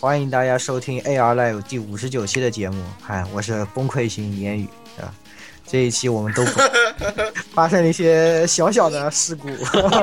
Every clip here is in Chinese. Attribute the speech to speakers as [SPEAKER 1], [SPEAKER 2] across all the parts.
[SPEAKER 1] 欢迎大家收听 AR Live 第五十九期的节目。嗨，我是崩溃型言语啊。这一期我们都发生了一些小小的事故，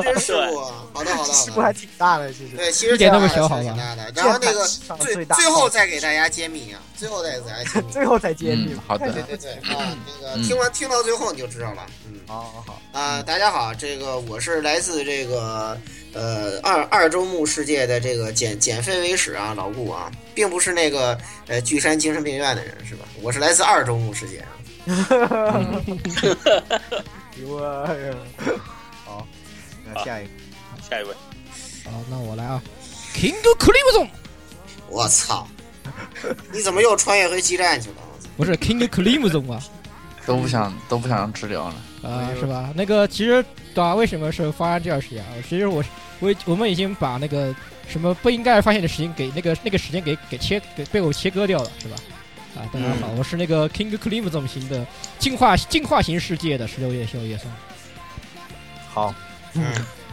[SPEAKER 2] 真是我。好的，好的，
[SPEAKER 1] 事
[SPEAKER 2] 好
[SPEAKER 1] 故还
[SPEAKER 2] 的。
[SPEAKER 1] 挺大的，其实。
[SPEAKER 2] 对，其实
[SPEAKER 3] 一点都不
[SPEAKER 2] 挺
[SPEAKER 3] 小好吧
[SPEAKER 2] 挺大的。然后那个
[SPEAKER 1] 上
[SPEAKER 2] 最
[SPEAKER 1] 最大
[SPEAKER 2] 最后再给大家揭秘啊，最后再给大家揭秘。
[SPEAKER 1] 最后才揭秘
[SPEAKER 4] 嗯
[SPEAKER 1] 嘛。哦
[SPEAKER 4] 好的
[SPEAKER 2] 对对对啊，那个
[SPEAKER 4] 嗯
[SPEAKER 2] 听完听到最后你就知道了。嗯
[SPEAKER 1] 好好好，
[SPEAKER 2] 啊、
[SPEAKER 3] 嗯
[SPEAKER 2] 大家好，这个我是来自这个呃二二周目世界的这个减减肥为史啊，老顾啊，并不是那个呃巨山精神病院的人是吧？我是来自二周目世界啊。
[SPEAKER 1] 我好，那下一个
[SPEAKER 5] 下一位，
[SPEAKER 3] 好，那我来啊，King of Crimson，
[SPEAKER 2] 我操！你怎么又穿越回基站去了？我操
[SPEAKER 3] 不是 King of Crimson 啊，
[SPEAKER 4] 都不想都不想让治疗了。
[SPEAKER 3] 啊是吧？那个其实啊，为什么是发生这样的事情啊？其实我我我们已经把那个什么不应该发现的时间给那个那个时间给给切给被我切割掉了，是吧？啊，大家好，我是那个 King of Crimson 型的进化进化型世界的十六叶小叶松，
[SPEAKER 1] 好，
[SPEAKER 2] 嗯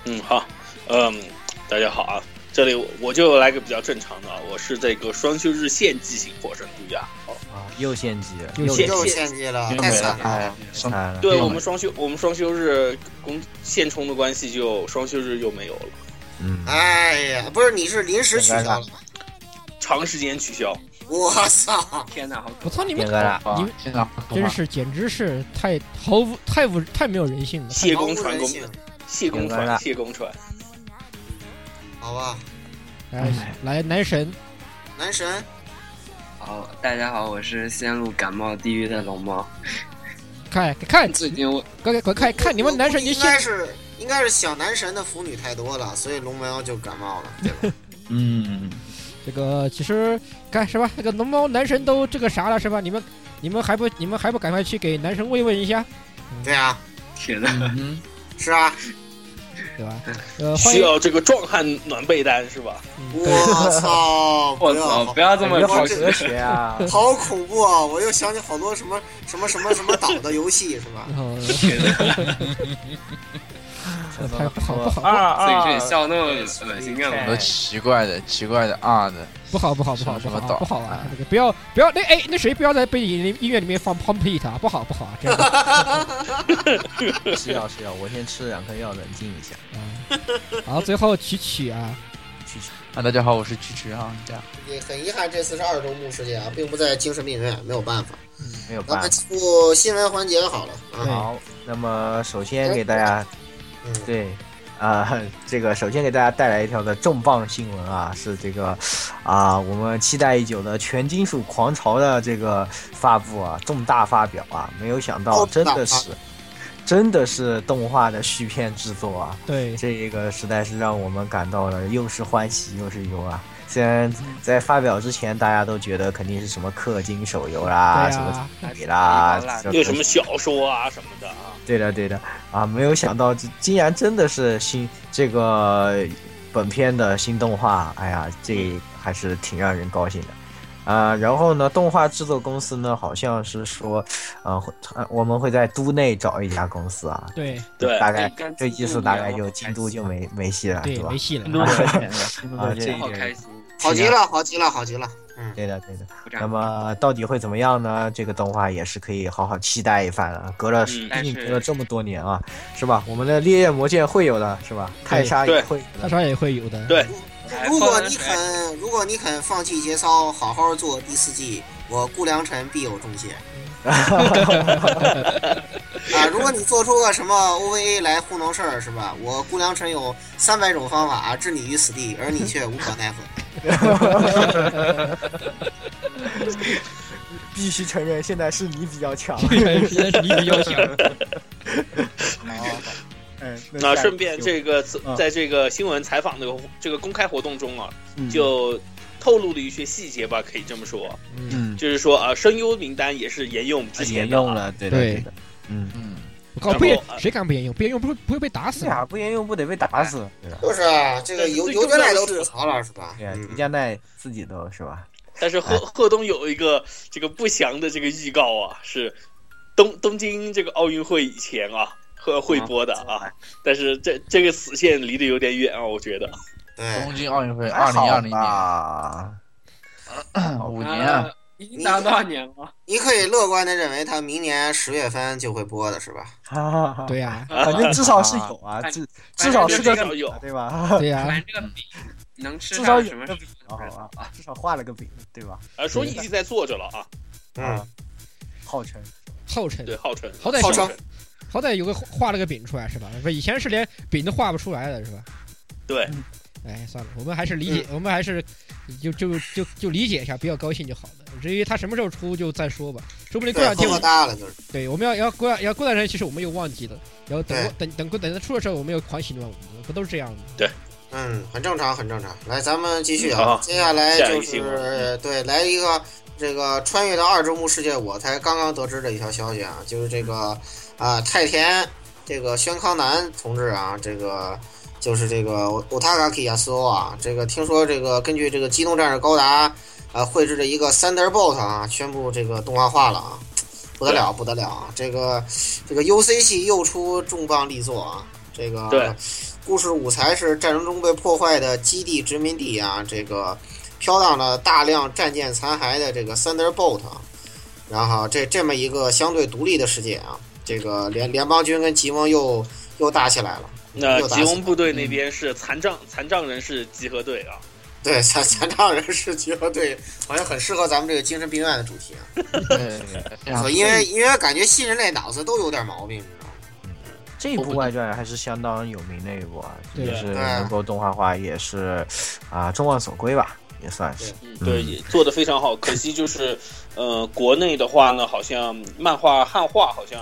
[SPEAKER 5] 嗯，好，嗯，大家好啊，这里我我就来个比较正常的啊，我是这个双休日献祭型火神杜亚。
[SPEAKER 1] 啊，又献祭，
[SPEAKER 3] 又
[SPEAKER 1] 又
[SPEAKER 3] 献
[SPEAKER 2] 又献祭
[SPEAKER 3] 嗯
[SPEAKER 2] 了，
[SPEAKER 4] 又
[SPEAKER 2] 太
[SPEAKER 4] 没了，
[SPEAKER 2] 惨
[SPEAKER 4] 哎
[SPEAKER 2] 了。，
[SPEAKER 4] 上
[SPEAKER 1] 惨了。
[SPEAKER 4] 没
[SPEAKER 5] 对
[SPEAKER 4] 有
[SPEAKER 5] 我们双休，我们双休日工现充的关系就双休日又没有了，
[SPEAKER 1] 嗯，
[SPEAKER 2] 哎呀，不是，你是临时取消了吗？
[SPEAKER 5] 长时间取消。
[SPEAKER 2] 我操！
[SPEAKER 5] 天哪，好
[SPEAKER 3] 我操你
[SPEAKER 1] 变
[SPEAKER 3] 们！
[SPEAKER 1] 哥了，
[SPEAKER 4] 啊
[SPEAKER 3] 你们，
[SPEAKER 4] 现在
[SPEAKER 3] 真是，简直是太毫无、太无、太没有人性了。
[SPEAKER 5] 谢
[SPEAKER 2] 毫
[SPEAKER 5] 公
[SPEAKER 2] 无
[SPEAKER 5] 传
[SPEAKER 2] 人
[SPEAKER 5] 公，
[SPEAKER 2] 性，
[SPEAKER 5] 谢公
[SPEAKER 1] 明白了
[SPEAKER 5] 传，谢公传。
[SPEAKER 2] 好吧，
[SPEAKER 3] 来来，男神，
[SPEAKER 2] 男神，
[SPEAKER 6] 好，大家好，我是陷入感冒地狱的龙猫。
[SPEAKER 3] 看看，
[SPEAKER 6] 最近我
[SPEAKER 3] 快快快看看你们男神，你
[SPEAKER 2] 应
[SPEAKER 3] 现
[SPEAKER 2] 该是应该是小男神的腐女太多了，所以龙猫就感冒了。
[SPEAKER 4] 嗯，
[SPEAKER 3] 这个其实看是吧？这个龙猫男神都这个啥了是吧？你们你们还不你们还不赶快去给男神慰问一下，
[SPEAKER 2] 对啊，
[SPEAKER 6] 铁的，
[SPEAKER 4] 嗯哼
[SPEAKER 2] 是 啊，
[SPEAKER 3] 对吧？呃，欢
[SPEAKER 5] 需
[SPEAKER 3] 迎，
[SPEAKER 5] 要这个壮汉暖被单是吧？
[SPEAKER 3] 嗯对，
[SPEAKER 2] 我操！
[SPEAKER 6] 我
[SPEAKER 2] 要
[SPEAKER 6] 操，不要这么
[SPEAKER 2] 好
[SPEAKER 6] 好
[SPEAKER 2] 这
[SPEAKER 1] 哲学啊！
[SPEAKER 2] 好恐怖啊！我又想起好多什么什么什么什么岛的游戏是吧？
[SPEAKER 3] 然后
[SPEAKER 6] 铁的，
[SPEAKER 3] 呃太不好不好
[SPEAKER 1] 二
[SPEAKER 6] 所以
[SPEAKER 1] 二
[SPEAKER 6] 你笑那么恶心干
[SPEAKER 4] 很
[SPEAKER 6] 嘛？
[SPEAKER 4] 多奇怪的、奇怪的啊的，
[SPEAKER 3] 不好不好不好不
[SPEAKER 4] 什么
[SPEAKER 3] 好
[SPEAKER 4] 什么岛
[SPEAKER 3] 不好啊！那个不要不要那哎那谁不要在背景音音乐里面放 Pump It 啊！不好不好啊，这样不好。
[SPEAKER 1] 吃药吃药，啊我先吃两颗药冷静一下。
[SPEAKER 3] 嗯然后最后曲曲啊，
[SPEAKER 4] 啊，大家好，我是蛐蛐啊，这样
[SPEAKER 2] 也很遗憾，这次是二周目世界啊，并不在精神病院，没有办法。
[SPEAKER 1] 没有
[SPEAKER 2] 咱
[SPEAKER 1] 办
[SPEAKER 2] 们
[SPEAKER 1] 法。
[SPEAKER 2] 进入新闻环节好了啊。
[SPEAKER 1] 好，那么首先给大
[SPEAKER 3] 哎
[SPEAKER 1] 家
[SPEAKER 2] 嗯，
[SPEAKER 1] 对，啊、 这个首先给大家带来一条的重磅新闻啊，是这个啊、我们期待已久的全金属狂潮的这个发布啊，重大发表啊，没有想到
[SPEAKER 2] 哦
[SPEAKER 1] 真
[SPEAKER 2] 重大
[SPEAKER 1] 的
[SPEAKER 2] 发
[SPEAKER 1] 是。真的是动画的续片制作啊，
[SPEAKER 3] 对，
[SPEAKER 1] 这一个实在是让我们感到了又是欢喜又是忧啊。虽然在发表之前，大家都觉得肯定是什么氪金手游啦，
[SPEAKER 3] 对
[SPEAKER 1] 什么
[SPEAKER 3] 啊，
[SPEAKER 1] 笔啦，这
[SPEAKER 5] 有什么小说啊什么的啊？
[SPEAKER 1] 对的，对的，啊，没有想到这竟然真的是新这个本片的新动画，哎呀，这还是挺让人高兴的。啊、然后呢，动画制作公司呢，好像是说，呃，会呃我们会在都内找一家公司啊，
[SPEAKER 3] 对
[SPEAKER 5] 对，
[SPEAKER 1] 大概
[SPEAKER 6] 应该
[SPEAKER 1] 这意思大概就京都就没没戏了，
[SPEAKER 3] 对
[SPEAKER 1] 啊吧
[SPEAKER 3] 没？戏了，
[SPEAKER 7] 嗯
[SPEAKER 4] 多少钱
[SPEAKER 1] 啊，这
[SPEAKER 6] 好
[SPEAKER 1] 一
[SPEAKER 6] 开
[SPEAKER 1] 点，
[SPEAKER 6] 心，
[SPEAKER 2] 好极了，好极了，好极了。嗯，
[SPEAKER 1] 对的，对的。
[SPEAKER 6] 鼓
[SPEAKER 1] 那
[SPEAKER 6] 掌。
[SPEAKER 1] 么到底会怎么样呢？这个动画也是可以好好期待一番了。隔了，
[SPEAKER 5] 嗯
[SPEAKER 1] 毕竟隔了这么多年啊，是吧？我们的烈焰魔剑会有的，是吧？泰莎也会有的。
[SPEAKER 3] 他啥也会有的。
[SPEAKER 5] 对
[SPEAKER 2] 如果你肯，如果你肯放弃节操，好好做第四季，我顾良辰必有重谢。啊，如果你做出个什么 OVA 来糊弄事儿，是吧？我顾良辰有三百种方法置你于死地，而你却无可奈何。
[SPEAKER 1] 必须承认，现在是你比较强。
[SPEAKER 3] 你比较强，
[SPEAKER 1] 嗯，
[SPEAKER 5] 那顺便这个
[SPEAKER 1] 嗯
[SPEAKER 5] 在这个新闻采访的这个公开活动中啊，
[SPEAKER 1] 嗯
[SPEAKER 5] 就透露了一些细节吧，可以这么说，
[SPEAKER 4] 嗯
[SPEAKER 5] 就是说啊，声优名单也是沿用之
[SPEAKER 1] 之
[SPEAKER 5] 前
[SPEAKER 1] 前
[SPEAKER 5] 的啊
[SPEAKER 1] 用，了，对的，
[SPEAKER 3] 对
[SPEAKER 1] 对的。嗯，
[SPEAKER 4] 嗯，
[SPEAKER 3] 我靠，不沿谁敢不沿用？不沿用不不会被打死
[SPEAKER 1] 这
[SPEAKER 3] 吗？
[SPEAKER 1] 俩不沿用不得被打死？对吧？
[SPEAKER 2] 就是啊，这个
[SPEAKER 5] 但是
[SPEAKER 2] 尤
[SPEAKER 5] 最
[SPEAKER 2] 尤
[SPEAKER 5] 重要
[SPEAKER 2] 加
[SPEAKER 5] 的
[SPEAKER 2] 奈都
[SPEAKER 5] 是
[SPEAKER 2] 吐槽了，是吧？
[SPEAKER 1] 对啊呀，迪
[SPEAKER 2] 嗯，
[SPEAKER 1] 迦奈自己都是吧？
[SPEAKER 5] 但是贺贺东有一个这个不祥的这个预告啊，是东东京这个奥运会以前啊。和会播的啊，但是这这个死线离得有点远啊，我觉
[SPEAKER 2] 对。
[SPEAKER 4] 东京奥运会二零二零年，
[SPEAKER 1] 啊，
[SPEAKER 4] 五年啊，
[SPEAKER 8] 啊，已经打了多少年了？
[SPEAKER 2] 你可以乐观的认为它明年十月份就会播的是吧？
[SPEAKER 1] 哈哈哈，
[SPEAKER 3] 对
[SPEAKER 6] 啊
[SPEAKER 3] 呀、
[SPEAKER 1] 反正至少是有啊，
[SPEAKER 6] 反
[SPEAKER 1] 至至少是个
[SPEAKER 5] 至少有
[SPEAKER 1] 对吧？
[SPEAKER 3] 对呀、啊
[SPEAKER 6] 反正这个饼能吃
[SPEAKER 1] 至少
[SPEAKER 6] 上
[SPEAKER 1] 有
[SPEAKER 6] 什么
[SPEAKER 1] 个
[SPEAKER 6] 时
[SPEAKER 1] 饼
[SPEAKER 6] 候
[SPEAKER 1] 好吧，至少画了个饼，对吧？
[SPEAKER 5] 啊，说一直在做着了啊，
[SPEAKER 2] 嗯
[SPEAKER 1] 啊，号称
[SPEAKER 3] 后程
[SPEAKER 5] 对，号称
[SPEAKER 3] 好歹
[SPEAKER 5] 号
[SPEAKER 2] 是
[SPEAKER 5] 称
[SPEAKER 3] 好歹有个画了个饼出来是吧？不，以前是连饼都画不出来的是吧？
[SPEAKER 5] 对，嗯
[SPEAKER 3] 哎，算了，我们还是理解，我们还是就就就就理解一下，比较高兴就好了。至于他什么时候出就再说吧，说不定过
[SPEAKER 2] 对，
[SPEAKER 3] 两天
[SPEAKER 2] 喝
[SPEAKER 3] 我
[SPEAKER 2] 大了就是。
[SPEAKER 3] 对我们要要过要过段时间，其实我们又忘记了，然后等
[SPEAKER 2] 对
[SPEAKER 3] 过等等过等他出的时候，我们又狂喜怒万物，不都是这样吗？
[SPEAKER 2] 嗯，很正常，很正常。来，咱们继续
[SPEAKER 5] 嗯好
[SPEAKER 2] 啊，接下来
[SPEAKER 5] 下一
[SPEAKER 2] 就
[SPEAKER 5] 个新
[SPEAKER 2] 是
[SPEAKER 5] 闻嗯
[SPEAKER 2] 对来一个这个穿越到二周目世界，我才刚刚得知的一条消息啊，就是这个啊太田这个宣康南同志啊，这个就是这个 Otagaki 亚斯欧啊，这个听说这个根据这个机动战士高达啊绘制的一个 Thunderbolt 啊，宣布这个动画化了啊，不得了，不得了啊！这个这个 UC 系又出重磅力作啊，这个
[SPEAKER 5] 对
[SPEAKER 2] 故事舞台是战争中被破坏的基地殖民地啊，这个飘荡了大量战舰残骸的这个 Thunderbolt，啊然后这这么一个相对独立的世界啊，这个联联邦军跟吉盟又又打起来了。
[SPEAKER 5] 那
[SPEAKER 2] 又打
[SPEAKER 5] 吉
[SPEAKER 2] 起
[SPEAKER 5] 翁部队那边是残障残障人士集合队啊，
[SPEAKER 2] 对残 残障人士集合队好像很适合咱们这个精神病院的主题啊，
[SPEAKER 4] 对，非常
[SPEAKER 2] 所以因为因为感觉新人类脑子都有点毛病，你知道吗？
[SPEAKER 1] 这一部外传还是相当有名的一部啊，
[SPEAKER 3] 对
[SPEAKER 1] 也是
[SPEAKER 2] 对
[SPEAKER 1] 能够动画化，也是啊众望所归吧，也算是。
[SPEAKER 5] 嗯，
[SPEAKER 1] 嗯
[SPEAKER 5] 对，也做的非常好，可惜就是，呃，国内的话呢，好像漫画汉化好像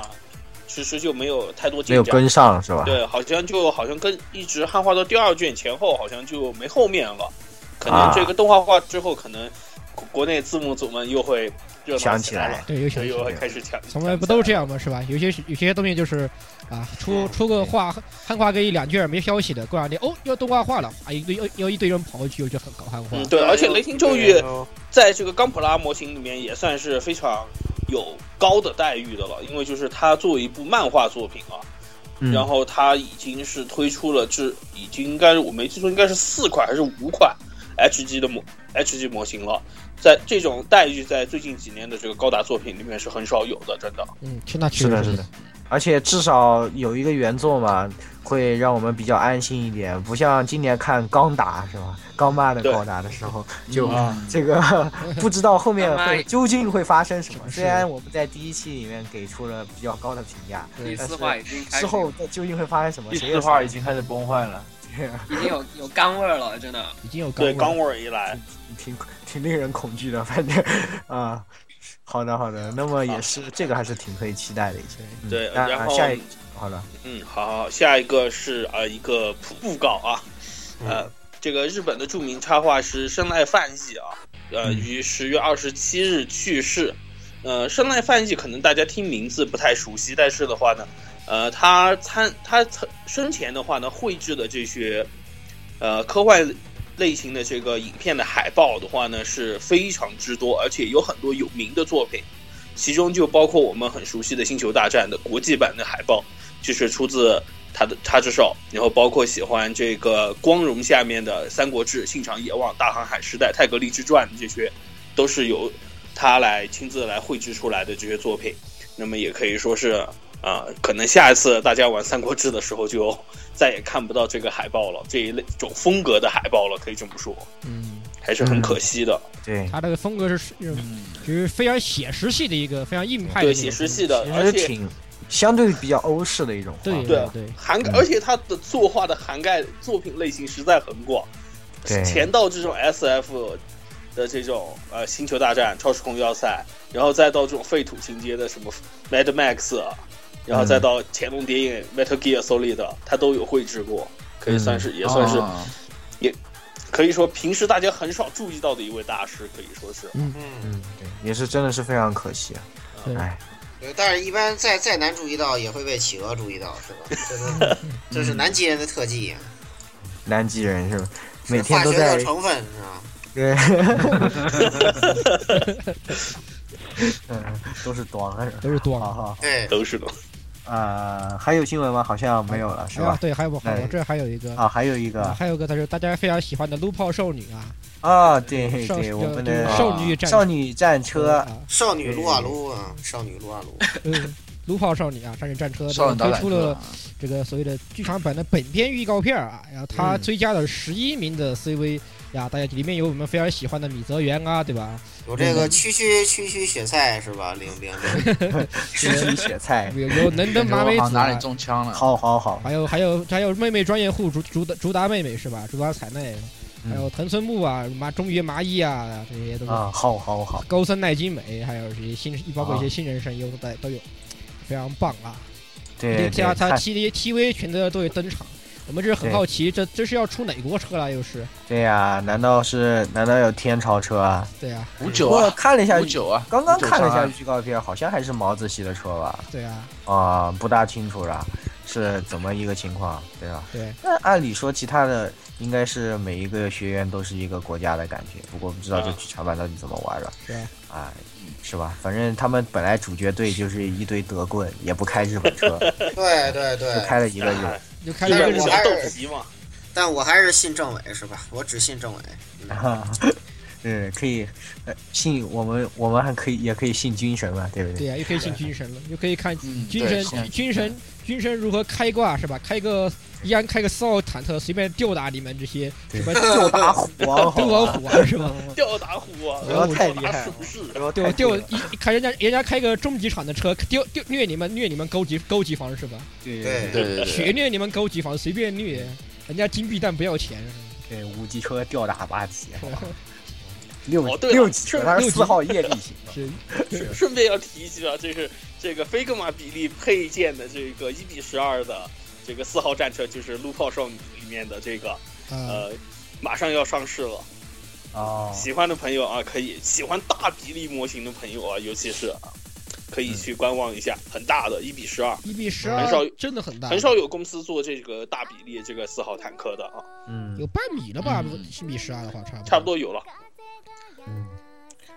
[SPEAKER 5] 迟迟就没有太多
[SPEAKER 1] 没
[SPEAKER 5] 进
[SPEAKER 1] 有
[SPEAKER 5] 展，
[SPEAKER 1] 跟上是吧？
[SPEAKER 5] 对，好像就好像跟一直汉化到第二卷前后，好像就没后面了，可能
[SPEAKER 1] 啊
[SPEAKER 5] 这个动画化之后，可能国国内字幕组们又会热闹
[SPEAKER 1] 想
[SPEAKER 5] 起
[SPEAKER 1] 起
[SPEAKER 5] 来
[SPEAKER 1] 来
[SPEAKER 5] 了，，
[SPEAKER 3] 对，有
[SPEAKER 5] 所
[SPEAKER 3] 想
[SPEAKER 5] 以
[SPEAKER 3] 法
[SPEAKER 5] 又会开始抢，
[SPEAKER 3] 从来不都是这
[SPEAKER 5] 样？
[SPEAKER 3] 样吗？是吧？有些有些东西就是啊，
[SPEAKER 1] 哦
[SPEAKER 3] 出出个画汉化个一两卷没消息的，过两天哦要动画化了，啊一堆又又一堆人跑过去又去搞汉化
[SPEAKER 5] 嗯，，对，而且雷霆咒语
[SPEAKER 2] 对哦
[SPEAKER 5] 在这个钢普拉模型里面也算是非常有高的待遇的了，因为就是它作为一部漫画作品啊，
[SPEAKER 1] 嗯
[SPEAKER 5] 然后它已经是推出了这已经应该是我没记错，应该是四款还是五款 HG 的模 HG 模型了。在这种待遇，在最近几年的这个高达作品里面是很少有的，真的。
[SPEAKER 3] 嗯，去那去
[SPEAKER 1] 是的，是的，而且至少有一个原作嘛，会让我们比较安心一点，不像今年看钢达是吧？钢妈的
[SPEAKER 5] 对
[SPEAKER 1] 高达的时候，就
[SPEAKER 4] 嗯
[SPEAKER 1] 这 个不知道后面
[SPEAKER 6] 钢妈
[SPEAKER 1] 会
[SPEAKER 6] 也
[SPEAKER 1] 究竟会发生什么。
[SPEAKER 3] 是
[SPEAKER 1] 虽然我们在第一期里面给出了比较高的评价，
[SPEAKER 6] 第
[SPEAKER 1] 但
[SPEAKER 6] 四
[SPEAKER 1] 是
[SPEAKER 6] 话已经开始
[SPEAKER 1] 之后这究竟会发生什么，
[SPEAKER 4] 第
[SPEAKER 1] 谁
[SPEAKER 4] 四
[SPEAKER 1] 也
[SPEAKER 4] 话
[SPEAKER 1] 知
[SPEAKER 4] 已经开始崩坏了，
[SPEAKER 6] 已经有有干味儿了，真的。
[SPEAKER 3] 已经有
[SPEAKER 5] 对，
[SPEAKER 3] 刚
[SPEAKER 5] 钢味儿一来，
[SPEAKER 1] 道挺挺令人恐惧的，反正啊。好的，好的，那么也是这个还是挺可以期待的一些。嗯
[SPEAKER 5] 对，
[SPEAKER 1] 那
[SPEAKER 5] 然
[SPEAKER 1] 啊
[SPEAKER 5] 后
[SPEAKER 1] 下一好了，
[SPEAKER 5] 嗯，好好，下一个是呃一个布布告啊，
[SPEAKER 1] 嗯
[SPEAKER 5] 呃，这个日本的著名插画师山濑范纪啊，呃，
[SPEAKER 1] 嗯
[SPEAKER 5] 于十月二十七日去世。呃，山濑范纪可能大家听名字不太熟悉，但是的话呢，呃，他参他曾生前的话呢，绘制的这些呃科幻类型的这个影片的海报的话呢，是非常之多，而且有很多有名的作品，其中就包括我们很熟悉的《星球大战》的国际版的海报。就是出自他的他之手，然后包括喜欢这个光荣下面的《三国志》《信长野望》《大航海时代》《泰格立志传》这些，都是由他来亲自来绘制出来的这些作品。那么也可以说是啊、可能下一次大家玩《三国志》的时候，就再也看不到这个海报了，这一类这种风格的海报了，可以这么说，
[SPEAKER 3] 嗯，
[SPEAKER 5] 还是很可惜的。
[SPEAKER 1] 对，
[SPEAKER 3] 他这个风格是是
[SPEAKER 4] 嗯，就是
[SPEAKER 3] 就是非常写实系的一个非常硬派的
[SPEAKER 5] 对，
[SPEAKER 3] 那种
[SPEAKER 5] 写实系的，
[SPEAKER 1] 其
[SPEAKER 5] 而
[SPEAKER 1] 实啊
[SPEAKER 5] 且
[SPEAKER 1] 挺相对比较欧式的一种画
[SPEAKER 3] 对
[SPEAKER 1] 风。
[SPEAKER 5] 对
[SPEAKER 3] 对，
[SPEAKER 5] 涵盖，而且它的作画的涵盖作品类型实在很广，
[SPEAKER 1] 对
[SPEAKER 5] 前到这种 S F 的这种呃《星球大战》《超时空要塞》，然后再到这种废土情节的什么 Mad Max，啊然后再到《
[SPEAKER 1] 嗯
[SPEAKER 5] 潜龙谍影》Metal Gear Solid，它都有绘制过，可以算是、
[SPEAKER 1] 嗯
[SPEAKER 5] 也算
[SPEAKER 1] 哦
[SPEAKER 5] 是、
[SPEAKER 4] 啊
[SPEAKER 5] 可以说平时大家很少注意到的一位大师，可以说是
[SPEAKER 2] 嗯，
[SPEAKER 1] 嗯，对，也是真的是非常可惜啊。
[SPEAKER 3] 对
[SPEAKER 1] 哎，
[SPEAKER 2] 对嗯但是一般再再难注意到，也会被企鹅注意到，是 吧？这是这
[SPEAKER 1] 嗯
[SPEAKER 2] 是南极人的特技啊，
[SPEAKER 1] 南极人是吧？
[SPEAKER 2] 是
[SPEAKER 1] 每天
[SPEAKER 2] 化
[SPEAKER 1] 都
[SPEAKER 2] 学
[SPEAKER 1] 在
[SPEAKER 2] 的成分是吧？
[SPEAKER 1] 对，嗯，都是装啊，是吧
[SPEAKER 3] 都是多
[SPEAKER 1] 好
[SPEAKER 3] 了。
[SPEAKER 1] 啊好，
[SPEAKER 2] 对，
[SPEAKER 5] 都是的。
[SPEAKER 1] 呃，还有新闻吗？好像没有了，是
[SPEAKER 3] 啊
[SPEAKER 1] 吧？
[SPEAKER 3] 对，还有我
[SPEAKER 1] 哎
[SPEAKER 3] 我这还有一个，
[SPEAKER 1] 啊，还有一个
[SPEAKER 3] 还有一个，他是大家非常喜欢的撸炮少女啊，
[SPEAKER 1] 啊，对
[SPEAKER 3] 少
[SPEAKER 1] 对，
[SPEAKER 3] 就
[SPEAKER 1] 我们
[SPEAKER 3] 就是
[SPEAKER 1] 的
[SPEAKER 3] 少女战
[SPEAKER 1] 少女战车，
[SPEAKER 3] 啊，
[SPEAKER 2] 少女撸啊撸啊，少女撸啊撸，
[SPEAKER 3] 嗯，撸炮少女啊，少女战车
[SPEAKER 4] 少
[SPEAKER 3] 这个
[SPEAKER 4] 女打
[SPEAKER 3] 推
[SPEAKER 4] 篮
[SPEAKER 3] 出
[SPEAKER 4] 球
[SPEAKER 3] 了，这个所谓的剧场版的本片预告片啊，然后它
[SPEAKER 1] 嗯
[SPEAKER 3] 追加了十一名的 CV 呀，大家里面有我们非常喜欢的米泽元啊，对吧？
[SPEAKER 2] 有这
[SPEAKER 1] 嗯
[SPEAKER 2] 个区区区区雪菜是吧？零零零，
[SPEAKER 1] 区区雪 菜，
[SPEAKER 3] 呃有有能登
[SPEAKER 4] 感觉
[SPEAKER 3] 麻
[SPEAKER 4] 我
[SPEAKER 3] 美
[SPEAKER 4] 好像
[SPEAKER 3] 子、
[SPEAKER 4] 哪里
[SPEAKER 3] 啊，
[SPEAKER 4] 中枪了？
[SPEAKER 1] 好好好，
[SPEAKER 3] 还有还有还有妹妹专业户竹竹达竹达妹妹是吧？竹达彩奈，啊
[SPEAKER 1] 嗯
[SPEAKER 3] 还有藤村木啊、麻中原麻衣啊，这些都是
[SPEAKER 1] 啊，好好好，
[SPEAKER 3] 高森奈津美，还有一些新包括一些新人声优都在都有，非常棒啊！
[SPEAKER 1] 对
[SPEAKER 3] 他
[SPEAKER 1] 对，
[SPEAKER 3] 他
[SPEAKER 1] 看
[SPEAKER 3] TV TV 全都都有登场，我们这是很
[SPEAKER 1] 对
[SPEAKER 3] 好奇，这这是要出哪国车了？又是
[SPEAKER 1] 对呀，难道是难道有天朝车啊？
[SPEAKER 3] 对呀、
[SPEAKER 4] 五九
[SPEAKER 1] 我
[SPEAKER 4] 啊，
[SPEAKER 1] 看了一下
[SPEAKER 4] 五，九啊，
[SPEAKER 1] 刚刚
[SPEAKER 4] 五九
[SPEAKER 1] 看了一
[SPEAKER 4] 上
[SPEAKER 1] 下
[SPEAKER 4] 岸
[SPEAKER 1] 预告片，好像还是毛主席的车吧？
[SPEAKER 3] 对呀、啊，
[SPEAKER 1] 啊，不大清楚了，是怎么一个情况，对吧？
[SPEAKER 3] 对。
[SPEAKER 1] 那按理说，其他的应该是每一个学员都是一个国家的感觉，不过不知道这
[SPEAKER 5] 啊
[SPEAKER 1] 剧场版到底怎么玩了。
[SPEAKER 3] 是啊
[SPEAKER 1] 啊，是吧？反正他们本来主角队就是一堆德棍，也不开日本 车，
[SPEAKER 2] 对对
[SPEAKER 1] 就
[SPEAKER 2] 对，
[SPEAKER 1] 开了一个日本。
[SPEAKER 3] 就开
[SPEAKER 5] 日
[SPEAKER 3] 了
[SPEAKER 5] 本
[SPEAKER 3] 一个日
[SPEAKER 2] 我
[SPEAKER 5] 不是
[SPEAKER 2] 还
[SPEAKER 5] 有
[SPEAKER 2] 是
[SPEAKER 5] 斗鸡嘛，
[SPEAKER 2] 但我还是信政委是吧？我只信政委。
[SPEAKER 1] 嗯，可以，呃，信我们，我们还可以，也可以信军神嘛，对不
[SPEAKER 3] 对啊
[SPEAKER 1] 对？
[SPEAKER 3] 呀、又可以信军神了，又可以看
[SPEAKER 4] 嗯，
[SPEAKER 3] 军
[SPEAKER 4] 对
[SPEAKER 3] 神
[SPEAKER 4] 现在
[SPEAKER 3] 军神军神如何开挂是吧？开个一安开个斯奥坦特，随便吊打你们这些
[SPEAKER 1] 对
[SPEAKER 3] 什么
[SPEAKER 1] 吊打虎王，
[SPEAKER 3] 斗老虎啊是吧？
[SPEAKER 5] 吊打虎啊，
[SPEAKER 1] 不要太
[SPEAKER 5] 吊打
[SPEAKER 1] 厉害了
[SPEAKER 5] 死士
[SPEAKER 1] 然后
[SPEAKER 3] 对，就一一开人家人家开个终极场的车，丢丢虐你们虐你们高级高级房是吧？
[SPEAKER 1] 对
[SPEAKER 2] 对
[SPEAKER 4] 对对对
[SPEAKER 3] 血虐你们高级房随便虐，人家金币蛋不要钱。
[SPEAKER 1] 对，五级车吊打八级，
[SPEAKER 3] 是吧
[SPEAKER 1] 六
[SPEAKER 5] 哦对了
[SPEAKER 1] 六级
[SPEAKER 5] 是
[SPEAKER 1] 车，他是
[SPEAKER 3] 六级
[SPEAKER 1] 四号业力型的，
[SPEAKER 3] 是
[SPEAKER 5] 顺 顺便要提一句啊，这是这个菲格玛比例配件的这个一比十二的这个四号战车，就是《撸炮少女》里面的这个
[SPEAKER 3] 啊，
[SPEAKER 5] 呃，马上要上市了。
[SPEAKER 1] 哦，
[SPEAKER 5] 喜欢的朋友啊，可以喜欢大比例模型的朋友啊，尤其是啊，可以去观望一下，很大的，一比十二，
[SPEAKER 3] 一比十
[SPEAKER 5] 很少
[SPEAKER 3] 二
[SPEAKER 5] 有
[SPEAKER 3] 真的很大，
[SPEAKER 5] 很少有公司做这个大比例这个四号坦克的啊，
[SPEAKER 1] 嗯
[SPEAKER 3] 有半米了吧？
[SPEAKER 4] 嗯
[SPEAKER 3] 一比十二的话，差不多
[SPEAKER 5] 差不多有了。
[SPEAKER 1] 嗯，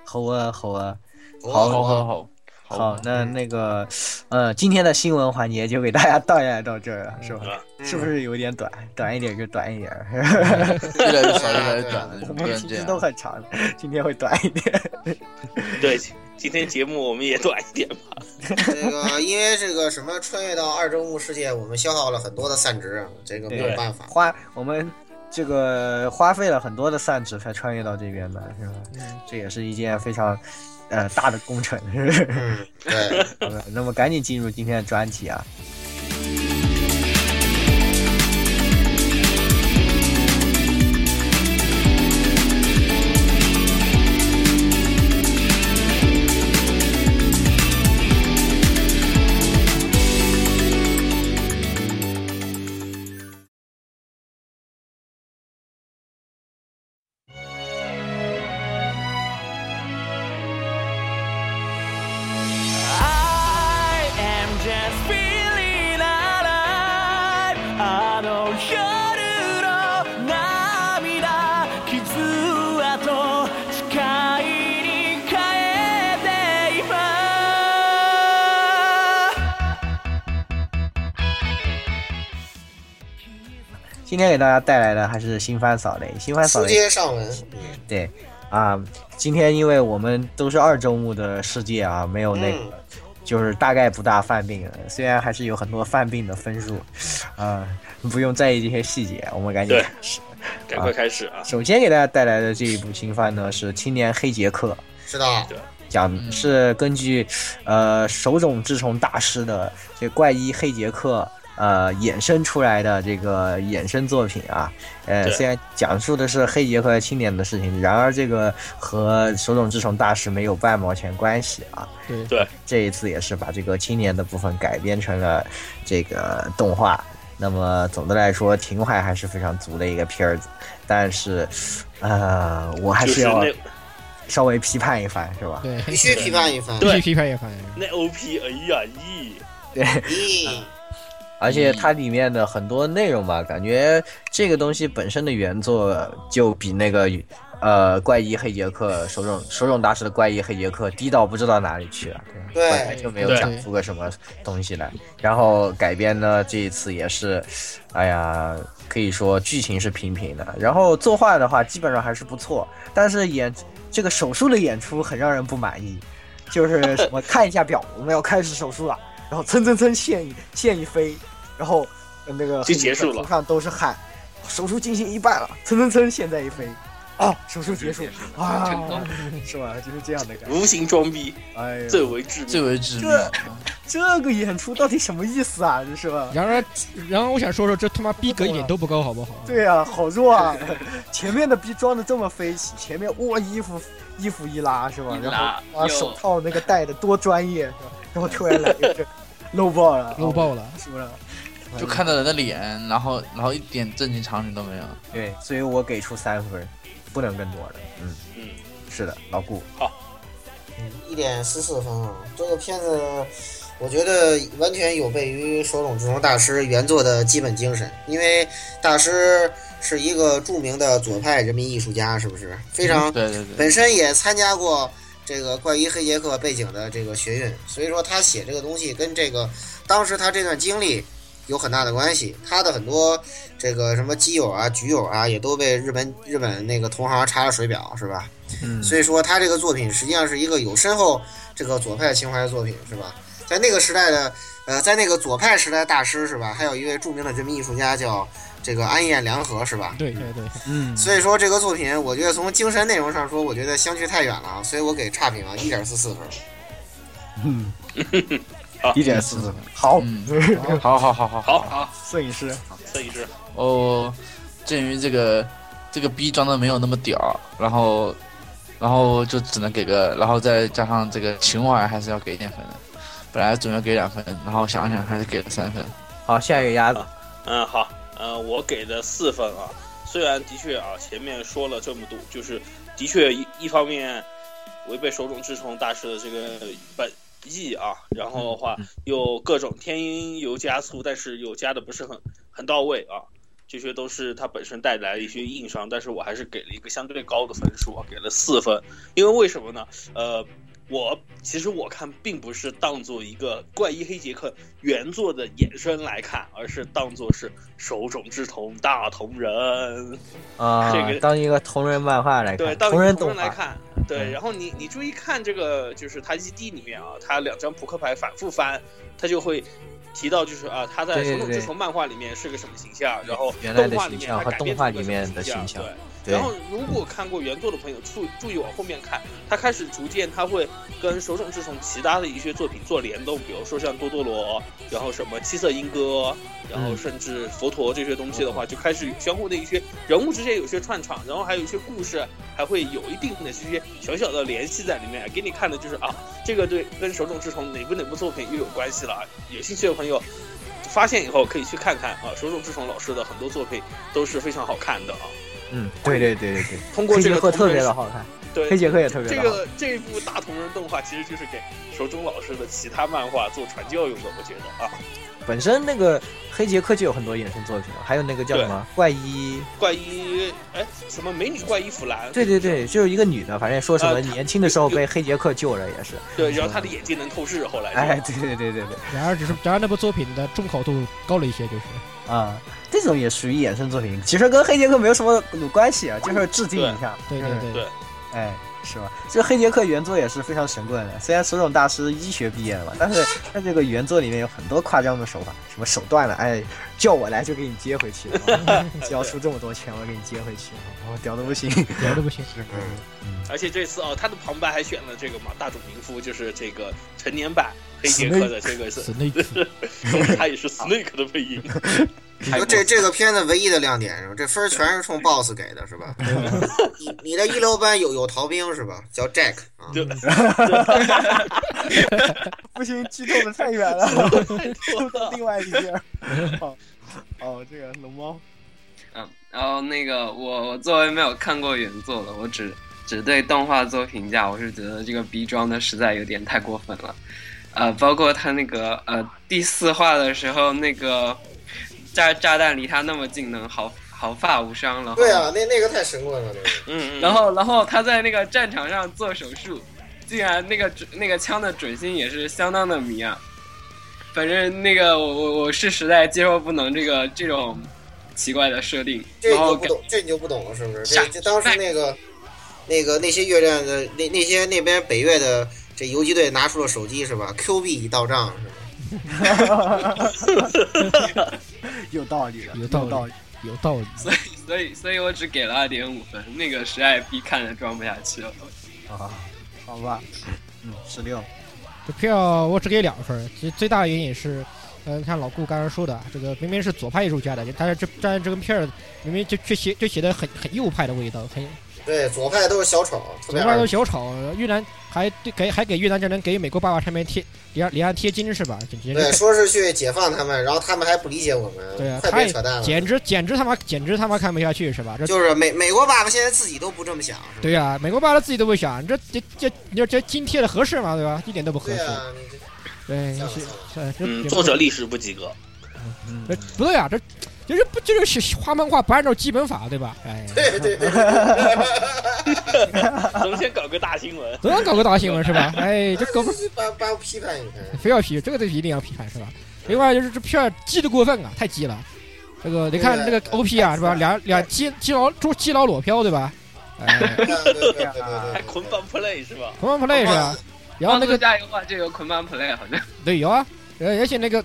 [SPEAKER 1] 好啊好啊，
[SPEAKER 4] 好
[SPEAKER 2] 哦，
[SPEAKER 4] 好好好
[SPEAKER 1] 好，那那个，呃，今天的新闻环节就给大家带来到这儿了，是吧？是不是有点短？短一点就短一点儿，
[SPEAKER 4] 越来越少，越来越短了，
[SPEAKER 1] 我
[SPEAKER 4] 不
[SPEAKER 1] 们
[SPEAKER 4] 能
[SPEAKER 1] 平
[SPEAKER 4] 这
[SPEAKER 1] 时都
[SPEAKER 4] 样。
[SPEAKER 1] 很长，今天会短一点。
[SPEAKER 5] 对，今天节目我们也短一点吧。
[SPEAKER 2] 这个因为这个什么穿越到二周目世界，我们消耗了很多的散值啊，这个没有
[SPEAKER 1] 对
[SPEAKER 2] 办 法。
[SPEAKER 1] 花我们这个花费了很多的散值才穿越到这边的，是吧？
[SPEAKER 3] 嗯
[SPEAKER 1] 这也是一件非常，呃，大的工程。
[SPEAKER 2] 嗯，对，
[SPEAKER 1] 好的那么赶紧进入今天的专题啊。
[SPEAKER 9] I am just feeling alive あの夜の涙傷跡誓いに変えて今
[SPEAKER 1] 今天给大家带来的还是新番扫雷，新番扫
[SPEAKER 2] 书
[SPEAKER 1] 雷
[SPEAKER 2] 接上文，嗯
[SPEAKER 1] 对啊，今天因为我们都是二周目的世界啊，没
[SPEAKER 2] 嗯
[SPEAKER 1] 有那个，就是大概不大犯病了，虽然还是有很多犯病的分数，啊、不用在意这些细节，我们赶紧
[SPEAKER 5] 对
[SPEAKER 1] 开始。
[SPEAKER 5] 赶快开始啊！
[SPEAKER 1] 首先给大家带来的这一部新番呢是《青年黑杰克》，
[SPEAKER 2] 知道。
[SPEAKER 1] 讲
[SPEAKER 4] 嗯
[SPEAKER 1] 是根据呃手冢治虫大师的这怪医黑杰克呃衍生出来的这个衍生作品啊，呃
[SPEAKER 5] 对
[SPEAKER 1] 虽然讲述的是黑杰克青年的事情，然而这个和手冢治虫大师没有半毛钱关系啊。
[SPEAKER 3] 对
[SPEAKER 5] 对，
[SPEAKER 1] 这一次也是把这个青年的部分改编成了这个动画。那么总的来说，情怀还是非常足的一个片儿子，但是，呃，我还
[SPEAKER 5] 就是是
[SPEAKER 1] 要
[SPEAKER 5] 那
[SPEAKER 1] 稍微批判一番，是吧？
[SPEAKER 3] 对，
[SPEAKER 2] 必须批判一番。
[SPEAKER 5] 对
[SPEAKER 3] 必须批判一番。
[SPEAKER 5] 那 OP 哎呀咦，
[SPEAKER 2] 咦，
[SPEAKER 1] 而且它里面的很多内容吧，感觉这个东西本身的原作就比那个呃怪医黑杰克手冢手冢大师的怪医黑杰克低到不知道哪里去啊了，对吧？
[SPEAKER 2] 对
[SPEAKER 1] 本来就没有
[SPEAKER 3] 对
[SPEAKER 1] 讲出个什么东西来。然后改编呢，这一次也是，哎呀，可以说剧情是平平的。然后作画的话，基本上还是不错，但是演这个手术的演出很让人不满意，就是什么看一下表，我们要开始手术了，然后蹭蹭蹭线一线一飞，然后呃那个
[SPEAKER 5] 就结束了
[SPEAKER 1] 头上都是汗，手术进行一半了，蹭蹭蹭现在一飞。哦，手术结束啊，是吧？就是这样的感觉。
[SPEAKER 5] 无形装逼
[SPEAKER 1] 哎
[SPEAKER 5] 最
[SPEAKER 1] 呦，
[SPEAKER 5] 为致命。
[SPEAKER 4] 最为致命。
[SPEAKER 1] 这这个演出到底什么意思啊？这是吧？
[SPEAKER 3] 然而，然后我想说说，这他妈逼格一点都不高，好不好？
[SPEAKER 1] 对啊，好弱啊！前面的逼装的这么飞起，前面哇衣服衣服一拉是吧？
[SPEAKER 8] 一
[SPEAKER 1] 然
[SPEAKER 8] 拉
[SPEAKER 1] 后哇
[SPEAKER 8] 哟
[SPEAKER 1] 手套那个戴的多专业是吧？然后突然来一个漏爆
[SPEAKER 10] 啊
[SPEAKER 1] 了，
[SPEAKER 3] 漏爆了。
[SPEAKER 1] 是不是？
[SPEAKER 4] 就看到人的脸，然后然后一点正经场景都没有。
[SPEAKER 1] 对，所以我给出三分，不能更多了。嗯
[SPEAKER 5] 嗯，
[SPEAKER 1] 是的，老顾，
[SPEAKER 2] 一点四四分啊！这个片子，我觉得完全有悖于手冢治虫大师原作的基本精神，因为大师是一个著名的左派人民艺术家，是不是？非常
[SPEAKER 4] 对对对，
[SPEAKER 2] 本身也参加过这个怪医黑杰克背景的这个学运，所以说他写这个东西跟这个当时他这段经历有很大的关系。他的很多这个什么基友啊、局友啊，也都被日本日本那个同行查了水表，是吧？
[SPEAKER 1] 嗯
[SPEAKER 2] 所以说他这个作品实际上是一个有深厚这个左派情怀的作品，是吧？在那个时代的，呃，在那个左派时代的大师是吧？还有一位著名的人民艺术家叫这个安彦良和是吧？
[SPEAKER 3] 对对对，
[SPEAKER 1] 嗯
[SPEAKER 2] 所以说这个作品，我觉得从精神内容上说，我觉得相去太远了啊，所以我给差评啊，一点四四分。
[SPEAKER 1] 嗯
[SPEAKER 5] 好，
[SPEAKER 1] 一点四分，好，
[SPEAKER 4] 嗯，好好好好
[SPEAKER 5] 好
[SPEAKER 4] 好。
[SPEAKER 1] 摄影师，
[SPEAKER 5] 这一支
[SPEAKER 4] 哦，鉴于这个这个逼装的没有那么屌，然后然后就只能给个，然后再加上这个情怀，还是要给一点分的。本来准备给两分，然后想想还是给了三分。
[SPEAKER 1] 好，下一个鸭子，
[SPEAKER 5] 嗯，好，呃，我给的四分啊。虽然的确啊，前面说了这么多，就是的确一一方面违背手冢治虫大师的这个本意啊，然后的话又各种添因油加醋，但是又加的不是很很到位啊。这些都是它本身带来的一些硬伤，但是我还是给了一个相对高的分数啊，给了四分。因为为什么呢？呃，我其实我看并不是当做一个怪医黑杰克原作的衍生来看，而是当做是手冢治虫大同人，
[SPEAKER 1] 啊
[SPEAKER 5] 这个，
[SPEAKER 1] 当一个同人漫画来
[SPEAKER 5] 对，
[SPEAKER 1] 看，
[SPEAKER 5] 当
[SPEAKER 1] 哎人
[SPEAKER 5] 同
[SPEAKER 1] 动
[SPEAKER 5] 人来
[SPEAKER 1] 画，嗯
[SPEAKER 5] 看，对。然后你你注意看这个，就是他 ED 里面啊，他两张扑克牌反复翻，他就会。提到就是啊，他在
[SPEAKER 1] 对
[SPEAKER 5] 手
[SPEAKER 1] 对
[SPEAKER 5] 冢治
[SPEAKER 1] 对
[SPEAKER 5] 虫漫画里面是个什么形象，然后
[SPEAKER 1] 原来的
[SPEAKER 5] 动画里
[SPEAKER 1] 形
[SPEAKER 5] 面
[SPEAKER 1] 象
[SPEAKER 5] 他
[SPEAKER 1] 和
[SPEAKER 5] 改
[SPEAKER 1] 动
[SPEAKER 5] 编
[SPEAKER 1] 画
[SPEAKER 5] 成了
[SPEAKER 1] 里
[SPEAKER 5] 什么
[SPEAKER 1] 面
[SPEAKER 5] 形
[SPEAKER 1] 的形象对
[SPEAKER 5] 对，然后，如果看过原作的朋友，注注意往后面看，他开始逐渐他会跟手冢治虫其他的一些作品做联动，比如说像多多罗，然后什么七色莺歌，然后甚至佛陀这些东西的话，就开始有相互的一些人物之间有些串场，然后还有一些故事，还会有一定的这些小小的联系在里面，给你看的就是啊，这个对跟手冢治虫哪部哪部作品又有关系了。有兴趣的朋友发现以后可以去看看啊，手冢治虫老师的很多作品都是非常好看的啊。
[SPEAKER 1] 嗯，对对对对对，
[SPEAKER 5] 通过
[SPEAKER 1] 黑
[SPEAKER 5] 这
[SPEAKER 1] 杰
[SPEAKER 5] 个
[SPEAKER 1] 克
[SPEAKER 5] 同
[SPEAKER 1] 特
[SPEAKER 5] 人
[SPEAKER 1] 别的
[SPEAKER 5] 手
[SPEAKER 1] 好看，
[SPEAKER 5] 对
[SPEAKER 1] 黑杰克也特别
[SPEAKER 5] 这
[SPEAKER 1] 的好看，
[SPEAKER 5] 个这一部大同人动画其实就是给手冢老师的其他漫画做传教用的，我觉得啊，
[SPEAKER 1] 本身那个黑杰克就有很多衍生作品了，还有那个叫什么怪医，
[SPEAKER 5] 怪医哎什么美女怪医弗兰，
[SPEAKER 1] 对对对，就是一个女的，反正说什么
[SPEAKER 5] 啊呃她
[SPEAKER 1] 年轻的时候被黑杰克救了也是，
[SPEAKER 5] 对，然后他的眼睛能透视，后来就
[SPEAKER 1] 哎，对对对对对，
[SPEAKER 3] 然而只是然而那部作品的重考度高了一些，就是
[SPEAKER 1] 啊，这种也属于衍生作品，其实跟黑杰克没有什么关系啊，就是致敬一下，
[SPEAKER 3] 对对对
[SPEAKER 5] 对
[SPEAKER 1] 哎，是吧？这黑杰克原作也是非常神棍的，虽然手冢大师医学毕业的嘛，但是他这个原作里面有很多夸张的手法，什么手段了，哎，叫我来就给你接回去，只要出这么多钱，我给你接回去，啊我屌的不行，
[SPEAKER 3] 聊的不行。
[SPEAKER 5] 而且这次哦，他的旁白还选了这个嘛大冢明夫，就是这个成年版黑杰克的这个是，
[SPEAKER 3] 死内次，
[SPEAKER 5] 同 时他也是 Snake 的配音，
[SPEAKER 2] 就这这个片子唯一的亮点是吧？这分儿全是冲 BOSS 给的是吧？ 你你的一楼班有有逃兵是吧？叫 Jack 啊，
[SPEAKER 5] 对，
[SPEAKER 1] 不行，剧透的太远了，
[SPEAKER 5] 太多了
[SPEAKER 1] 另外一边儿。哦哦，这个龙猫，
[SPEAKER 6] 嗯，然后那个我我作为没有看过原作的，我只只对动画做评价，我是觉得这个逼装的实在有点太过分了，呃，包括他那个呃第四话的时候那个炸炸弹离他那么近能好毫发无伤了。
[SPEAKER 2] 对啊，那那个太神棍了，那个。
[SPEAKER 5] 嗯，嗯
[SPEAKER 6] 然后然后他在那个战场上做手术，竟然那个准那个枪的准心也是相当的迷啊。反正那个我我我是实在接受不能这个这种奇怪的设定，
[SPEAKER 2] 这
[SPEAKER 6] 然
[SPEAKER 2] 你
[SPEAKER 6] 后
[SPEAKER 2] 就不
[SPEAKER 6] 感
[SPEAKER 2] 懂，这你就不懂了，是不是？
[SPEAKER 6] 下
[SPEAKER 2] 这这当时那个那个那些越战的那那些那边北越的这游击队拿出了手机是吧？Q 币一到账是吧？
[SPEAKER 10] 有道理的，
[SPEAKER 3] 有
[SPEAKER 10] 有
[SPEAKER 3] 道理
[SPEAKER 10] 理。
[SPEAKER 3] 有道理。
[SPEAKER 6] 所以所以所以我只给了二点五分，那个实在逼看的装不下去了。
[SPEAKER 10] 啊，好吧，嗯，十 六，
[SPEAKER 3] 这票我只给两分儿，其实最大的原因也是，呃，看老顾刚才说的，这个明明是左派艺术家的，但是这但是这个片儿明明就却写就写的很很右派的味道，很
[SPEAKER 2] 对，左派都是小丑，特
[SPEAKER 3] 左
[SPEAKER 2] 别
[SPEAKER 3] 派
[SPEAKER 2] 二
[SPEAKER 3] 都。小丑，越南还对给还给越南战争给美国爸爸上面贴离岸离岸贴金是吧？简 直
[SPEAKER 2] 对，
[SPEAKER 3] 是
[SPEAKER 2] 说是去解放他们，然后他们还不理解我 们，
[SPEAKER 3] 对啊
[SPEAKER 2] 快
[SPEAKER 3] 太
[SPEAKER 2] 别扯淡了。
[SPEAKER 3] 简直简直他妈简直他妈看不下去是吧？这
[SPEAKER 2] 就是美美国爸爸现在自己都不这么想，是吧？
[SPEAKER 3] 对呀、美国爸爸自己都不想，这这这你说这金贴的合适吗？对吧？一点都不合
[SPEAKER 2] 对
[SPEAKER 3] 适。
[SPEAKER 2] 啊，你这
[SPEAKER 3] 对，
[SPEAKER 2] 算了
[SPEAKER 3] 是
[SPEAKER 2] 算了
[SPEAKER 3] 是这
[SPEAKER 5] 嗯，
[SPEAKER 3] 这
[SPEAKER 5] 作者历史不及格。
[SPEAKER 1] 嗯
[SPEAKER 3] 这不对呀、这就是不就是画漫画不按照基本法对吧？哎，
[SPEAKER 2] 对对对，
[SPEAKER 5] 咱们先搞个大新闻。
[SPEAKER 3] 总想搞个大新闻是 吧？哎，这搞不
[SPEAKER 2] 把把我批判 一番。
[SPEAKER 3] 非要批，这个东西一定要批判是吧？另外就是这片儿激的过分啊，太激了。这个你看这个 OP 啊是吧？两两激激老捉激老裸漂对吧？哎，
[SPEAKER 2] 对对对对
[SPEAKER 5] 还
[SPEAKER 2] 对
[SPEAKER 5] 捆
[SPEAKER 2] 对
[SPEAKER 5] 绑 play 是吧？
[SPEAKER 3] 狂放 play 是吧？然后那个
[SPEAKER 6] 加油啊，这个捆绑 play 好像
[SPEAKER 3] 对，有啊，而而且那个，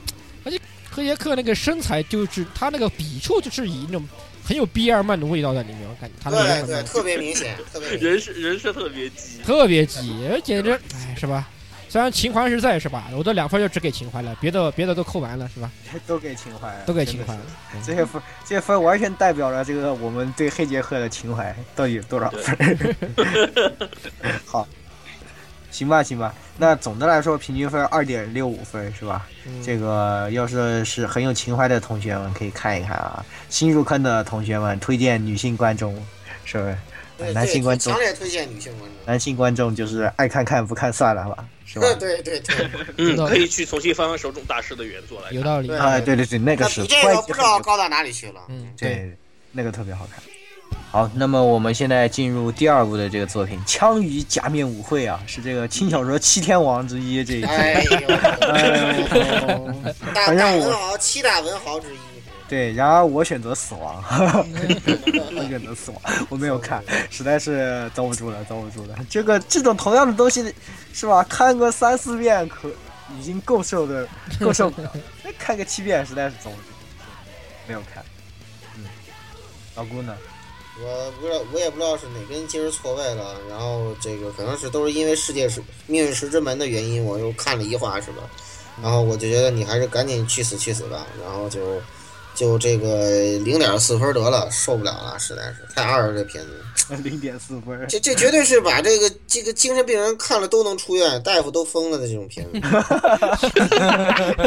[SPEAKER 3] 而且柯杰克那个身材就是他那个笔触就是以那种很有 B 二曼的味道在里面，我感觉他那个
[SPEAKER 2] 对
[SPEAKER 3] 样
[SPEAKER 2] 对，
[SPEAKER 3] 子
[SPEAKER 2] 特别明显，特别明显。
[SPEAKER 5] 人设人设特别鸡，
[SPEAKER 3] 特别挤，简直哎是吧？虽然情怀是在是吧？我的两分就只给情怀了，别的别的都扣完了是吧？
[SPEAKER 10] 都给情怀了，
[SPEAKER 3] 都给
[SPEAKER 10] 真
[SPEAKER 3] 情
[SPEAKER 10] 的
[SPEAKER 3] 怀
[SPEAKER 10] 是
[SPEAKER 3] 了。。
[SPEAKER 10] 这些分， 这些分完全代表了这个我们对黑杰克的情怀到底有多少分。 好，行吧，行吧。那总的来说，平均分二点六五分是吧？
[SPEAKER 3] 嗯
[SPEAKER 10] 这个要是是很有情怀的同学们可以看一看啊，新入坑的同学们推荐女性观众，是不是？
[SPEAKER 2] 对
[SPEAKER 10] 男性观众
[SPEAKER 2] 强烈推荐女性观众。
[SPEAKER 10] 男性观众就是爱看看不看算了吧，是吧
[SPEAKER 2] 对？ 对对对，
[SPEAKER 5] 嗯
[SPEAKER 3] 知道，
[SPEAKER 5] 可以去重新翻翻手冢大师的原作来
[SPEAKER 3] 有
[SPEAKER 5] 看。
[SPEAKER 3] 道理，
[SPEAKER 2] 对
[SPEAKER 10] 啊，对对对，那
[SPEAKER 2] 那
[SPEAKER 10] 个是
[SPEAKER 2] 比这
[SPEAKER 10] 关
[SPEAKER 2] 个
[SPEAKER 10] 系
[SPEAKER 2] 不知
[SPEAKER 10] 很
[SPEAKER 2] 道
[SPEAKER 10] 有
[SPEAKER 2] 高到哪里去了。
[SPEAKER 3] 嗯，
[SPEAKER 10] 对，那个特别好看。好，那么我们现在进入第二部的这个作品《枪与假面舞会》啊，是这个轻小说七天王之一这一季。
[SPEAKER 2] 哎呦，
[SPEAKER 10] 嗯 哎呦
[SPEAKER 2] 大
[SPEAKER 10] 反
[SPEAKER 2] 大
[SPEAKER 10] 正我
[SPEAKER 2] 文豪七大文豪之一。
[SPEAKER 10] 对，然而我选择死亡， 我选择死亡，我没有看，实在是遭不住了，遭不住了。这个这种同样的东西，是吧？看个三四遍可已经够受 的，够受不了，那看个七遍实在是遭不住，没有看。嗯，老姑呢？
[SPEAKER 2] 我不知道，我也不知道是哪根筋儿错位了，然后这个可能是都是因为世界是命运石之门的原因，我又看了一话是吧？然后我就觉得你还是赶紧去死去死吧，然后就就这个零点四分得了，受不了了，实在是太二了这片子，
[SPEAKER 10] 零点四分儿。
[SPEAKER 2] 这这绝对是把这个这个精神病人看了都能出院，大夫都疯了的这种片子。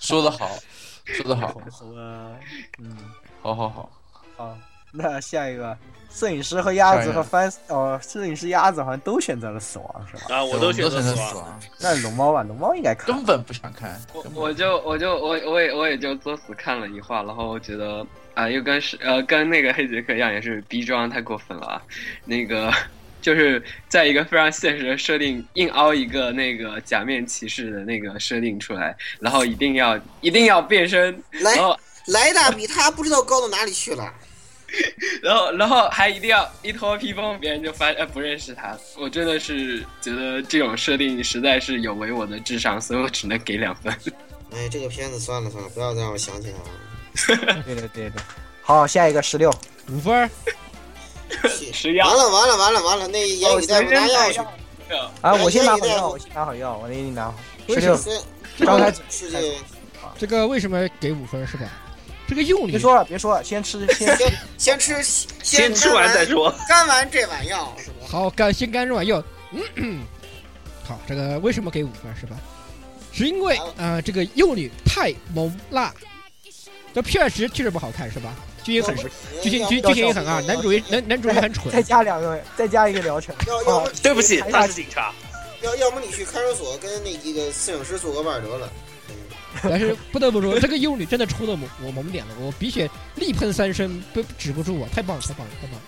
[SPEAKER 4] 说得好，说得好，
[SPEAKER 10] 呃，嗯，
[SPEAKER 4] 好好好。
[SPEAKER 10] 好，那下一个，摄影师和鸭子和翻哦，摄影师鸭子好像都选择了死亡是吧？
[SPEAKER 5] 啊，我
[SPEAKER 4] 都
[SPEAKER 5] 都选
[SPEAKER 4] 择
[SPEAKER 5] 择死
[SPEAKER 4] 死
[SPEAKER 5] 亡。
[SPEAKER 1] 啊
[SPEAKER 4] 亡，
[SPEAKER 10] 那龙猫啊吧，龙猫应该看
[SPEAKER 4] 根本不想看。
[SPEAKER 6] 我
[SPEAKER 4] 根本
[SPEAKER 6] 我就我就我我也我也就作死看了一话，然后我觉得啊、又跟是呃跟那个黑杰克一样，也是逼装太过分了啊。那个就是在一个非常现实的设定，硬凹一个那个假面骑士的那个设定出来，然后一定要一定要变身，
[SPEAKER 2] 来
[SPEAKER 6] 然后
[SPEAKER 2] 莱大比他不知道高到哪里去了，
[SPEAKER 6] 然后然后还一定要一脱披风，别人就发呃不认识他。我真的是觉得这种设定实在是有违我的智商，所以我只能给两分。
[SPEAKER 2] 哎，这个片子算了算了，不要再让我想起 来了。
[SPEAKER 10] 对的，对的。好，下一个十六，
[SPEAKER 3] 五分儿，
[SPEAKER 6] 十幺
[SPEAKER 2] 完了完了完了完了，那眼
[SPEAKER 6] 哦
[SPEAKER 2] 影大夫拿钥匙，
[SPEAKER 10] 啊，
[SPEAKER 2] 哎
[SPEAKER 10] 我先拿
[SPEAKER 2] 烟
[SPEAKER 10] 好
[SPEAKER 2] 也带
[SPEAKER 10] 药，
[SPEAKER 2] 过
[SPEAKER 10] 我先拿好药，我给你拿好。
[SPEAKER 3] 为
[SPEAKER 10] 十
[SPEAKER 3] 什
[SPEAKER 10] 六
[SPEAKER 3] 么，
[SPEAKER 2] 虽
[SPEAKER 10] 刚开始
[SPEAKER 2] 世界
[SPEAKER 3] 这个为什么给五分是吧？这个用
[SPEAKER 10] 别
[SPEAKER 3] 力，
[SPEAKER 10] 说了，别说了，先吃，先吃。
[SPEAKER 2] 先先吃
[SPEAKER 5] 先吃完再，说。
[SPEAKER 2] 干完这碗药是吧？
[SPEAKER 3] 好，干先干这碗药，嗯， 好，这个为什么给五分是吧？是因为啊、呃这个幼女太萌辣，这片儿实确实不好看是吧？剧情很
[SPEAKER 2] 要不
[SPEAKER 3] 剧情剧剧情也很啊，男 主也男男主也很蠢，
[SPEAKER 10] 再加两个，再加一个 疗程。
[SPEAKER 2] 要要不
[SPEAKER 5] 对不起，他是警察。
[SPEAKER 2] 要要么你去看守所跟那一个摄影师做个伴儿得了。嗯
[SPEAKER 3] 但是不得不说，这个幼女真的戳到我我萌点了，我鼻血力喷三升，不止不住啊！太棒了，太棒了，太棒了！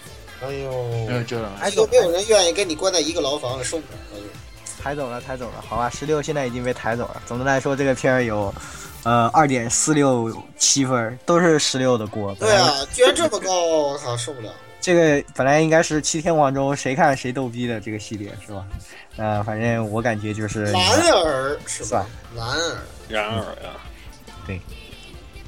[SPEAKER 2] 哎
[SPEAKER 7] 没有
[SPEAKER 2] 呦，
[SPEAKER 7] 救了。
[SPEAKER 2] 哎，有没有人愿意跟你关在一个牢房里受不了？哎呦
[SPEAKER 1] 抬走了，抬走了，好吧，十六现在已经被抬走了。总的来说，这个片儿有，呃，二点四六七分儿，都是十六的锅。本
[SPEAKER 2] 对
[SPEAKER 1] 来，
[SPEAKER 2] 啊， 居然这么高，我靠，受不了。
[SPEAKER 1] 这个本来应该是七天王中谁看谁逗逼的这个系列是吧？呃，反正我感觉就是，
[SPEAKER 2] 男儿是吧
[SPEAKER 1] 算？
[SPEAKER 2] 男儿，
[SPEAKER 5] 然而啊，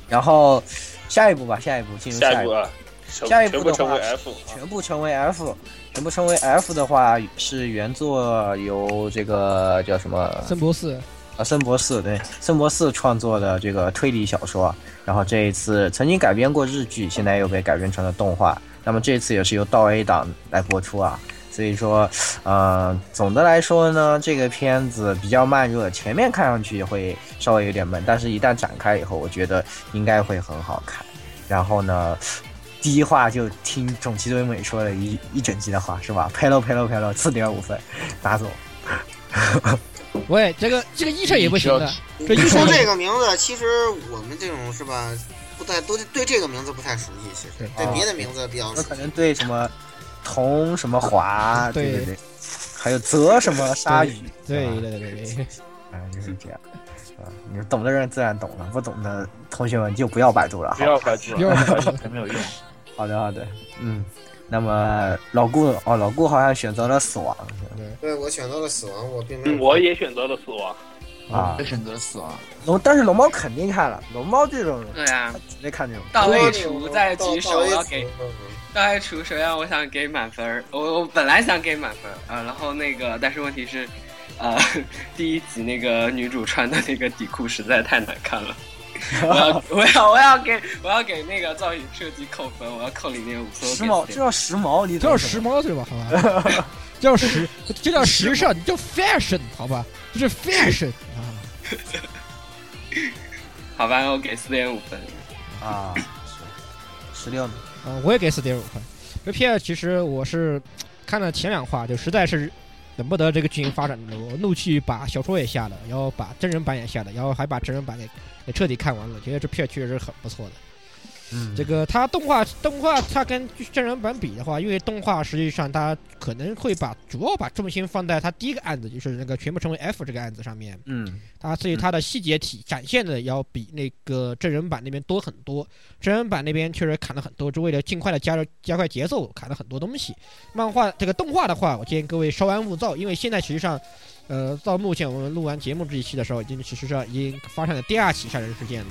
[SPEAKER 1] 然后下一步吧，下一步进入
[SPEAKER 5] 下
[SPEAKER 1] 下
[SPEAKER 5] 一
[SPEAKER 1] 一
[SPEAKER 5] 步
[SPEAKER 1] 步，
[SPEAKER 5] 啊，
[SPEAKER 1] 下一
[SPEAKER 5] 全
[SPEAKER 1] 步
[SPEAKER 5] 全
[SPEAKER 1] 的话
[SPEAKER 5] 部成为 F 啊，
[SPEAKER 1] 全部成为 F，全部成为 F 的话是原作由这个叫什么
[SPEAKER 3] 森博士，
[SPEAKER 1] 啊，森博士对，森博士创作的这个推理小说，然后这一次曾经改编过日剧，现在又被改编成了动画。那么这次也是由道 A 档来播出啊，所以说，呃，总的来说呢，这个片子比较慢热，前面看上去会稍微有点闷，但是一旦展开以后，我觉得应该会很好看。然后呢，第一话就听种崎敦美说了一一整集的话，是吧？拍喽拍喽拍喽，四点五分，拿走。
[SPEAKER 3] 喂，这个这个医生也不行的，这
[SPEAKER 2] 你
[SPEAKER 3] 医
[SPEAKER 2] 说
[SPEAKER 3] 生
[SPEAKER 2] 这
[SPEAKER 3] 也
[SPEAKER 2] 个名字，其实我们这种是吧，不太都对这个名字不太熟悉，其实
[SPEAKER 3] 对
[SPEAKER 2] 对
[SPEAKER 1] 啊
[SPEAKER 2] 别的名字比较
[SPEAKER 1] 那
[SPEAKER 2] 熟
[SPEAKER 1] 可
[SPEAKER 2] 悉。
[SPEAKER 1] 能对什么铜什么华，
[SPEAKER 3] 嗯对
[SPEAKER 1] 对对，还有泽什么鲨鱼，
[SPEAKER 3] 对
[SPEAKER 1] 是吧
[SPEAKER 3] 对对对对，
[SPEAKER 1] 啊，就是这样。啊，你们懂的人自然懂了，不懂的同学们就不要百度了。
[SPEAKER 7] 不
[SPEAKER 1] 好，
[SPEAKER 7] 要关注
[SPEAKER 3] 不要
[SPEAKER 7] 了，
[SPEAKER 3] 关
[SPEAKER 7] 还没有用。
[SPEAKER 1] 好的，好的，嗯。那么老顾哦，老顾好像选择了死亡
[SPEAKER 2] 对我选择了死亡，我并没有。
[SPEAKER 5] 嗯我也选择了死亡。
[SPEAKER 1] 啊
[SPEAKER 3] 嗯
[SPEAKER 7] 会。选择死亡，
[SPEAKER 1] 龙，但是龙猫肯定看了，龙猫这种
[SPEAKER 6] 对啊
[SPEAKER 1] 他，绝对看这种。
[SPEAKER 6] 大卫
[SPEAKER 2] 我
[SPEAKER 6] 厨在举手，我要给大卫厨首先我想给满分儿，我我本来想给满分儿啊、然后那个但是问题是，呃， 第一集那个女主穿的那个底裤实在太难看 了。我要我要我要给我要给那个造型设计扣分，我要扣零点五分。
[SPEAKER 1] 时髦，这叫时髦，你
[SPEAKER 3] 这 叫时髦对吧？好吧， 这叫时，这叫时尚，这叫 fashion 好吧？这是 fashion 啊。
[SPEAKER 6] 好吧，我给四点五分。
[SPEAKER 1] 髦啊！十六呢？
[SPEAKER 3] 啊，我也给四点五分。这片其实我是看了前两话，就实在是等不得这个剧情发展了，我怒气把小说也下了，然后把真人版也下了，然后还把真人版给给彻底看完了。觉得这片确实是很不错的。
[SPEAKER 1] 嗯，
[SPEAKER 3] 这个它动画动画它跟真人版比的话，因为动画实际上它可能会把主要把重心放在它第一个案子，就是那个全部成为 F 这个案子上面。
[SPEAKER 1] 嗯
[SPEAKER 3] 它所以它的细节体展现的要比那个真人版那边多很多。真人版那边确实砍了很多，是为了尽快的加入加快节奏，砍了很多东西。漫画这个动画的话，我建议各位稍安勿躁，因为现在实际上，呃，到目前我们录完节目这一期的时候，已经实际上已经发生了第二起杀人事件了。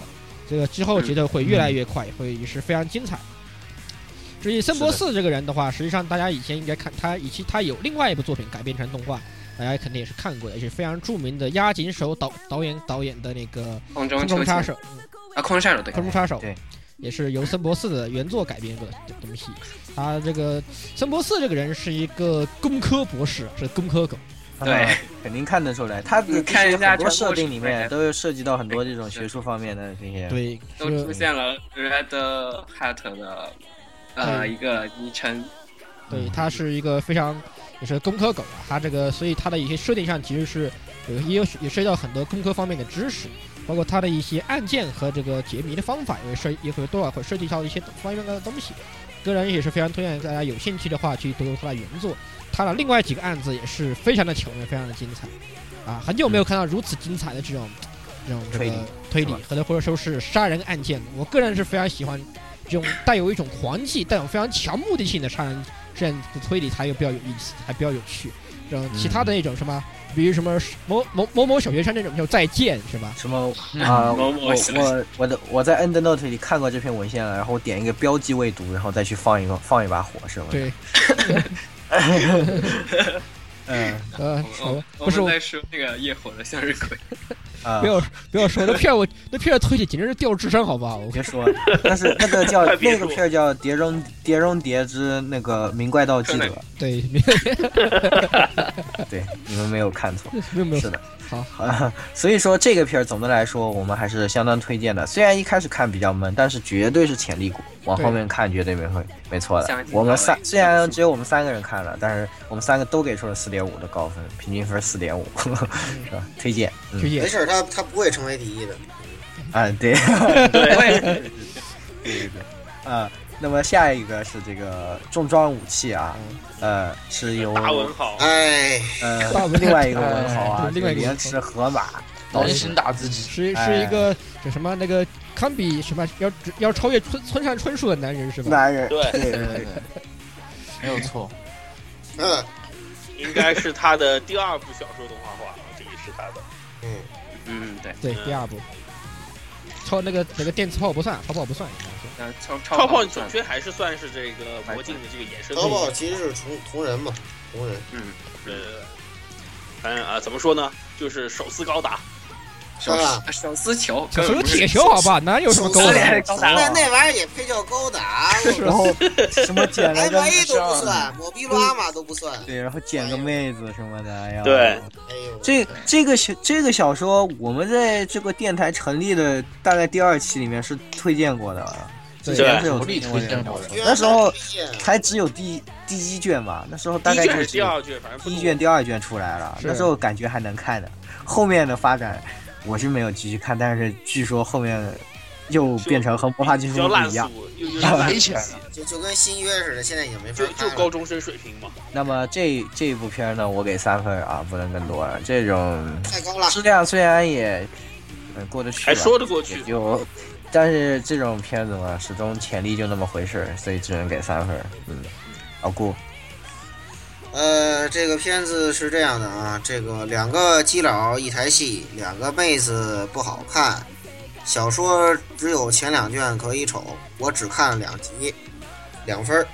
[SPEAKER 3] 这个之后节奏会越来越快，也会也是非常精彩。至于森博士这个人的话，实际上大家以前应该看他，以及他有另外一部作品改编成动画，大家肯定也是看过的，也是非常著名的押井守导导演导演的那个
[SPEAKER 6] 空
[SPEAKER 3] 《
[SPEAKER 6] 中
[SPEAKER 3] 空
[SPEAKER 6] 球
[SPEAKER 3] 中杀
[SPEAKER 6] 鞋
[SPEAKER 3] 手》
[SPEAKER 6] 啊，空中杀手对
[SPEAKER 3] 《空，中杀手》
[SPEAKER 1] 对，
[SPEAKER 3] 也是由森博士的原作改编过的东西。他这个森博士这个人是一个工科博士，是工科狗。
[SPEAKER 6] 对
[SPEAKER 1] 啊肯定看得出来，他的
[SPEAKER 6] 你看一下
[SPEAKER 1] 很多
[SPEAKER 6] 全部
[SPEAKER 1] 设定里
[SPEAKER 6] 是
[SPEAKER 1] 面
[SPEAKER 6] F
[SPEAKER 1] 都有涉及到很多这种学术方面的这些。，
[SPEAKER 3] 对，
[SPEAKER 6] 都
[SPEAKER 3] 是
[SPEAKER 6] 出现了 Red Hat 的呃
[SPEAKER 3] 嗯
[SPEAKER 6] 一个昵称，
[SPEAKER 1] 嗯
[SPEAKER 3] 对，它是一个非常也是工科狗啊，它这个所以它的一些设定上其实是有也有也涉及到很多工科方面的知识，包括它的一些案件和这个解谜的方法，也会涉也会多少会涉及到一些方面的东西。个人也是非常推荐大家有兴趣的话去读读他的原作，他的另外几个案子也是非常的巧妙，非常的精彩啊！很久没有看到如此精彩的这种这种这
[SPEAKER 1] 推理
[SPEAKER 3] 个推理和或者说是杀人案件，我个人是非常喜欢这种带有一种狂气、带有非常强目的性的杀人这样的推理才有比较有意思，还比较有趣。这种其
[SPEAKER 1] 嗯
[SPEAKER 3] 他的那种什么，比如什么某某某某小学生那种叫再见是吧？
[SPEAKER 1] 什么 啊？
[SPEAKER 6] 某
[SPEAKER 1] 我
[SPEAKER 6] 某小
[SPEAKER 1] 我我的我在 End Note 里看过这篇文献了，然后我点一个标记未读，然后再去放一个放一把火，是吗？，
[SPEAKER 3] 对，
[SPEAKER 1] 嗯
[SPEAKER 3] 呃，好
[SPEAKER 6] 我
[SPEAKER 3] 吧，
[SPEAKER 6] 我
[SPEAKER 3] 不是
[SPEAKER 6] 们
[SPEAKER 3] 我
[SPEAKER 6] 在说那个夜火的向日葵，
[SPEAKER 1] 啊
[SPEAKER 3] 不，要不要说那片儿我那片儿推理简直是掉智商好不好？我
[SPEAKER 1] 别说，但是那个 叫
[SPEAKER 5] 快别
[SPEAKER 1] 那
[SPEAKER 5] 说
[SPEAKER 1] 个片儿叫《碟中碟中谍之那个明怪盗基德》，
[SPEAKER 3] 对，
[SPEAKER 1] 对，你们没有看错。
[SPEAKER 3] 没有没有
[SPEAKER 1] 是的，
[SPEAKER 3] 嗯好
[SPEAKER 1] 啊， 所以说这个片儿总的来说，我们还是相当推荐的。虽然一开始看比较闷，但是绝对是潜力股，往
[SPEAKER 3] 对
[SPEAKER 1] 后面看绝对没会没错
[SPEAKER 6] 相
[SPEAKER 1] 的。
[SPEAKER 6] 信
[SPEAKER 1] 我们
[SPEAKER 6] 各位
[SPEAKER 1] 三虽然只有我们三个人看了，但是我们三个都给出了四点五的高 分，平均分四点五，是吧？推荐，
[SPEAKER 3] 推
[SPEAKER 1] 嗯，
[SPEAKER 2] 没
[SPEAKER 3] 荐
[SPEAKER 2] 事儿，他他不会成为第一的。
[SPEAKER 1] 嗯，对，
[SPEAKER 5] 对
[SPEAKER 6] 我也是，
[SPEAKER 1] 对对对，呃，那么下一个是这个重装武器啊，
[SPEAKER 3] 嗯
[SPEAKER 1] 呃，是由
[SPEAKER 5] 大文豪，
[SPEAKER 6] 嗯
[SPEAKER 2] 哎，
[SPEAKER 1] 呃另外一个文豪啊
[SPEAKER 3] 哎，对
[SPEAKER 1] 这
[SPEAKER 3] 另外一个文豪
[SPEAKER 1] 连池河马，
[SPEAKER 7] 人心打自己，
[SPEAKER 3] 是是
[SPEAKER 1] 哎
[SPEAKER 3] 一个这什么那个堪比什么要要超越村村上春树的男人是吧？
[SPEAKER 1] 男人，
[SPEAKER 5] 对
[SPEAKER 1] 对对
[SPEAKER 7] 对对对，没有错。
[SPEAKER 2] 嗯
[SPEAKER 5] 应该是他的第二部小说动画化，这个是他的。
[SPEAKER 2] 嗯，
[SPEAKER 6] 嗯，对，
[SPEAKER 3] 对，第二部，超那个那个电磁炮不算，超炮不算，应该是
[SPEAKER 6] 那超超
[SPEAKER 5] 超
[SPEAKER 6] 跑
[SPEAKER 5] 炮准确还是算是这个魔镜的这个衍生
[SPEAKER 2] 淘
[SPEAKER 5] 的。
[SPEAKER 2] 宝其实是同同人嘛，同人，
[SPEAKER 5] 对对对，反正啊，怎么说呢，就是手撕高达，
[SPEAKER 6] 手
[SPEAKER 2] 啊
[SPEAKER 6] 手撕球，
[SPEAKER 3] 小时候
[SPEAKER 6] 根本不是
[SPEAKER 3] 铁球好吧，哪有什么勾
[SPEAKER 6] 手撕
[SPEAKER 3] 的？
[SPEAKER 6] 脸高达
[SPEAKER 2] 那那玩意儿也配叫高达？我
[SPEAKER 1] 然后什么捡了
[SPEAKER 2] 哎，
[SPEAKER 1] 个
[SPEAKER 2] 万一都不 算，抹比拉嘛都不算。
[SPEAKER 1] 对，然后捡个妹子什么的，哎呀，
[SPEAKER 5] 对
[SPEAKER 2] 哎呦，
[SPEAKER 1] 这这个小这个小说，我们在这个电台成立的大概第二期里面是推荐过的，之前是有
[SPEAKER 7] 福利
[SPEAKER 1] 推
[SPEAKER 7] 推荐
[SPEAKER 1] 过
[SPEAKER 7] 过
[SPEAKER 1] 的
[SPEAKER 7] 的。
[SPEAKER 1] 那时候才只有第第一卷嘛，那时候
[SPEAKER 5] 第
[SPEAKER 1] 大
[SPEAKER 5] 一
[SPEAKER 1] 概
[SPEAKER 5] 卷
[SPEAKER 1] 就
[SPEAKER 5] 还
[SPEAKER 1] 是
[SPEAKER 5] 是第二卷，反正不
[SPEAKER 1] 第
[SPEAKER 5] 多
[SPEAKER 1] 一卷、第二卷出来了，
[SPEAKER 3] 是
[SPEAKER 1] 那时候感觉还能看的。后面的发展我是没有继续看，但是据说后面又变成和魔法技
[SPEAKER 5] 比
[SPEAKER 1] 术
[SPEAKER 5] 较
[SPEAKER 1] 不
[SPEAKER 5] 烂
[SPEAKER 1] 一
[SPEAKER 5] 俗
[SPEAKER 1] 样。，
[SPEAKER 5] 又又又烂
[SPEAKER 7] 赔钱
[SPEAKER 5] 俗
[SPEAKER 2] 就就跟新约似的，现在已经没法
[SPEAKER 5] 就
[SPEAKER 2] 看
[SPEAKER 5] 就
[SPEAKER 2] 了
[SPEAKER 5] 高中生水平嘛。
[SPEAKER 1] 那么这这一部片儿呢，我给三分儿啊，不能更多了。这种
[SPEAKER 2] 太高了。
[SPEAKER 1] 质量虽然也嗯过得去吧，
[SPEAKER 5] 还哎说得过
[SPEAKER 1] 也
[SPEAKER 5] 去，
[SPEAKER 1] 就，但是这种片子嘛，始终潜力就那么回事儿，所以只能给三分儿。嗯，老顾，
[SPEAKER 2] 呃，这个片子是这样的啊，这个两个基佬一台戏，两个妹子不好看，小说只有前两卷可以瞅，我只看了两集，两分儿。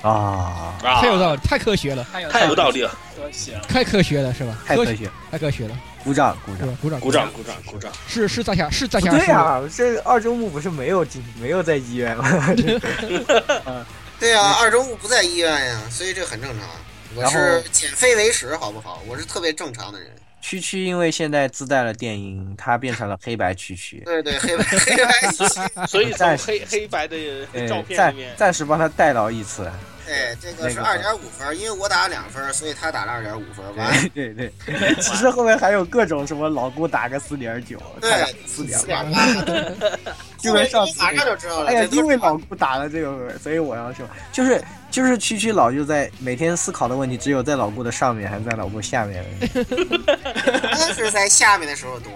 [SPEAKER 1] 啊，
[SPEAKER 5] 啊
[SPEAKER 3] 太，有道理，太科学了，
[SPEAKER 5] 太有道理了，
[SPEAKER 11] 科学了，
[SPEAKER 3] 太科学了是吧？
[SPEAKER 1] 太科
[SPEAKER 3] 学，
[SPEAKER 1] 学，
[SPEAKER 3] 太科学了，
[SPEAKER 1] 鼓掌鼓
[SPEAKER 3] 是
[SPEAKER 1] 掌。
[SPEAKER 3] 吧？鼓掌，
[SPEAKER 5] 鼓掌，鼓掌，鼓掌。
[SPEAKER 3] 是是在下是在
[SPEAKER 10] 不
[SPEAKER 3] 下
[SPEAKER 10] 对
[SPEAKER 3] 是
[SPEAKER 10] 啊，这二周目不是没有进，没有在医院吗？
[SPEAKER 2] 对啊，二周目不在医院呀，所以这很正常。我
[SPEAKER 1] 然
[SPEAKER 2] 是减肥为食，好不好？我是特别正常的人。
[SPEAKER 1] 区区因为现在自带了电音，它变成了黑白区 区。
[SPEAKER 2] 对对，黑白 黑白棋，
[SPEAKER 5] 所以从
[SPEAKER 1] 但
[SPEAKER 5] 黑黑白的
[SPEAKER 1] 呃，
[SPEAKER 5] 照片
[SPEAKER 1] 暂
[SPEAKER 5] 里面，
[SPEAKER 1] 暂时帮他代劳一次。
[SPEAKER 10] 啊
[SPEAKER 2] 对，哎这个是
[SPEAKER 1] 那个
[SPEAKER 2] 二点五分儿，因为我打了两分儿，所以他打了二点五分儿。完了，
[SPEAKER 1] 对对对，其实后面还有各种什么老顾打个四点九，
[SPEAKER 2] 对
[SPEAKER 1] 他打四点
[SPEAKER 2] 四
[SPEAKER 1] 八，
[SPEAKER 2] 点 八，
[SPEAKER 1] 基本上
[SPEAKER 2] 马上就知道了。
[SPEAKER 1] 哎呀，
[SPEAKER 2] 这
[SPEAKER 1] 因
[SPEAKER 2] 都
[SPEAKER 1] 为
[SPEAKER 2] 是
[SPEAKER 1] 老顾打了这个，所以我要说，就是就是区区老就在每天思考的问题，只有在老顾的上面，还是在老顾下面。
[SPEAKER 2] 那是在下面的时候多。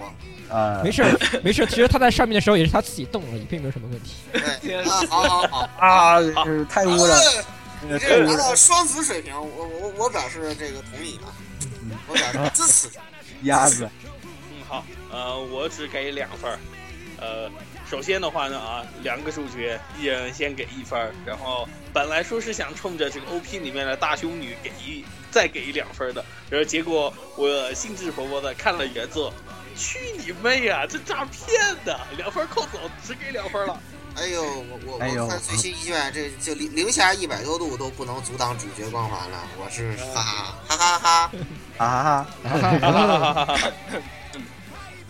[SPEAKER 1] 呃
[SPEAKER 3] 没，事儿没事儿，其实他在上面的时候也是他自己动了，也并没有什么问题。
[SPEAKER 2] 对啊，好好好，
[SPEAKER 1] 啊，呃太污了，呃
[SPEAKER 2] 你
[SPEAKER 1] 太
[SPEAKER 2] 这
[SPEAKER 1] 污
[SPEAKER 2] 达
[SPEAKER 1] 了
[SPEAKER 2] 到双子水平，我我我表示这个同意啊，我表示支持。
[SPEAKER 1] 鸭子。
[SPEAKER 5] 嗯，好，呃，我只给两分儿。呃，首先的话呢，啊，两个主角一人先给一分儿，然后本来说是想冲着这个 OP 里面的大胸女给一再给两分儿的，然后结果我兴致勃勃的看了原作，去你妹啊，这诈骗的，两分儿扣走，只给两分儿了。
[SPEAKER 2] 哎呦，我我
[SPEAKER 1] 哎呦
[SPEAKER 2] 我看最新一卷，这就零零下一百多度都不能阻挡主角光环了，我是哈哈哈哈哈。
[SPEAKER 1] 啊哈哈，
[SPEAKER 5] 哈哈哈哈哈哈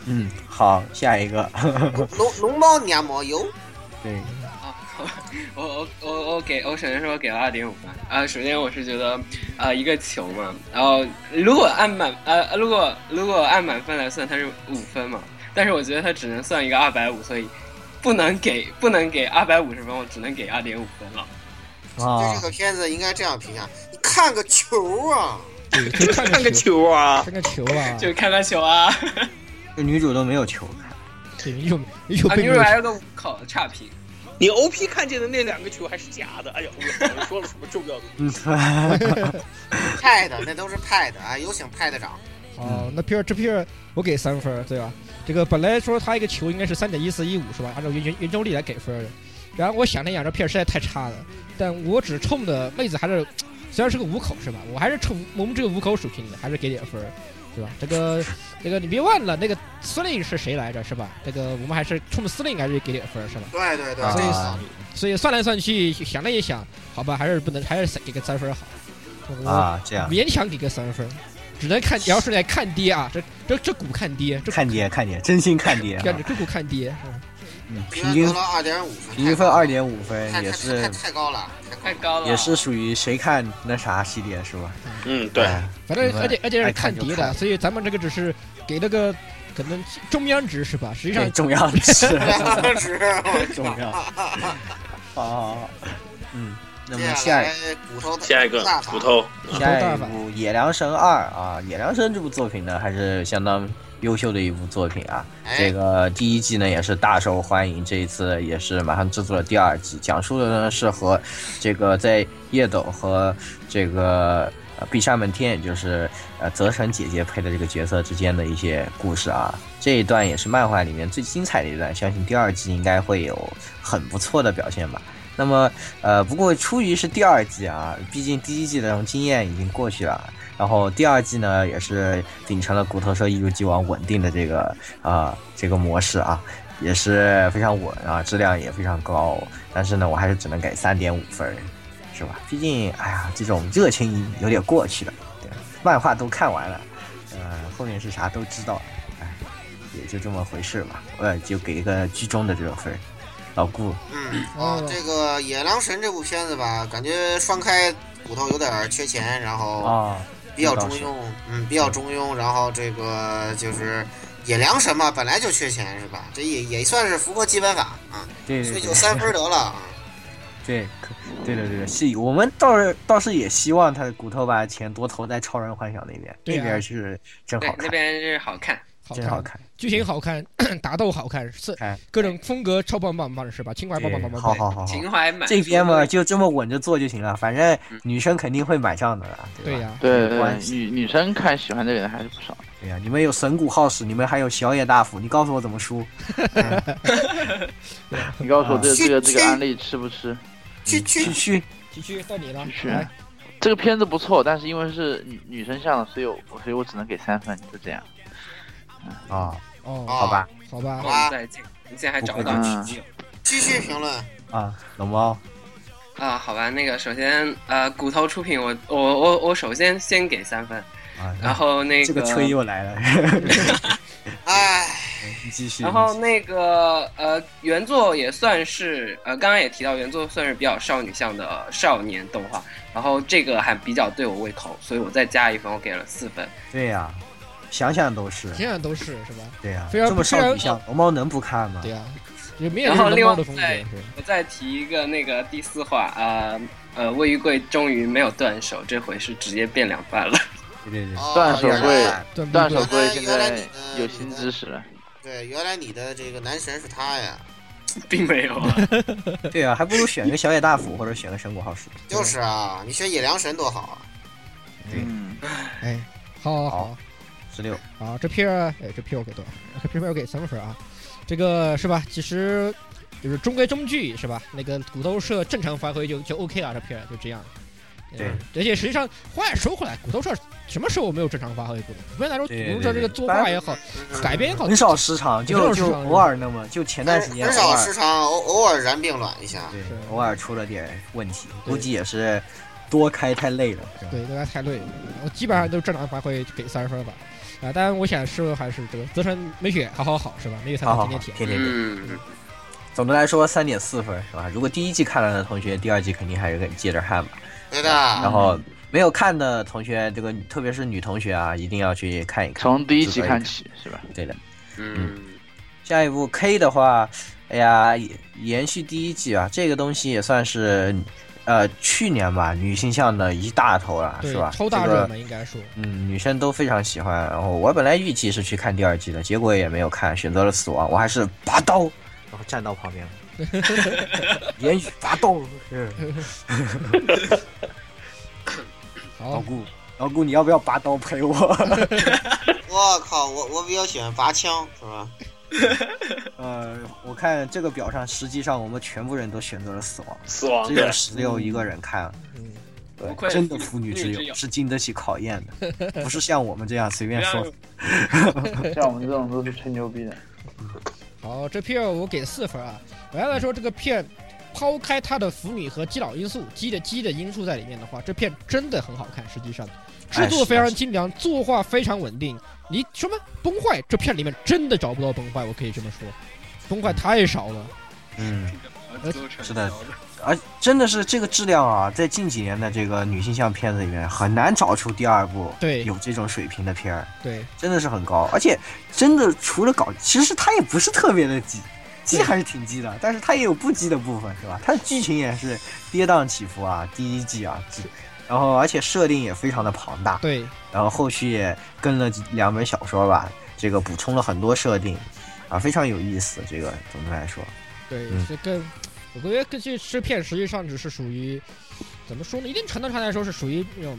[SPEAKER 1] 嗯，好，下一 个，
[SPEAKER 2] 龙龙猫娘魔油，
[SPEAKER 1] 对，
[SPEAKER 6] 啊，我我我我给我首先说我给了二点五分啊。首先我是觉得啊、一个球嘛，然后如果按满呃如果如果按满分来算，它是五分嘛，但是我觉得它只能算一个二百五，所以不能给不能给二百五十分，我只能给二点五分了。
[SPEAKER 2] 对
[SPEAKER 1] 啊
[SPEAKER 2] 这，个片子应该这样评价：你看个球啊！
[SPEAKER 3] 对，就 看
[SPEAKER 5] 看个
[SPEAKER 3] 球，
[SPEAKER 5] 球啊！
[SPEAKER 3] 看个球啊！
[SPEAKER 6] 就看看球啊，
[SPEAKER 1] 这女主都没有球看，
[SPEAKER 3] 对，女主女主
[SPEAKER 6] 啊，
[SPEAKER 3] 并
[SPEAKER 6] 女
[SPEAKER 3] 没
[SPEAKER 6] 主
[SPEAKER 3] 有
[SPEAKER 6] 还有个五口差评，
[SPEAKER 5] 你 OP 看见的那两个球还是假的？哎呀，我我说了什么重要的？
[SPEAKER 1] 嗯，
[SPEAKER 2] 派的那都是派的啊，有请派的长。
[SPEAKER 3] 哦，那片儿这片儿我给三分儿，对吧？这个本来说他一个球应该是三点一四一五是吧？按照圆圆圆周率来给分儿的。然后我想了想，这片儿实在太差了，但我只冲的妹子还是，虽然是个五口是吧？我还是冲我们这个五口属性的，还是给点分儿，对吧？这个这个你别忘了，那个司令是谁来着是吧？这个我们还是冲司令还是给点分儿是吧？
[SPEAKER 2] 对对对，
[SPEAKER 1] 啊
[SPEAKER 3] 所以所以算来算去，想了一想，好吧，还是不能，还是给个三分儿好。我
[SPEAKER 1] 啊，这样，
[SPEAKER 3] 勉强给个三分，只 能看，要是来看跌啊，这这这股看跌，这
[SPEAKER 1] 看爹看爹，真心看爹，
[SPEAKER 3] 这这股看跌，嗯
[SPEAKER 1] 嗯
[SPEAKER 2] 居
[SPEAKER 1] 平
[SPEAKER 2] 然
[SPEAKER 1] 均
[SPEAKER 2] 得了二点五分，
[SPEAKER 1] 平均分二点五分，
[SPEAKER 2] 太
[SPEAKER 1] 也
[SPEAKER 2] 太太
[SPEAKER 1] 是
[SPEAKER 2] 太高了，
[SPEAKER 6] 太
[SPEAKER 2] 太高了。
[SPEAKER 6] 高了，
[SPEAKER 1] 也是属于谁看那啥系列是吧？
[SPEAKER 5] 嗯，对，
[SPEAKER 1] 哎
[SPEAKER 3] 反正
[SPEAKER 1] 明白
[SPEAKER 3] 而且而且
[SPEAKER 1] 爱
[SPEAKER 3] 是
[SPEAKER 1] 看
[SPEAKER 3] 看
[SPEAKER 1] 就
[SPEAKER 3] 跌
[SPEAKER 1] 看
[SPEAKER 3] 的，所以咱们这个只是给那个可能中央值是吧？啊实际上
[SPEAKER 1] 对中央值
[SPEAKER 2] 当时我
[SPEAKER 1] 重要。好好好，嗯， 那么
[SPEAKER 2] 接下
[SPEAKER 1] 下一
[SPEAKER 2] 来骨头
[SPEAKER 5] 下一个
[SPEAKER 2] 大法
[SPEAKER 5] 骨头，
[SPEAKER 1] 下一部《野良神二》啊，《野良神》这部作品呢，还是相当优秀的一部作品啊。
[SPEAKER 2] 哎
[SPEAKER 1] 这个第一季呢也是大受欢迎，这一次也是马上制作了第二季，讲述的呢是和这个在夜斗和这个呃碧纱门天，也就是呃泽城姐姐配的这个角色之间的一些故事啊。这一段也是漫画里面最精彩的一段，相信第二季应该会有很不错的表现吧。那么，呃，不过出于是第二季啊，毕竟第一季的那种经验已经过去了，然后第二季呢也是秉承了骨头社一如既往稳定的这个啊、这个模式啊，也是非常稳啊，质量也非常高，但是呢，我还是只能给三点五分儿，是吧？毕竟，哎呀，这种热情已有点过去了，对，漫画都看完了，呃，后面是啥都知道了，哎，也就这么回事吧，呃，就给一个居中的这个分儿。老顾，
[SPEAKER 2] 嗯，啊，这个《野狼神》这部片子吧，感觉双开骨头有点儿缺钱，然后
[SPEAKER 1] 啊，
[SPEAKER 2] 比较
[SPEAKER 1] 这倒
[SPEAKER 2] 中
[SPEAKER 1] 是
[SPEAKER 2] 庸，嗯，比较中庸，然后这个就是野良神嘛，本来就缺钱是吧？这也也算是符合基本法啊，
[SPEAKER 1] 对
[SPEAKER 2] 所
[SPEAKER 1] 对
[SPEAKER 2] 以
[SPEAKER 1] 对
[SPEAKER 2] 就三分得了啊。
[SPEAKER 1] 对，可对对对对，是我们倒是倒是也希望他的骨头把钱多投在超人幻想那边，
[SPEAKER 3] 对啊
[SPEAKER 1] 那边是真
[SPEAKER 6] 对
[SPEAKER 1] 好，
[SPEAKER 6] 那
[SPEAKER 1] 看，
[SPEAKER 6] 边是好看，
[SPEAKER 3] 好
[SPEAKER 1] 真
[SPEAKER 3] 看
[SPEAKER 1] 好，看，
[SPEAKER 3] 剧情好看， 打斗好看，是
[SPEAKER 1] 哎
[SPEAKER 3] 各种风格超棒棒棒是吧？情怀棒棒棒棒
[SPEAKER 1] 好
[SPEAKER 3] 棒。
[SPEAKER 1] 好好好，
[SPEAKER 6] 情怀 满。
[SPEAKER 1] 这边嘛，就这么稳着做就行了，反正女生肯定会买账的啦，
[SPEAKER 3] 对
[SPEAKER 1] 吧？
[SPEAKER 3] 呀，
[SPEAKER 7] 对
[SPEAKER 1] 没关
[SPEAKER 7] 对，
[SPEAKER 1] 系
[SPEAKER 7] 女女生看喜欢这个人还是不少。
[SPEAKER 1] 对呀、你们有神谷浩史，你们还有小野大辅，你告诉我怎么输？
[SPEAKER 7] 你告诉我这个
[SPEAKER 2] 去
[SPEAKER 7] 这个这
[SPEAKER 2] 去
[SPEAKER 7] 个案例吃不吃？
[SPEAKER 2] 去去
[SPEAKER 1] 去去，
[SPEAKER 3] 继续到你
[SPEAKER 1] 嗯
[SPEAKER 3] 了哎
[SPEAKER 7] 继，续
[SPEAKER 3] 来，
[SPEAKER 7] 这个片子不错，但是因为是女女生向的，所以我所以我只能给三分，就这样。
[SPEAKER 1] 啊
[SPEAKER 3] 哦，
[SPEAKER 2] 好
[SPEAKER 1] 吧，
[SPEAKER 3] 好吧，
[SPEAKER 6] 我们再见，我们现在还找不到
[SPEAKER 7] 嗯
[SPEAKER 6] 女友
[SPEAKER 2] 继续评论。
[SPEAKER 1] 啊，龙猫
[SPEAKER 6] 啊。好吧，那个首先呃，骨头出品，我我我我首先先给三分，
[SPEAKER 1] 啊，
[SPEAKER 6] 然后那
[SPEAKER 1] 这个吹又来了，
[SPEAKER 2] 哎，
[SPEAKER 1] 你继续。
[SPEAKER 6] 然后那个呃，原作也算是呃，刚刚也提到原作算是比较少女向的少年动画，然后这个还比较对我胃口，所以我再加一分，我给了四分。
[SPEAKER 1] 对呀、想想都是，
[SPEAKER 3] 想想都是是吧？
[SPEAKER 1] 对呀、
[SPEAKER 3] 非常
[SPEAKER 1] 这么少女
[SPEAKER 3] 非常
[SPEAKER 1] 像，龙猫能不看吗？
[SPEAKER 3] 对呀，也没有
[SPEAKER 6] 然后
[SPEAKER 3] 龙
[SPEAKER 6] 另
[SPEAKER 3] 猫
[SPEAKER 6] 外
[SPEAKER 3] 的风格
[SPEAKER 6] 再
[SPEAKER 3] 是。
[SPEAKER 6] 我再提一个那个第四话啊呃，卫浴柜终于没有断手，这回是直接变两半了。
[SPEAKER 1] 对对对，
[SPEAKER 2] 哦
[SPEAKER 7] 断手
[SPEAKER 2] 原来
[SPEAKER 7] 柜
[SPEAKER 1] 嗯
[SPEAKER 3] 断臂
[SPEAKER 7] 断
[SPEAKER 3] 棍
[SPEAKER 7] 手
[SPEAKER 2] 原来
[SPEAKER 7] 龟
[SPEAKER 2] 原
[SPEAKER 7] 现
[SPEAKER 2] 来
[SPEAKER 7] 在
[SPEAKER 2] 你的
[SPEAKER 7] 有新知识了，
[SPEAKER 2] 对，原来你的这个男神是他呀，
[SPEAKER 6] 并没有啊，
[SPEAKER 1] 对呀、还不如选个小野大辅或者选个神谷浩史。
[SPEAKER 2] 就是啊，你选野良神多好啊。
[SPEAKER 7] 嗯，
[SPEAKER 3] 哎，好好好
[SPEAKER 1] 十六，
[SPEAKER 3] 好，这片儿，哎，这片儿我给多少？这片儿我给三分啊。这个是吧？其实就是中规中矩是吧？那个骨头社正常发挥就就 OK 了，这片儿就这样。
[SPEAKER 1] 对
[SPEAKER 3] 嗯，而且实际上话也说回来，骨头社什么时候没有正常发挥过？普遍来说，骨
[SPEAKER 1] 对对
[SPEAKER 3] 头社这个作画也好，
[SPEAKER 2] 嗯
[SPEAKER 3] 改编也好，
[SPEAKER 1] 很少时长，
[SPEAKER 3] 哦很
[SPEAKER 1] 就
[SPEAKER 3] 少时
[SPEAKER 1] 就
[SPEAKER 3] 长
[SPEAKER 1] 偶尔那么，就前段时间
[SPEAKER 2] 很
[SPEAKER 1] 偶
[SPEAKER 2] 少
[SPEAKER 1] 尔
[SPEAKER 2] 时常偶偶尔然并卵一下。
[SPEAKER 1] 对
[SPEAKER 3] 是，
[SPEAKER 1] 偶尔出了点问题，
[SPEAKER 3] 对
[SPEAKER 1] 估计也是多开太累了。是吧
[SPEAKER 3] 对，大家太对了，我基本上都是正常发挥，给三十分吧。啊，当然我想是还是这个泽城美雪，好好好是吧？美雪才
[SPEAKER 1] 好
[SPEAKER 3] 能
[SPEAKER 1] 好
[SPEAKER 3] 天
[SPEAKER 1] 好，
[SPEAKER 3] 天
[SPEAKER 1] 天
[SPEAKER 3] 舔。
[SPEAKER 1] 天舔。
[SPEAKER 6] 嗯，
[SPEAKER 1] 总的来说，三点四分是吧？如果第一季看了的同学，第二季肯定还是接着看吧。
[SPEAKER 2] 对的，
[SPEAKER 7] 嗯
[SPEAKER 1] 然后没有看的同学，这个特别是女同学啊，一定要去看一看。
[SPEAKER 7] 从第一集看起是吧？
[SPEAKER 1] 对的。
[SPEAKER 6] 嗯，
[SPEAKER 1] 下一部 K 的话，哎呀，也延续第一季啊，这个东西也算是，呃，去年吧，女性向的一大头了，
[SPEAKER 3] 对
[SPEAKER 1] 是吧？，
[SPEAKER 3] 超大
[SPEAKER 1] 这个
[SPEAKER 3] 热门应该说，
[SPEAKER 1] 嗯，女生都非常喜欢。然后我本来预计是去看第二季的，结果也没有看，选择了死亡。我还是拔刀，然后站到旁边了，言语拔刀。嗯，老
[SPEAKER 3] 好，
[SPEAKER 1] 顾，老顾，你要不要拔刀陪我？
[SPEAKER 2] 我靠，我我比较喜欢拔枪，是吧？
[SPEAKER 1] 呃，我看这个表上，实际上我们全部人都选择了死亡，
[SPEAKER 5] 死亡
[SPEAKER 1] 只有十六一个人看了。
[SPEAKER 3] 嗯，
[SPEAKER 6] 不
[SPEAKER 1] 对，
[SPEAKER 6] 愧是
[SPEAKER 1] 真的腐女
[SPEAKER 6] 女
[SPEAKER 1] 之
[SPEAKER 6] 之
[SPEAKER 1] 友
[SPEAKER 6] 友
[SPEAKER 1] 是经得起考验的，不是像我们这样随便说。
[SPEAKER 7] 像我们这种都是吹牛逼的。
[SPEAKER 3] 好，这片儿我给四分啊。我要来说这个片，抛开它的腐女和基佬因素、基的基的因素在里面的话，这片真的很好看。实际上，制作非常精良，作画非常稳定。你什么崩坏？这片里面真的找不到崩坏，我可以这么说，崩坏太少了。
[SPEAKER 1] 嗯，
[SPEAKER 6] 是
[SPEAKER 1] 的，而真的是这个质量啊，在近几年的这个女性向片子里面，很难找出第二部
[SPEAKER 3] 对
[SPEAKER 1] 有这种水平的片儿，
[SPEAKER 3] 对，
[SPEAKER 1] 真的是很高。而且真的除了搞，其实它也不是特别的激，激还是挺激的，但是它也有不激的部分，是吧？它的剧情也是跌宕起伏啊，第一季啊， 这然后而且设定也非常的庞大，
[SPEAKER 3] 对，
[SPEAKER 1] 然后后续也跟了几两本小说吧，这个补充了很多设定，啊，非常有意思。这个总的来说，
[SPEAKER 3] 对
[SPEAKER 1] 嗯，
[SPEAKER 3] 这更，我觉得跟这这片实际上只是属于，怎么说呢？一定程度上来说是属于那种，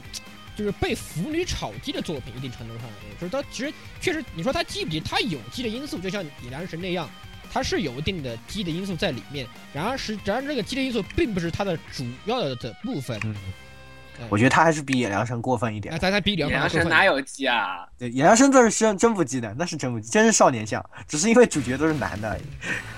[SPEAKER 3] 就是被腐女炒鸡的作品。一定程度上来说，就是它其实确实，你说它激不激？它有激的因素，就像野良神那样，它是有一定的激的因素在里面。然而实，然而这个激的因素并不是它的主要的的部分。
[SPEAKER 1] 嗯
[SPEAKER 3] 哎，
[SPEAKER 1] 我觉得他还是比野良生过分一
[SPEAKER 3] 那
[SPEAKER 1] 点。
[SPEAKER 3] 咱咱比两
[SPEAKER 12] 梁
[SPEAKER 3] 把
[SPEAKER 12] 神哪有鸡啊？
[SPEAKER 1] 对，野良生这是真真不记得，那是真不记，真是少年向，只是因为主角都是男的而已。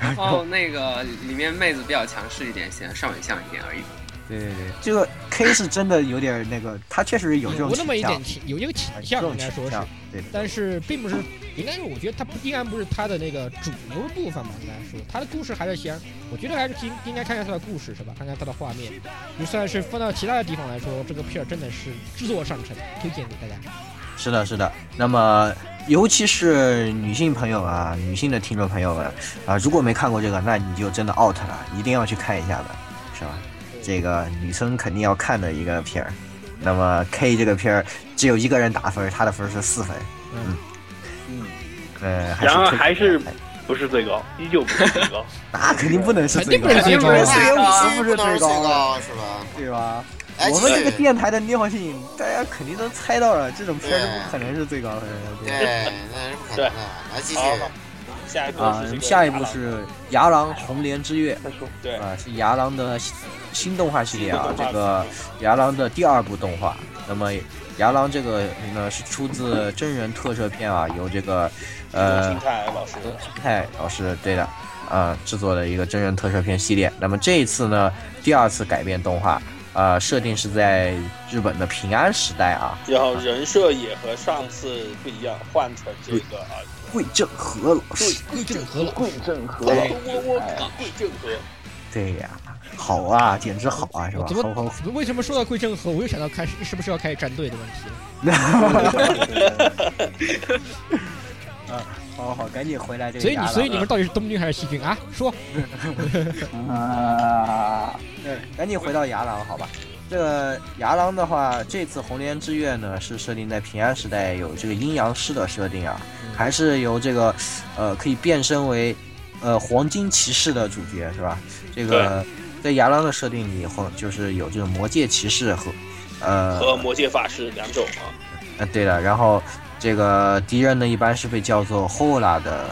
[SPEAKER 6] 然后那个里面妹子比较强势一点，显得少女向一点而已。
[SPEAKER 1] 对对对，这个 K 是真的有点那个，他确实有这种
[SPEAKER 3] 有那么一
[SPEAKER 1] 倾向
[SPEAKER 3] 点，倾，有一个倾
[SPEAKER 1] 哎这
[SPEAKER 3] 向，应
[SPEAKER 1] 种
[SPEAKER 3] 该说
[SPEAKER 1] 倾
[SPEAKER 3] 是。
[SPEAKER 1] 向，对的。
[SPEAKER 3] 但是并不是，应该是我觉得它不应该不是它的那个主流的部分嘛，应该说它的故事还是先，我觉得还是应应该看看它的故事是吧？看看它的画面，就算是放到其他的地方来说，这个片儿真的是制作上乘，推荐给大家。
[SPEAKER 1] 是的，是的。那么，尤其是女性朋友啊，女性的听众朋友们啊，如果没看过这个，那你就真的 out 了，一定要去看一下的，是吧？
[SPEAKER 3] 嗯
[SPEAKER 1] 这个女生肯定要看的一个片儿。那么 K 这个片儿只有一个人打分，他的分是四分。嗯
[SPEAKER 5] 嗯，
[SPEAKER 1] 呃，还
[SPEAKER 7] 然而
[SPEAKER 1] 是
[SPEAKER 7] 还
[SPEAKER 1] 推
[SPEAKER 7] 是
[SPEAKER 1] 荐的
[SPEAKER 7] 不是最高，依旧不是最 高。
[SPEAKER 1] 那肯定不能是
[SPEAKER 3] 肯
[SPEAKER 1] 最
[SPEAKER 3] 定
[SPEAKER 1] 高
[SPEAKER 3] 不是
[SPEAKER 1] 的，
[SPEAKER 3] 最高的
[SPEAKER 1] 4.5不
[SPEAKER 2] 必须
[SPEAKER 1] 是
[SPEAKER 2] 不能是
[SPEAKER 1] 最
[SPEAKER 2] 最
[SPEAKER 1] 高的，
[SPEAKER 2] 高是吧？
[SPEAKER 1] 对吧？
[SPEAKER 2] 哎，
[SPEAKER 1] 我们
[SPEAKER 2] 其
[SPEAKER 1] 这
[SPEAKER 2] 实
[SPEAKER 1] 个电台的尿性，大家肯定都猜到了，这种片儿是
[SPEAKER 2] 对
[SPEAKER 1] 不可能是最高分的。
[SPEAKER 2] 对，那是不可能的。来继续，
[SPEAKER 5] 好好下一个
[SPEAKER 1] 啊
[SPEAKER 5] 是、这个
[SPEAKER 1] 下一部是《牙狼红莲之月
[SPEAKER 7] 再说，》
[SPEAKER 5] 对
[SPEAKER 1] 啊，是牙狼的新新动画系列啊
[SPEAKER 5] 新，动
[SPEAKER 1] 这
[SPEAKER 5] 画
[SPEAKER 1] 个牙狼的第二部动画。那么牙狼这个呢是出自真人特摄片啊，由这个呃
[SPEAKER 5] 金泰老师，
[SPEAKER 1] 金泰老师对的，呃制作的一个真人特摄片系列。那么这一次呢，第二次改编动画，呃，设定是在日本的平安时代啊，
[SPEAKER 5] 然后人设也和上次不一样，换成这个啊，
[SPEAKER 1] 桂正和老师。
[SPEAKER 3] 归正和老
[SPEAKER 7] 桂正和
[SPEAKER 5] 我
[SPEAKER 7] 老
[SPEAKER 5] 我
[SPEAKER 1] 哎
[SPEAKER 5] 我贵正和，
[SPEAKER 1] 对呀、好啊，简直好啊，是吧？
[SPEAKER 3] 我怎
[SPEAKER 1] 好好
[SPEAKER 3] 么为什么说到归正和，我又想到开始是不是要开始战队的问题了？
[SPEAKER 1] 啊好好，赶紧回来这个
[SPEAKER 3] 所以
[SPEAKER 1] 牙
[SPEAKER 3] 你
[SPEAKER 1] 狼
[SPEAKER 3] 所以你们到底是东军还是西军啊？说
[SPEAKER 7] 啊，
[SPEAKER 1] 对，嗯赶紧回到牙狼，好吧？这个牙狼的话，这次红莲之月呢是设定在平安时代，有这个阴阳师的设定啊，还是由这个呃可以变身为呃黄金骑士的主角是吧？这个在牙狼的设定里，后就是有这个魔界骑士和呃
[SPEAKER 5] 和魔界法师两种啊，
[SPEAKER 1] 呃对了，然后这个敌人呢一般是被叫做 Hola 的，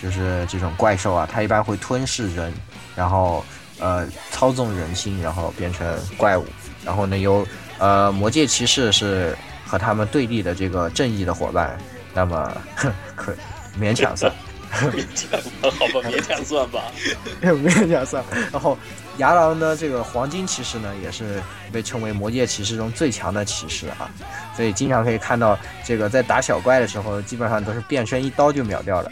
[SPEAKER 1] 就是这种怪兽啊，它一般会吞噬人，然后呃操纵人心，然后变成怪物。然后呢，由呃魔界骑士是和他们对立的这个正义的伙伴，那么可勉强算，
[SPEAKER 5] 勉强吧，好吧，勉强算吧。
[SPEAKER 1] 勉强算。然后牙狼呢，这个黄金骑士呢，也是被称为魔界骑士中最强的骑士啊，所以经常可以看到这个在打小怪的时候，基本上都是变身一刀就秒掉了，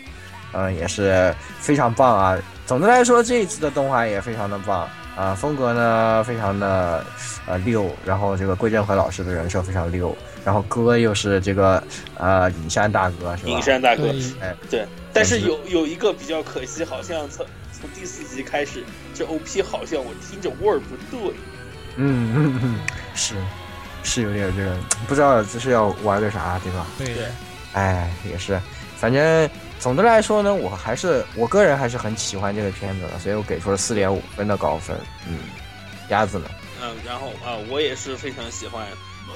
[SPEAKER 1] 嗯，也是非常棒啊。总的来说，这一次的动画也非常的棒啊，风格呢非常的呃溜，然后这个桂正和老师的人设非常溜，然后歌又是这个呃尹山大哥是吧？
[SPEAKER 5] 隐山大哥
[SPEAKER 3] 对，
[SPEAKER 5] 对，但是有有一个比较可惜，好像从从第四集开始，这 OP 好像我听着味儿不对，
[SPEAKER 1] 嗯嗯嗯， 是是有点这个，不知道这是要玩个啥，对吧？
[SPEAKER 3] 对，
[SPEAKER 1] 哎，也是，反正总的来说呢，我还是我个人还是很喜欢这个片子的，所以我给出了四点五分的高分。嗯，鸭子呢？
[SPEAKER 5] 嗯，然后啊、我也是非常喜欢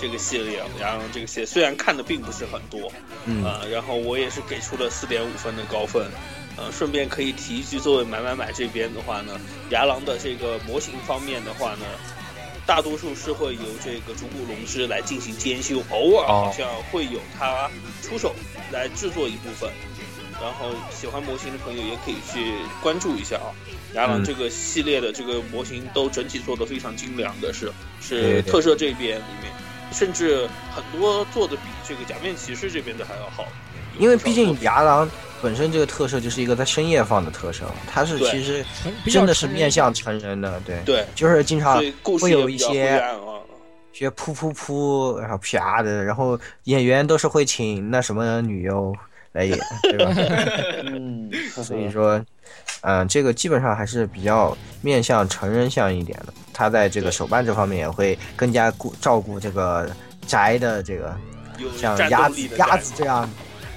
[SPEAKER 5] 这个系列，然后这个系列虽然看的并不是很多，
[SPEAKER 1] 嗯，
[SPEAKER 5] 啊、然后我也是给出了四点五分的高分。呃，顺便可以提一句，作为买买买这边的话呢，牙狼的这个模型方面的话呢，大多数是会由这个竹谷龙之来进行监修，偶尔
[SPEAKER 1] 哦
[SPEAKER 5] 好像会有他出手来制作一部分。然后喜欢模型的朋友也可以去关注一下啊，牙狼
[SPEAKER 1] 嗯
[SPEAKER 5] 这个系列的这个模型都整体做的非常精良的是，
[SPEAKER 1] 对对对
[SPEAKER 5] 是特摄这边里面，甚至很多做的比这个假面骑士这边的还要好。
[SPEAKER 1] 因为毕竟牙狼本身这个特摄就是一个在深夜放的特摄，它是
[SPEAKER 5] 对
[SPEAKER 1] 其实
[SPEAKER 5] 成比较
[SPEAKER 1] 真的是
[SPEAKER 5] 成人
[SPEAKER 1] 面向成人的，对
[SPEAKER 5] 对
[SPEAKER 1] 就是经常
[SPEAKER 5] 所以故
[SPEAKER 1] 啊
[SPEAKER 5] 事
[SPEAKER 1] 会
[SPEAKER 5] 也
[SPEAKER 1] 有
[SPEAKER 5] 比
[SPEAKER 1] 一
[SPEAKER 5] 较灰
[SPEAKER 1] 些
[SPEAKER 5] 暗啊
[SPEAKER 1] 一些噗噗噗，然后啪的，然后演员都是会请那什么女优来演，对吧？
[SPEAKER 4] 嗯，
[SPEAKER 1] 所以说，嗯、这个基本上还是比较面向成人向一点的。他在这个手办这方面也会更加顾照顾这个宅的这个，
[SPEAKER 5] 有
[SPEAKER 1] 像
[SPEAKER 5] 战斗
[SPEAKER 1] 鸭子
[SPEAKER 5] 力的
[SPEAKER 1] 鸭
[SPEAKER 5] 宅
[SPEAKER 1] 子这样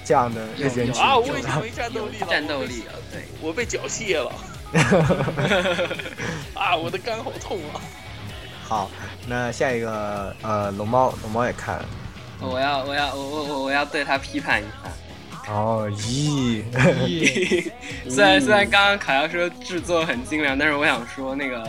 [SPEAKER 1] 这样的人群。
[SPEAKER 5] 啊，我已经没战斗力了，战斗力
[SPEAKER 6] 了，对，
[SPEAKER 5] 我被缴械了，啊，我的肝好痛啊！
[SPEAKER 1] 好，那下一个呃，龙猫龙猫也看了，
[SPEAKER 6] 我要我要我我我我要对他批判一下。
[SPEAKER 1] 哦，咦，
[SPEAKER 6] 虽然虽然刚刚卡要说制作很精良，但是我想说那个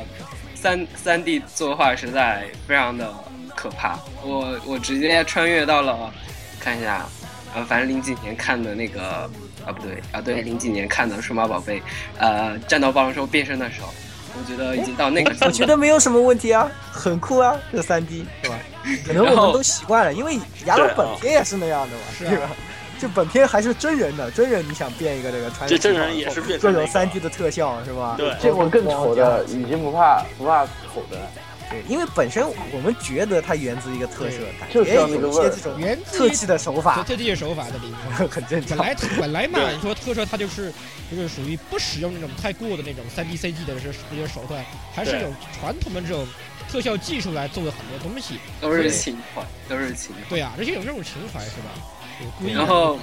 [SPEAKER 6] 三三 D 作画实在非常的可怕。我我直接穿越到了，看一下，呃，反正零几年看的那个啊不对啊对零几年看的数码宝贝，呃，战斗暴龙兽变身的时候，我觉得已经到那个程度
[SPEAKER 1] 我觉得没有什么问题啊，很酷啊，这三 D 是 吧？可能我
[SPEAKER 6] 然后
[SPEAKER 1] 们都习惯了，因为牙老本片也是那样的嘛，
[SPEAKER 3] 啊
[SPEAKER 1] 对吧？就本片还是真人的，真人你想变一个这个穿
[SPEAKER 5] 这真人也是变成
[SPEAKER 1] 各
[SPEAKER 5] 那
[SPEAKER 1] 种
[SPEAKER 5] 个
[SPEAKER 1] 三 D 的特效是吧？
[SPEAKER 5] 对
[SPEAKER 1] 这
[SPEAKER 7] 见过更丑的，已经不怕不怕丑的了。
[SPEAKER 1] 对，因为本身我们觉得它源自一个特摄，感
[SPEAKER 7] 就是
[SPEAKER 1] 觉
[SPEAKER 7] 要那
[SPEAKER 1] 有
[SPEAKER 7] 个
[SPEAKER 1] 一
[SPEAKER 7] 味
[SPEAKER 1] 些
[SPEAKER 7] 儿
[SPEAKER 1] 这种
[SPEAKER 3] 源自
[SPEAKER 1] 特
[SPEAKER 3] 于
[SPEAKER 1] 技的手法
[SPEAKER 3] 对，这些手法在里面。
[SPEAKER 1] 很正
[SPEAKER 3] 本
[SPEAKER 1] 常。
[SPEAKER 3] 来本来嘛，
[SPEAKER 5] 对
[SPEAKER 3] 你说特摄它就是就是属于不使用那种太过的那种三 D CG 的这这些手段，还是
[SPEAKER 5] 对
[SPEAKER 3] 有传统的这种特效技术来做的很多东西。
[SPEAKER 6] 都是情怀，都是情怀。
[SPEAKER 3] 对啊，而且有这种情怀是吧？有故意的
[SPEAKER 6] 然后，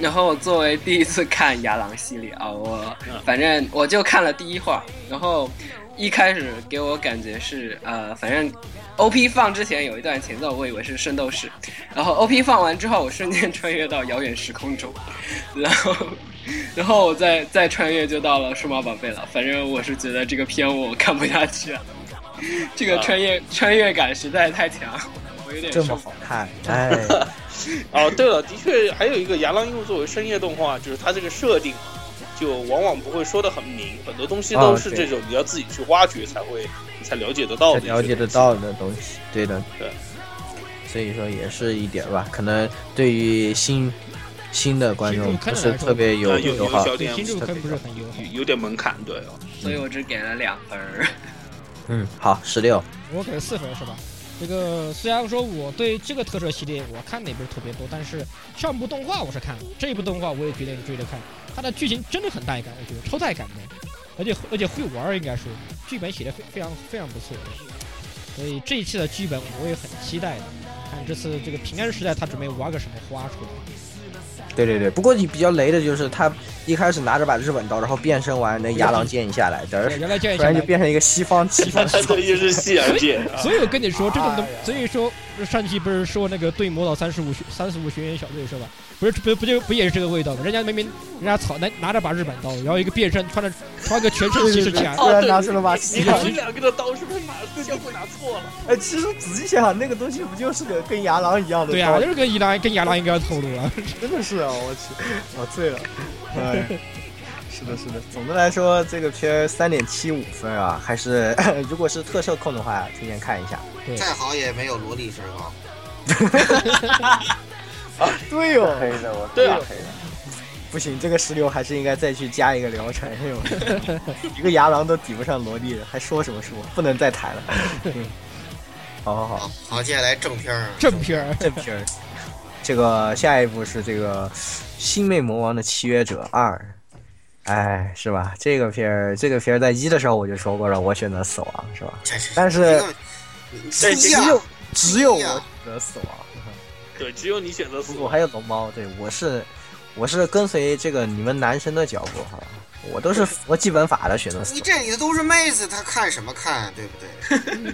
[SPEAKER 6] 然后我作为第一次看《牙狼》系列啊，我反正我就看了第一话，然后一开始给我感觉是呃，反正 O P 放之前有一段前奏，我以为是《圣斗士》，然后 O P 放完之后，我瞬间穿越到遥远时空中，然后。然后我再再穿越就到了数码宝贝了，反正我是觉得这个片我看不下去了，这个穿越、穿越感实在太强，我有点
[SPEAKER 1] 这
[SPEAKER 6] 受
[SPEAKER 1] 么
[SPEAKER 6] 不
[SPEAKER 1] 好看，哎，
[SPEAKER 5] 哦，对了，的确还有一个牙狼，因为作为深夜动画，就是它这个设定啊，就往往不会说的很明，很多东西都是
[SPEAKER 1] 啊
[SPEAKER 5] 这
[SPEAKER 1] 对
[SPEAKER 5] 种你要自己去挖掘才会你才了解得到的，
[SPEAKER 1] 了解得。到的东西，对的，
[SPEAKER 5] 对。
[SPEAKER 1] 所以说也是一点吧，可能对于新新的观众
[SPEAKER 3] 新入坑
[SPEAKER 1] 不
[SPEAKER 3] 的
[SPEAKER 1] 是
[SPEAKER 3] 来说
[SPEAKER 1] 特别
[SPEAKER 5] 啊
[SPEAKER 1] 有
[SPEAKER 5] 有
[SPEAKER 1] 友
[SPEAKER 5] 有
[SPEAKER 1] 好，
[SPEAKER 5] 小
[SPEAKER 3] 对新入
[SPEAKER 1] 特
[SPEAKER 3] 坑
[SPEAKER 1] 别
[SPEAKER 3] 不是很友好。
[SPEAKER 5] 有有点门槛，对 哦。
[SPEAKER 6] 所以我只给了两分儿。
[SPEAKER 1] 嗯，好，十六，
[SPEAKER 3] 我给了四分是吧？这个虽然说我对这个特摄系列我看的也不是特别多，但是上部动画我是看了，这一部动画我也决定追着看。它的剧情真的很带感，我觉得超带感的，而且而且会玩儿，应该说剧本写的非非常非常不错所以这一期的剧本我也很期待的，看这次这个平安时代他准备玩个什么花出来。
[SPEAKER 1] 对对对。不过你比较雷的就是他一开始拿着把日本刀，然后变身完那牙狼剑下来，嘚儿
[SPEAKER 3] 对原来这样
[SPEAKER 1] 突
[SPEAKER 3] 想
[SPEAKER 1] 然
[SPEAKER 3] 来
[SPEAKER 1] 就，变成一个西方
[SPEAKER 3] 西
[SPEAKER 1] 骑
[SPEAKER 3] 方
[SPEAKER 1] 士，
[SPEAKER 5] 它这就是细 而见啊，
[SPEAKER 3] 所以我跟你说这种东，所以说上期不是说那个对魔导三十五学三十五学员小队是吧？不是不不就不也是这个味道吗？人家明明人家草拿拿着把日本刀，然后一个变身，穿着穿个全身 骑士甲，
[SPEAKER 1] 突然拿出了把
[SPEAKER 5] 你
[SPEAKER 1] 西
[SPEAKER 5] 你
[SPEAKER 1] 方。
[SPEAKER 5] 们两个的刀是不是拿相互拿错了？
[SPEAKER 1] 哎，其实仔细想想，那个东西不就是个跟牙狼一样的
[SPEAKER 3] 对
[SPEAKER 1] 刀
[SPEAKER 3] 啊，就是跟伊朗跟亚当应该透露了。
[SPEAKER 1] 真的 是啊，我去，我醉了。哎，是的，是的。总的来说，这个片三点七五分啊，还是 如果是特摄控的话，推荐看一 下。
[SPEAKER 3] 对
[SPEAKER 2] 再好也没有萝莉身高。
[SPEAKER 1] 对哦
[SPEAKER 7] 黑的我
[SPEAKER 5] 对啊
[SPEAKER 7] 黑的。
[SPEAKER 1] 不行，这个石榴还是应该再去加一个疗程，哎呦 一个牙狼都抵不上萝莉了，还说什么说？不能再 谈了。 嗯好好好
[SPEAKER 2] 好，，好，接下来正片儿。
[SPEAKER 3] 正片 儿，
[SPEAKER 1] 正片儿。这个下一部是这个《星魅魔王的契约者二》，哎，是吧？这个片儿，这个片儿在一的时候我就说过了，我选择死亡，是吧？
[SPEAKER 2] 这是
[SPEAKER 1] 但是
[SPEAKER 5] 这
[SPEAKER 1] 只
[SPEAKER 5] 这
[SPEAKER 1] 有只有我
[SPEAKER 2] 哎呀
[SPEAKER 1] 选择死亡，
[SPEAKER 5] 对，只有你选择死
[SPEAKER 1] 我
[SPEAKER 5] 亡。
[SPEAKER 1] 还有龙猫，对我是我是跟随这个你们男生的脚步，好吧？我都是佛基本法的选择死
[SPEAKER 2] 你
[SPEAKER 1] 亡，
[SPEAKER 2] 这里的都是妹子，她看什么看，对不对？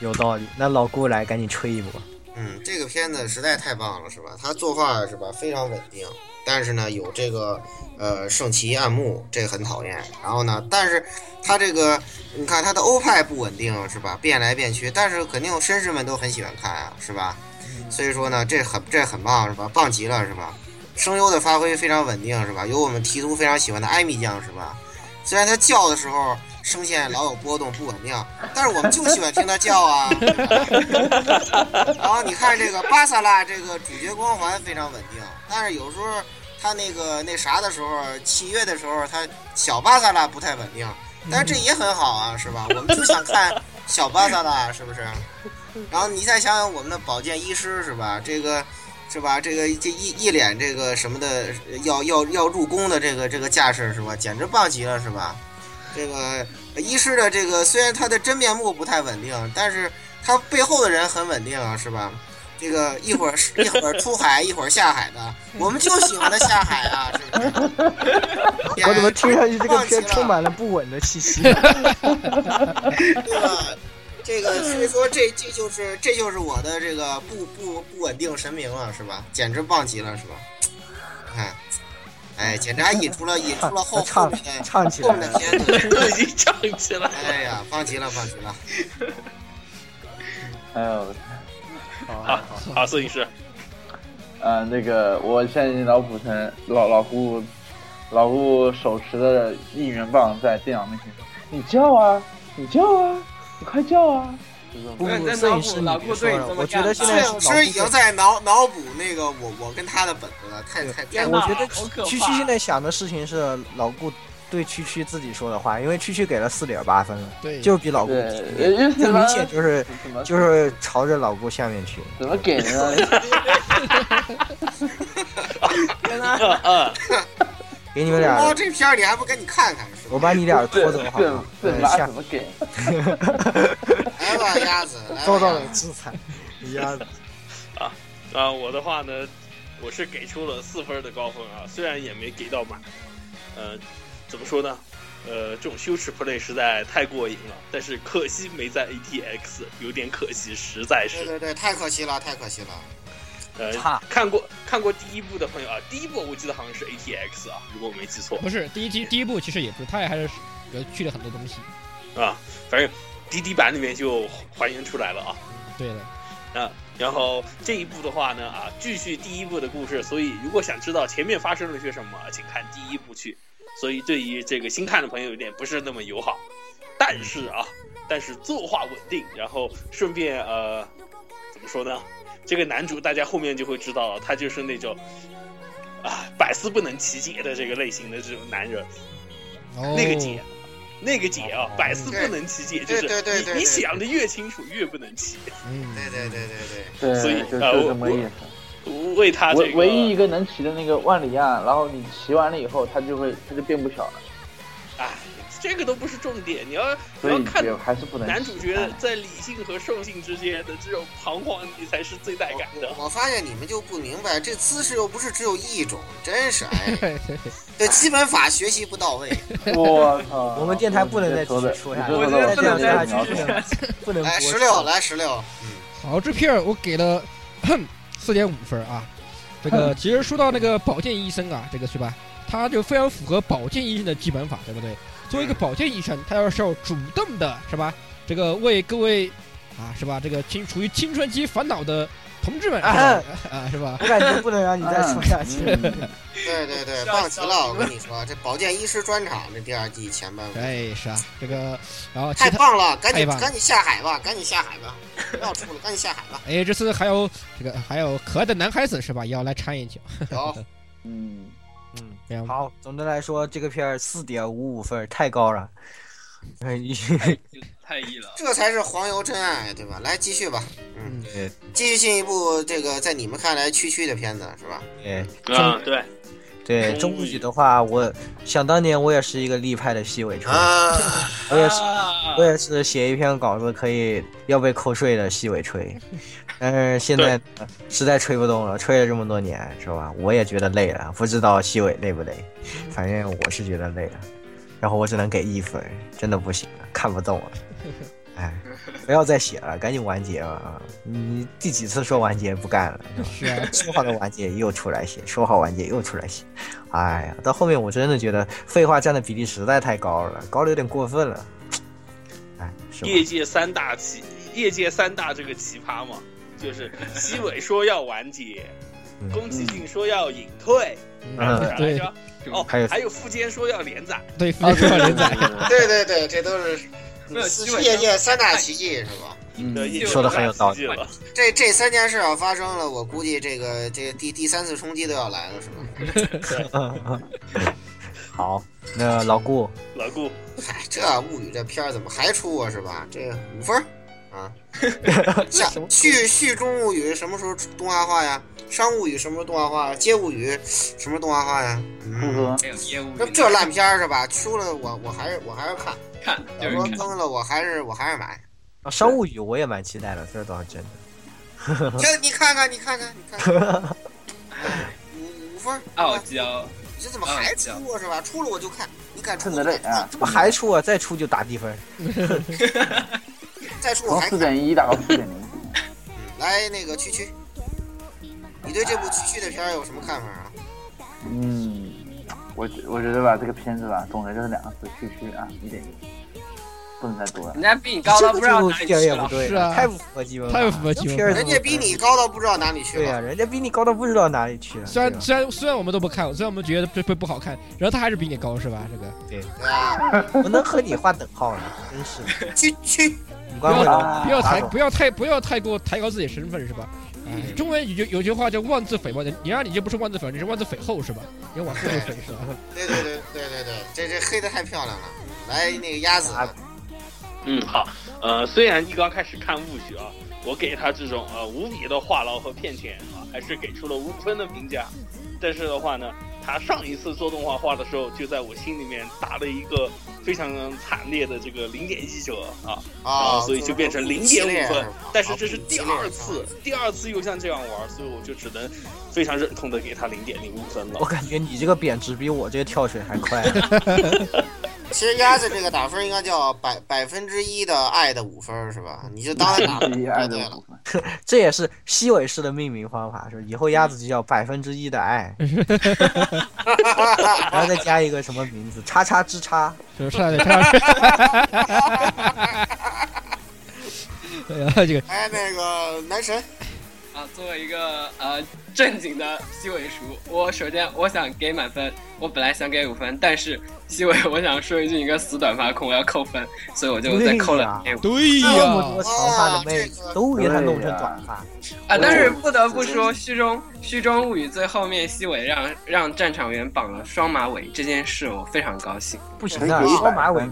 [SPEAKER 1] 有道理。那老顾来赶紧吹一波，
[SPEAKER 2] 嗯，这个片子实在太棒了，是吧？他作画是吧非常稳定，但是呢有这个呃圣骑暗幕，这个很讨厌。然后呢，但是他这个你看他的欧派不稳定是吧？变来变去，但是肯定绅士们都很喜欢看啊，是吧？所以说呢，这很这很棒是吧？棒极了是吧？声优的发挥非常稳定是吧？有我们提督非常喜欢的艾米酱是吧？虽然他叫的时候声线老有波动不稳定，但是我们就喜欢听他叫啊。 然后你看这个巴萨拉这个主角光环非常稳定，但是有时候他那个那啥的时候，七月的时候，他小巴萨拉不太稳定，但是这也很好啊，是吧？我们就想看小巴萨拉，是不是？然后你再想想我们的保健医师，是吧？这个。是吧？这个这一一脸这个什么的，要要要入宫的这个这个架势是吧？简直棒极了是吧？这个医师的这个虽然他的真面目不太稳定，但是他背后的人很稳定啊，是吧？这个一会儿一会儿出海，一会儿下海的，我们就喜欢他下海啊，是不是？
[SPEAKER 1] 我怎么听上去这个
[SPEAKER 2] 棒极
[SPEAKER 1] 片
[SPEAKER 2] 了
[SPEAKER 1] 充满了不稳的气息？
[SPEAKER 2] 对吧？这个所以说这这就是这就是我的这个不不不稳定神明了，是吧？简直棒极了，是吧？哎，哎，简直还引出了引出了后 后
[SPEAKER 1] 唱
[SPEAKER 2] 面的
[SPEAKER 1] 唱起
[SPEAKER 2] 后
[SPEAKER 1] 来
[SPEAKER 2] 面
[SPEAKER 1] 了
[SPEAKER 2] 的，片子，
[SPEAKER 5] 已经唱起 来
[SPEAKER 2] 哎呀，棒极了，棒极了！
[SPEAKER 7] 哎呦，
[SPEAKER 5] 好，好，啊摄影 师，
[SPEAKER 7] 呃，那个我相信老古城老老顾，老顾手持的应援棒在电脑面前说：“你叫啊，你叫啊，你快叫啊！”就这种
[SPEAKER 1] 不
[SPEAKER 7] 感觉
[SPEAKER 1] 不，摄影师你
[SPEAKER 6] 老
[SPEAKER 1] 别
[SPEAKER 6] 顾
[SPEAKER 1] 说
[SPEAKER 6] 对你
[SPEAKER 1] 了，
[SPEAKER 6] 这么
[SPEAKER 1] 我觉得现
[SPEAKER 6] 干
[SPEAKER 2] 摄
[SPEAKER 1] 在是
[SPEAKER 2] 影
[SPEAKER 1] 老
[SPEAKER 2] 师已
[SPEAKER 1] 顾
[SPEAKER 2] 经在脑脑补那个我我跟他的本子了，太太太
[SPEAKER 1] 对，我觉得区区现在想的事情是老顾对区区自己说的话，因为区区给了四点八分了，
[SPEAKER 3] 对
[SPEAKER 1] 就是比老顾
[SPEAKER 7] 对
[SPEAKER 1] 低
[SPEAKER 7] 因为
[SPEAKER 1] 这明显就是
[SPEAKER 7] 怎么
[SPEAKER 1] 就是朝着老顾下面去。
[SPEAKER 7] 怎么给呢？
[SPEAKER 5] 嗯嗯，
[SPEAKER 1] 给你们俩，
[SPEAKER 2] 哦，这片儿你还不赶紧看看是吧？
[SPEAKER 1] 我把你俩拖走好
[SPEAKER 7] 这
[SPEAKER 1] 吗？
[SPEAKER 7] 这
[SPEAKER 1] 嗯
[SPEAKER 7] 拉
[SPEAKER 1] 下
[SPEAKER 7] 怎么给？
[SPEAKER 2] 来吧，哎鸭 子，哎来
[SPEAKER 1] 遭
[SPEAKER 2] 吧
[SPEAKER 1] 到了制裁，你丫的
[SPEAKER 5] 啊，我的话呢，我是给出了四分的高分啊，虽然也没给到满，呃，怎么说呢？呃，这种羞耻 play 实在太过瘾了，但是可惜没在 ATX，有点可惜，实在
[SPEAKER 2] 对
[SPEAKER 5] 是。
[SPEAKER 2] 对对，太可惜了，太可惜了。
[SPEAKER 5] 呃
[SPEAKER 1] 差，
[SPEAKER 5] 看过看过第一部的朋友啊，第一部我记得好像是 ATX 啊，如果我没记错
[SPEAKER 3] 不是第一期第一部其实也不是，他也还是呃去了很多东西。
[SPEAKER 5] 啊，反正滴滴版里面就还原出来了啊。
[SPEAKER 3] 对的，
[SPEAKER 5] 啊，然后这一部的话呢，啊，继续第一部的故事，所以如果想知道前面发生了些什么，请看第一部去。所以对于这个新看的朋友有点不是那么友好，但是啊，但是作画稳定，然后顺便呃，怎么说呢？这个男主大家后面就会知道了，他就是那种啊百思不能其解的这个类型的这种男人，
[SPEAKER 3] 哦，
[SPEAKER 5] 那个 解。那个解
[SPEAKER 7] 哦
[SPEAKER 5] 啊，百思不能其解，就是
[SPEAKER 2] 对对对对
[SPEAKER 5] 你你
[SPEAKER 2] 对
[SPEAKER 5] 想的越清楚越不能解，
[SPEAKER 3] 嗯，
[SPEAKER 2] 对对对对对。
[SPEAKER 7] 对，
[SPEAKER 5] 所以
[SPEAKER 7] 就
[SPEAKER 5] 呃
[SPEAKER 7] 就
[SPEAKER 5] 我
[SPEAKER 7] 这么意思。
[SPEAKER 5] 为他这
[SPEAKER 7] 唯
[SPEAKER 5] 个
[SPEAKER 7] 唯一一个能骑的那个万里亚，然后你骑完了以后，它就会它就变不小了，
[SPEAKER 5] 哎，这个都不是重点，你要你
[SPEAKER 7] 所
[SPEAKER 5] 要
[SPEAKER 7] 以
[SPEAKER 5] 看
[SPEAKER 7] 也还是不能骑。
[SPEAKER 5] 男主角
[SPEAKER 7] 哎
[SPEAKER 5] 在理性和兽性之间的这种彷徨，你才是最带感的。
[SPEAKER 2] 我我发现你们就不明白，这姿势又不是只有一种，真是哎，
[SPEAKER 3] 对对
[SPEAKER 2] 这基本法学习不到位。
[SPEAKER 7] 我操！
[SPEAKER 1] 我们电台不能再继
[SPEAKER 7] 说
[SPEAKER 1] 续
[SPEAKER 7] 的，
[SPEAKER 1] 说下去，
[SPEAKER 7] 啊你
[SPEAKER 1] 我
[SPEAKER 7] 说
[SPEAKER 1] 们再
[SPEAKER 7] 的我
[SPEAKER 1] 这样
[SPEAKER 7] 电
[SPEAKER 1] 下
[SPEAKER 7] 台
[SPEAKER 1] 去
[SPEAKER 7] 不
[SPEAKER 1] 不能不能
[SPEAKER 7] 能
[SPEAKER 2] 来
[SPEAKER 1] 播
[SPEAKER 2] 哎十六，来十六，
[SPEAKER 3] 好，这片儿我给了四点五分啊。这个其实说到那个保健医生啊，这个是吧？他就非常符合保健医生的基本法，对不对？作为一个保健医生，他要是要主动的，是吧？这个为各位啊，是吧？这个青处于青春期烦恼的同志们，是吧？啊，是吧？
[SPEAKER 1] 我感觉不能让你再说下去。
[SPEAKER 7] 嗯
[SPEAKER 2] 对对对，棒极了！我跟你说，这保健医师专场这第二季前半部
[SPEAKER 3] 哎，是啊，这个，然后其
[SPEAKER 2] 太
[SPEAKER 3] 他
[SPEAKER 2] 棒了，赶
[SPEAKER 3] 太
[SPEAKER 2] 紧
[SPEAKER 3] 棒了
[SPEAKER 2] 赶紧下海吧，赶紧下海吧，不要出了，赶紧下海吧。
[SPEAKER 3] 哎，这次还有这个还有可爱的男孩子是吧？也要来掺一脚，
[SPEAKER 2] 有，
[SPEAKER 7] 嗯，
[SPEAKER 1] 嗯，
[SPEAKER 3] 非常
[SPEAKER 1] 好，总的来说，这个片儿四点五五分，太高了。哎，
[SPEAKER 6] 太易了。
[SPEAKER 2] 这才是黄油真爱，对吧？来继续吧，嗯，
[SPEAKER 1] 对
[SPEAKER 2] 继续进一步这个在你们看来区区的片子是吧？
[SPEAKER 1] 对
[SPEAKER 5] 啊，对，
[SPEAKER 1] 哎对，中
[SPEAKER 5] 终于
[SPEAKER 1] 部剧的话，我想当年我也是一个立派的西尾虫，
[SPEAKER 2] 啊，
[SPEAKER 1] 我也是我也是写一篇稿子可以要被扣税的西尾吹，但是现在呢实在吹不动了，吹了这么多年是吧？我也觉得累了，不知道西尾累不累，反正我是觉得累了，然后我只能给一分，真的不行了，看不 动了，啊哎，不要再写了，赶紧完结吧啊！你第几次说完结不干了是吧？
[SPEAKER 3] 是啊，
[SPEAKER 1] 说好的完结又出来写，说好完结又出来写，哎呀，到后面我真的觉得废话占的比例实在太高了，高的有点过分了。哎，是吧？
[SPEAKER 5] 业界三大奇，业界三大这个奇葩嘛，就是西尾说要完结，
[SPEAKER 1] 嗯
[SPEAKER 5] 宫崎骏说要隐退，然后
[SPEAKER 1] 嗯
[SPEAKER 5] 啥来
[SPEAKER 3] 对
[SPEAKER 5] 着？哦，
[SPEAKER 1] 还有
[SPEAKER 5] 还有富坚说要连载，
[SPEAKER 7] 嗯
[SPEAKER 3] 对，非常连载。
[SPEAKER 2] 对对对，这都是
[SPEAKER 6] 没有西尾
[SPEAKER 2] 业界三大奇迹是吧？
[SPEAKER 5] 的印
[SPEAKER 1] 嗯说得很有道理
[SPEAKER 5] 了。
[SPEAKER 2] 这这三件事要发生了，我估计这个这第第三次冲击都要来了，是
[SPEAKER 1] 嗯
[SPEAKER 2] 吧？
[SPEAKER 1] 好，那老顾，
[SPEAKER 5] 老顾，
[SPEAKER 2] 嗨，哎这物语这片儿怎么还出啊？是吧？这五分儿啊！下续续中物语什么时候动画化呀？商务语什么时候动画化？街物语什么时候动画化呀？嗯，
[SPEAKER 6] 还有哎业务，
[SPEAKER 2] 这这烂片儿是吧？出了我我还是我还是看，
[SPEAKER 6] 看
[SPEAKER 2] 假如说坑了我还是我还是买。
[SPEAKER 1] 啊，商务语我也蛮期待的， 这倒是真的。
[SPEAKER 2] 这你看看，你看看，你看
[SPEAKER 3] 嗯
[SPEAKER 2] 看，五五分儿啊
[SPEAKER 6] 傲娇，
[SPEAKER 2] 你这怎么还出啊？是吧？出了我就看，你敢出
[SPEAKER 7] 蹭得 累啊！
[SPEAKER 1] 怎么还出啊？再出就打低分。
[SPEAKER 2] 再出我
[SPEAKER 7] 从
[SPEAKER 2] 还
[SPEAKER 7] 四
[SPEAKER 2] 看。
[SPEAKER 7] 点一打到四点零，
[SPEAKER 2] 来，那个区区，你对这部区区的片儿有什么看法啊？
[SPEAKER 7] 嗯，我觉我觉得吧，这个片子吧，总结就是两个字：去去啊，一点一，不能再多了
[SPEAKER 6] 人。家比你高到不知道哪
[SPEAKER 1] 这个就一
[SPEAKER 6] 里去
[SPEAKER 1] 点也
[SPEAKER 6] 了
[SPEAKER 1] 不。对，
[SPEAKER 3] 是啊
[SPEAKER 1] 太不符合基本法，
[SPEAKER 3] 太不符合基本法
[SPEAKER 1] 这片儿
[SPEAKER 2] 人家比你高到不知道哪里去
[SPEAKER 1] 对呀、
[SPEAKER 2] 了。
[SPEAKER 1] 人家比你高到不知道哪里去了。
[SPEAKER 3] 虽
[SPEAKER 1] 对
[SPEAKER 10] 啊
[SPEAKER 1] 啊
[SPEAKER 3] 然
[SPEAKER 1] 吧
[SPEAKER 3] 虽然虽然我们都不看，虽然我们觉得这不不好看，然后他还是比你高是吧？这个
[SPEAKER 2] 对啊，
[SPEAKER 1] 不能和你画等号呢，真是的。
[SPEAKER 2] 区区，
[SPEAKER 1] 你
[SPEAKER 3] 不
[SPEAKER 1] 关会
[SPEAKER 3] 要
[SPEAKER 10] 啊
[SPEAKER 1] 了，
[SPEAKER 3] 不要
[SPEAKER 1] 打
[SPEAKER 3] 抬
[SPEAKER 1] 手
[SPEAKER 3] 不要太不要太过抬高自己身份是吧？哎中文有句有句话叫妄自菲薄，你让你就不是妄自菲薄，你是妄自菲后是吧？你要往后面菲是吧？
[SPEAKER 2] 对对对对对对，这这黑的太漂亮了。来，那个鸭子，
[SPEAKER 5] 嗯，好，呃，虽然一刚开始看物语啊，我给他这种呃无比的话痨和骗钱啊，还是给出了五分的评价。但是的话呢，他上一次做动画化的时候，就在我心里面打了一个非常惨烈的这个零点一折啊，然
[SPEAKER 2] 啊，
[SPEAKER 5] 后所以就变成零
[SPEAKER 2] 系
[SPEAKER 5] 点
[SPEAKER 2] 列
[SPEAKER 5] 五分
[SPEAKER 2] 是吧。
[SPEAKER 5] 但是这是第二次，第二次又像这样玩，所以我就只能非常忍痛的给他零点零五分了
[SPEAKER 1] 我。感觉你这个贬值比我这个跳水还快、啊
[SPEAKER 2] 其实鸭子这个打分应该叫百百分之一的爱的五分儿是吧？你就当它打
[SPEAKER 7] 一爱的部分，
[SPEAKER 1] 这也是西尾式的命名方法，是吧以后鸭子就叫百分之一的爱，
[SPEAKER 3] 嗯
[SPEAKER 1] 然后再加一个什么名字，叉叉之叉，
[SPEAKER 3] 是上来上 来。然后这个
[SPEAKER 2] 哎，那个男神，
[SPEAKER 6] 啊，作为一个呃正经的西尾叔，我首先我想给满分，我本来想给五分，但是西尾我想说一句，你个死短发控，我要扣分，所以我就再扣了
[SPEAKER 1] 对
[SPEAKER 6] 给五
[SPEAKER 3] 对
[SPEAKER 1] 这么多
[SPEAKER 3] 哎呀，
[SPEAKER 1] 长发的妹子都给他弄成短发，
[SPEAKER 6] 啊。但是不得不说，《虚中虚中物语》最后面西尾让让战场员绑了双马尾这件事，我非常高兴。
[SPEAKER 1] 不行啊，双马尾，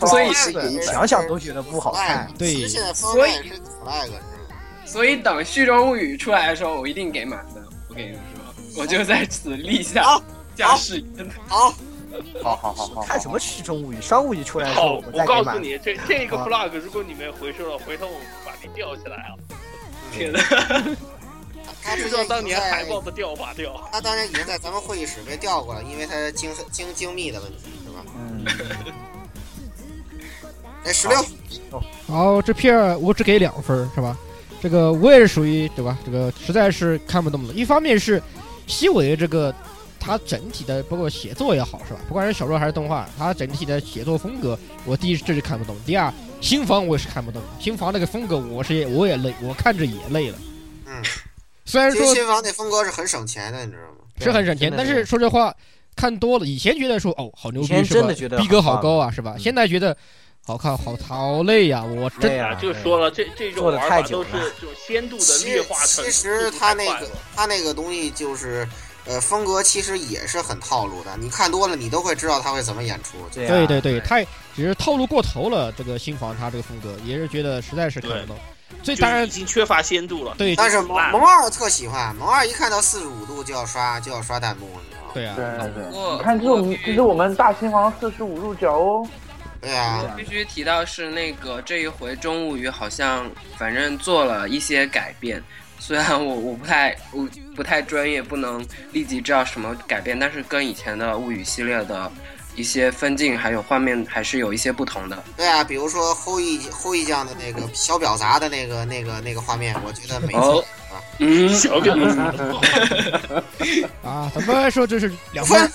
[SPEAKER 6] 所以
[SPEAKER 2] 是
[SPEAKER 1] 你想想都觉得不好看。
[SPEAKER 3] 对
[SPEAKER 2] 其实现在方面是 flag 是吧？
[SPEAKER 6] 所以等《虚中物语》出来的时候，我一定给满分。我跟你们说，我就在此立下
[SPEAKER 2] 好
[SPEAKER 6] 下誓言。
[SPEAKER 2] 好，
[SPEAKER 7] 好好好好，
[SPEAKER 1] 看什么虚中物语、商务语出来的时候，
[SPEAKER 5] 好
[SPEAKER 1] 我，们
[SPEAKER 5] 我
[SPEAKER 1] 再
[SPEAKER 5] 告
[SPEAKER 1] 给
[SPEAKER 5] 诉
[SPEAKER 1] 满。
[SPEAKER 5] 你，这这个
[SPEAKER 1] 好
[SPEAKER 5] flag 如果你们回收了，回头我把你吊起来啊。
[SPEAKER 6] 天哪！
[SPEAKER 2] 他
[SPEAKER 5] 就
[SPEAKER 2] 之前
[SPEAKER 5] 像
[SPEAKER 2] 已
[SPEAKER 5] 当
[SPEAKER 2] 经
[SPEAKER 5] 年海
[SPEAKER 2] 在
[SPEAKER 5] 报的调拔掉。
[SPEAKER 2] 他当然已经在咱们会议室被调过了，因为他精精精密的问题是吧？
[SPEAKER 7] 嗯，
[SPEAKER 2] 哎，十六，
[SPEAKER 3] 好，这片儿我只给两分儿是吧？这个我也是属于对吧？这个实在是看不懂了。一方面是西尾这个他整体的包括写作也好是吧？不管是小说还是动画，他整体的写作风格，我第一这是看不懂，第二新房我也是看不懂，新房那个风格我是也我也累，我看着也累了。
[SPEAKER 2] 嗯，
[SPEAKER 3] 虽然
[SPEAKER 2] 其实
[SPEAKER 3] 说
[SPEAKER 2] 新房那风格是很省钱的，你知道吗？
[SPEAKER 3] 是很省钱，
[SPEAKER 1] 真的
[SPEAKER 3] 但
[SPEAKER 1] 是
[SPEAKER 3] 是说这话看多了，以前觉得说哦好牛
[SPEAKER 1] 以前
[SPEAKER 3] 逼是
[SPEAKER 1] 真
[SPEAKER 3] 吧
[SPEAKER 1] 的觉？得
[SPEAKER 3] 逼格
[SPEAKER 1] 好看
[SPEAKER 3] 好高啊是吧？
[SPEAKER 1] 嗯
[SPEAKER 3] 现在觉得好看好好累呀、我真
[SPEAKER 1] 对呀，
[SPEAKER 5] 啊哎就说了，这这种
[SPEAKER 1] 做得
[SPEAKER 5] 玩
[SPEAKER 1] 太
[SPEAKER 5] 法
[SPEAKER 1] 久
[SPEAKER 5] 都是
[SPEAKER 1] 了哎
[SPEAKER 5] 这种鲜度的
[SPEAKER 2] 其
[SPEAKER 5] 劣化
[SPEAKER 2] 其
[SPEAKER 5] 程度
[SPEAKER 2] 实他
[SPEAKER 5] 太
[SPEAKER 2] 那
[SPEAKER 5] 快
[SPEAKER 2] 个
[SPEAKER 5] 了
[SPEAKER 2] 他那个东西就是，呃，风格其实也是很套路的，你看多了你都会知道他会怎么演出。这
[SPEAKER 1] 对
[SPEAKER 3] 对
[SPEAKER 1] 啊
[SPEAKER 3] 对对，太只是套路过头了。这个新房他这个风格也是觉得实在是看不懂，所以当
[SPEAKER 5] 就是
[SPEAKER 3] 然
[SPEAKER 5] 已经缺乏鲜度了。
[SPEAKER 3] 对
[SPEAKER 2] 但是
[SPEAKER 5] 就
[SPEAKER 2] 萌
[SPEAKER 5] 烂
[SPEAKER 2] 萌二特喜欢，萌二一看到四十五度就要刷就要刷弹幕，你知道吗？
[SPEAKER 3] 对
[SPEAKER 7] 对
[SPEAKER 3] 啊，
[SPEAKER 7] 对对，
[SPEAKER 6] 我
[SPEAKER 7] 你看这
[SPEAKER 6] 我
[SPEAKER 7] 种，这是我们大新房四十五入角哦，
[SPEAKER 2] 对啊，
[SPEAKER 6] 必须提到是那个这一回中物语好像反正做了一些改变，虽然我我不太我不太专业，不能立即知道什么改变，但是跟以前的物语系列的一些分镜还有画面还是有一些不同的。
[SPEAKER 2] 对啊，比如说后羿后羿酱的那个小表砸的那个那个那个画面，我觉得没错
[SPEAKER 6] 哦。嗯，
[SPEAKER 5] 小表
[SPEAKER 3] 啊，怎么说这是
[SPEAKER 2] 五
[SPEAKER 3] 两分
[SPEAKER 2] 分，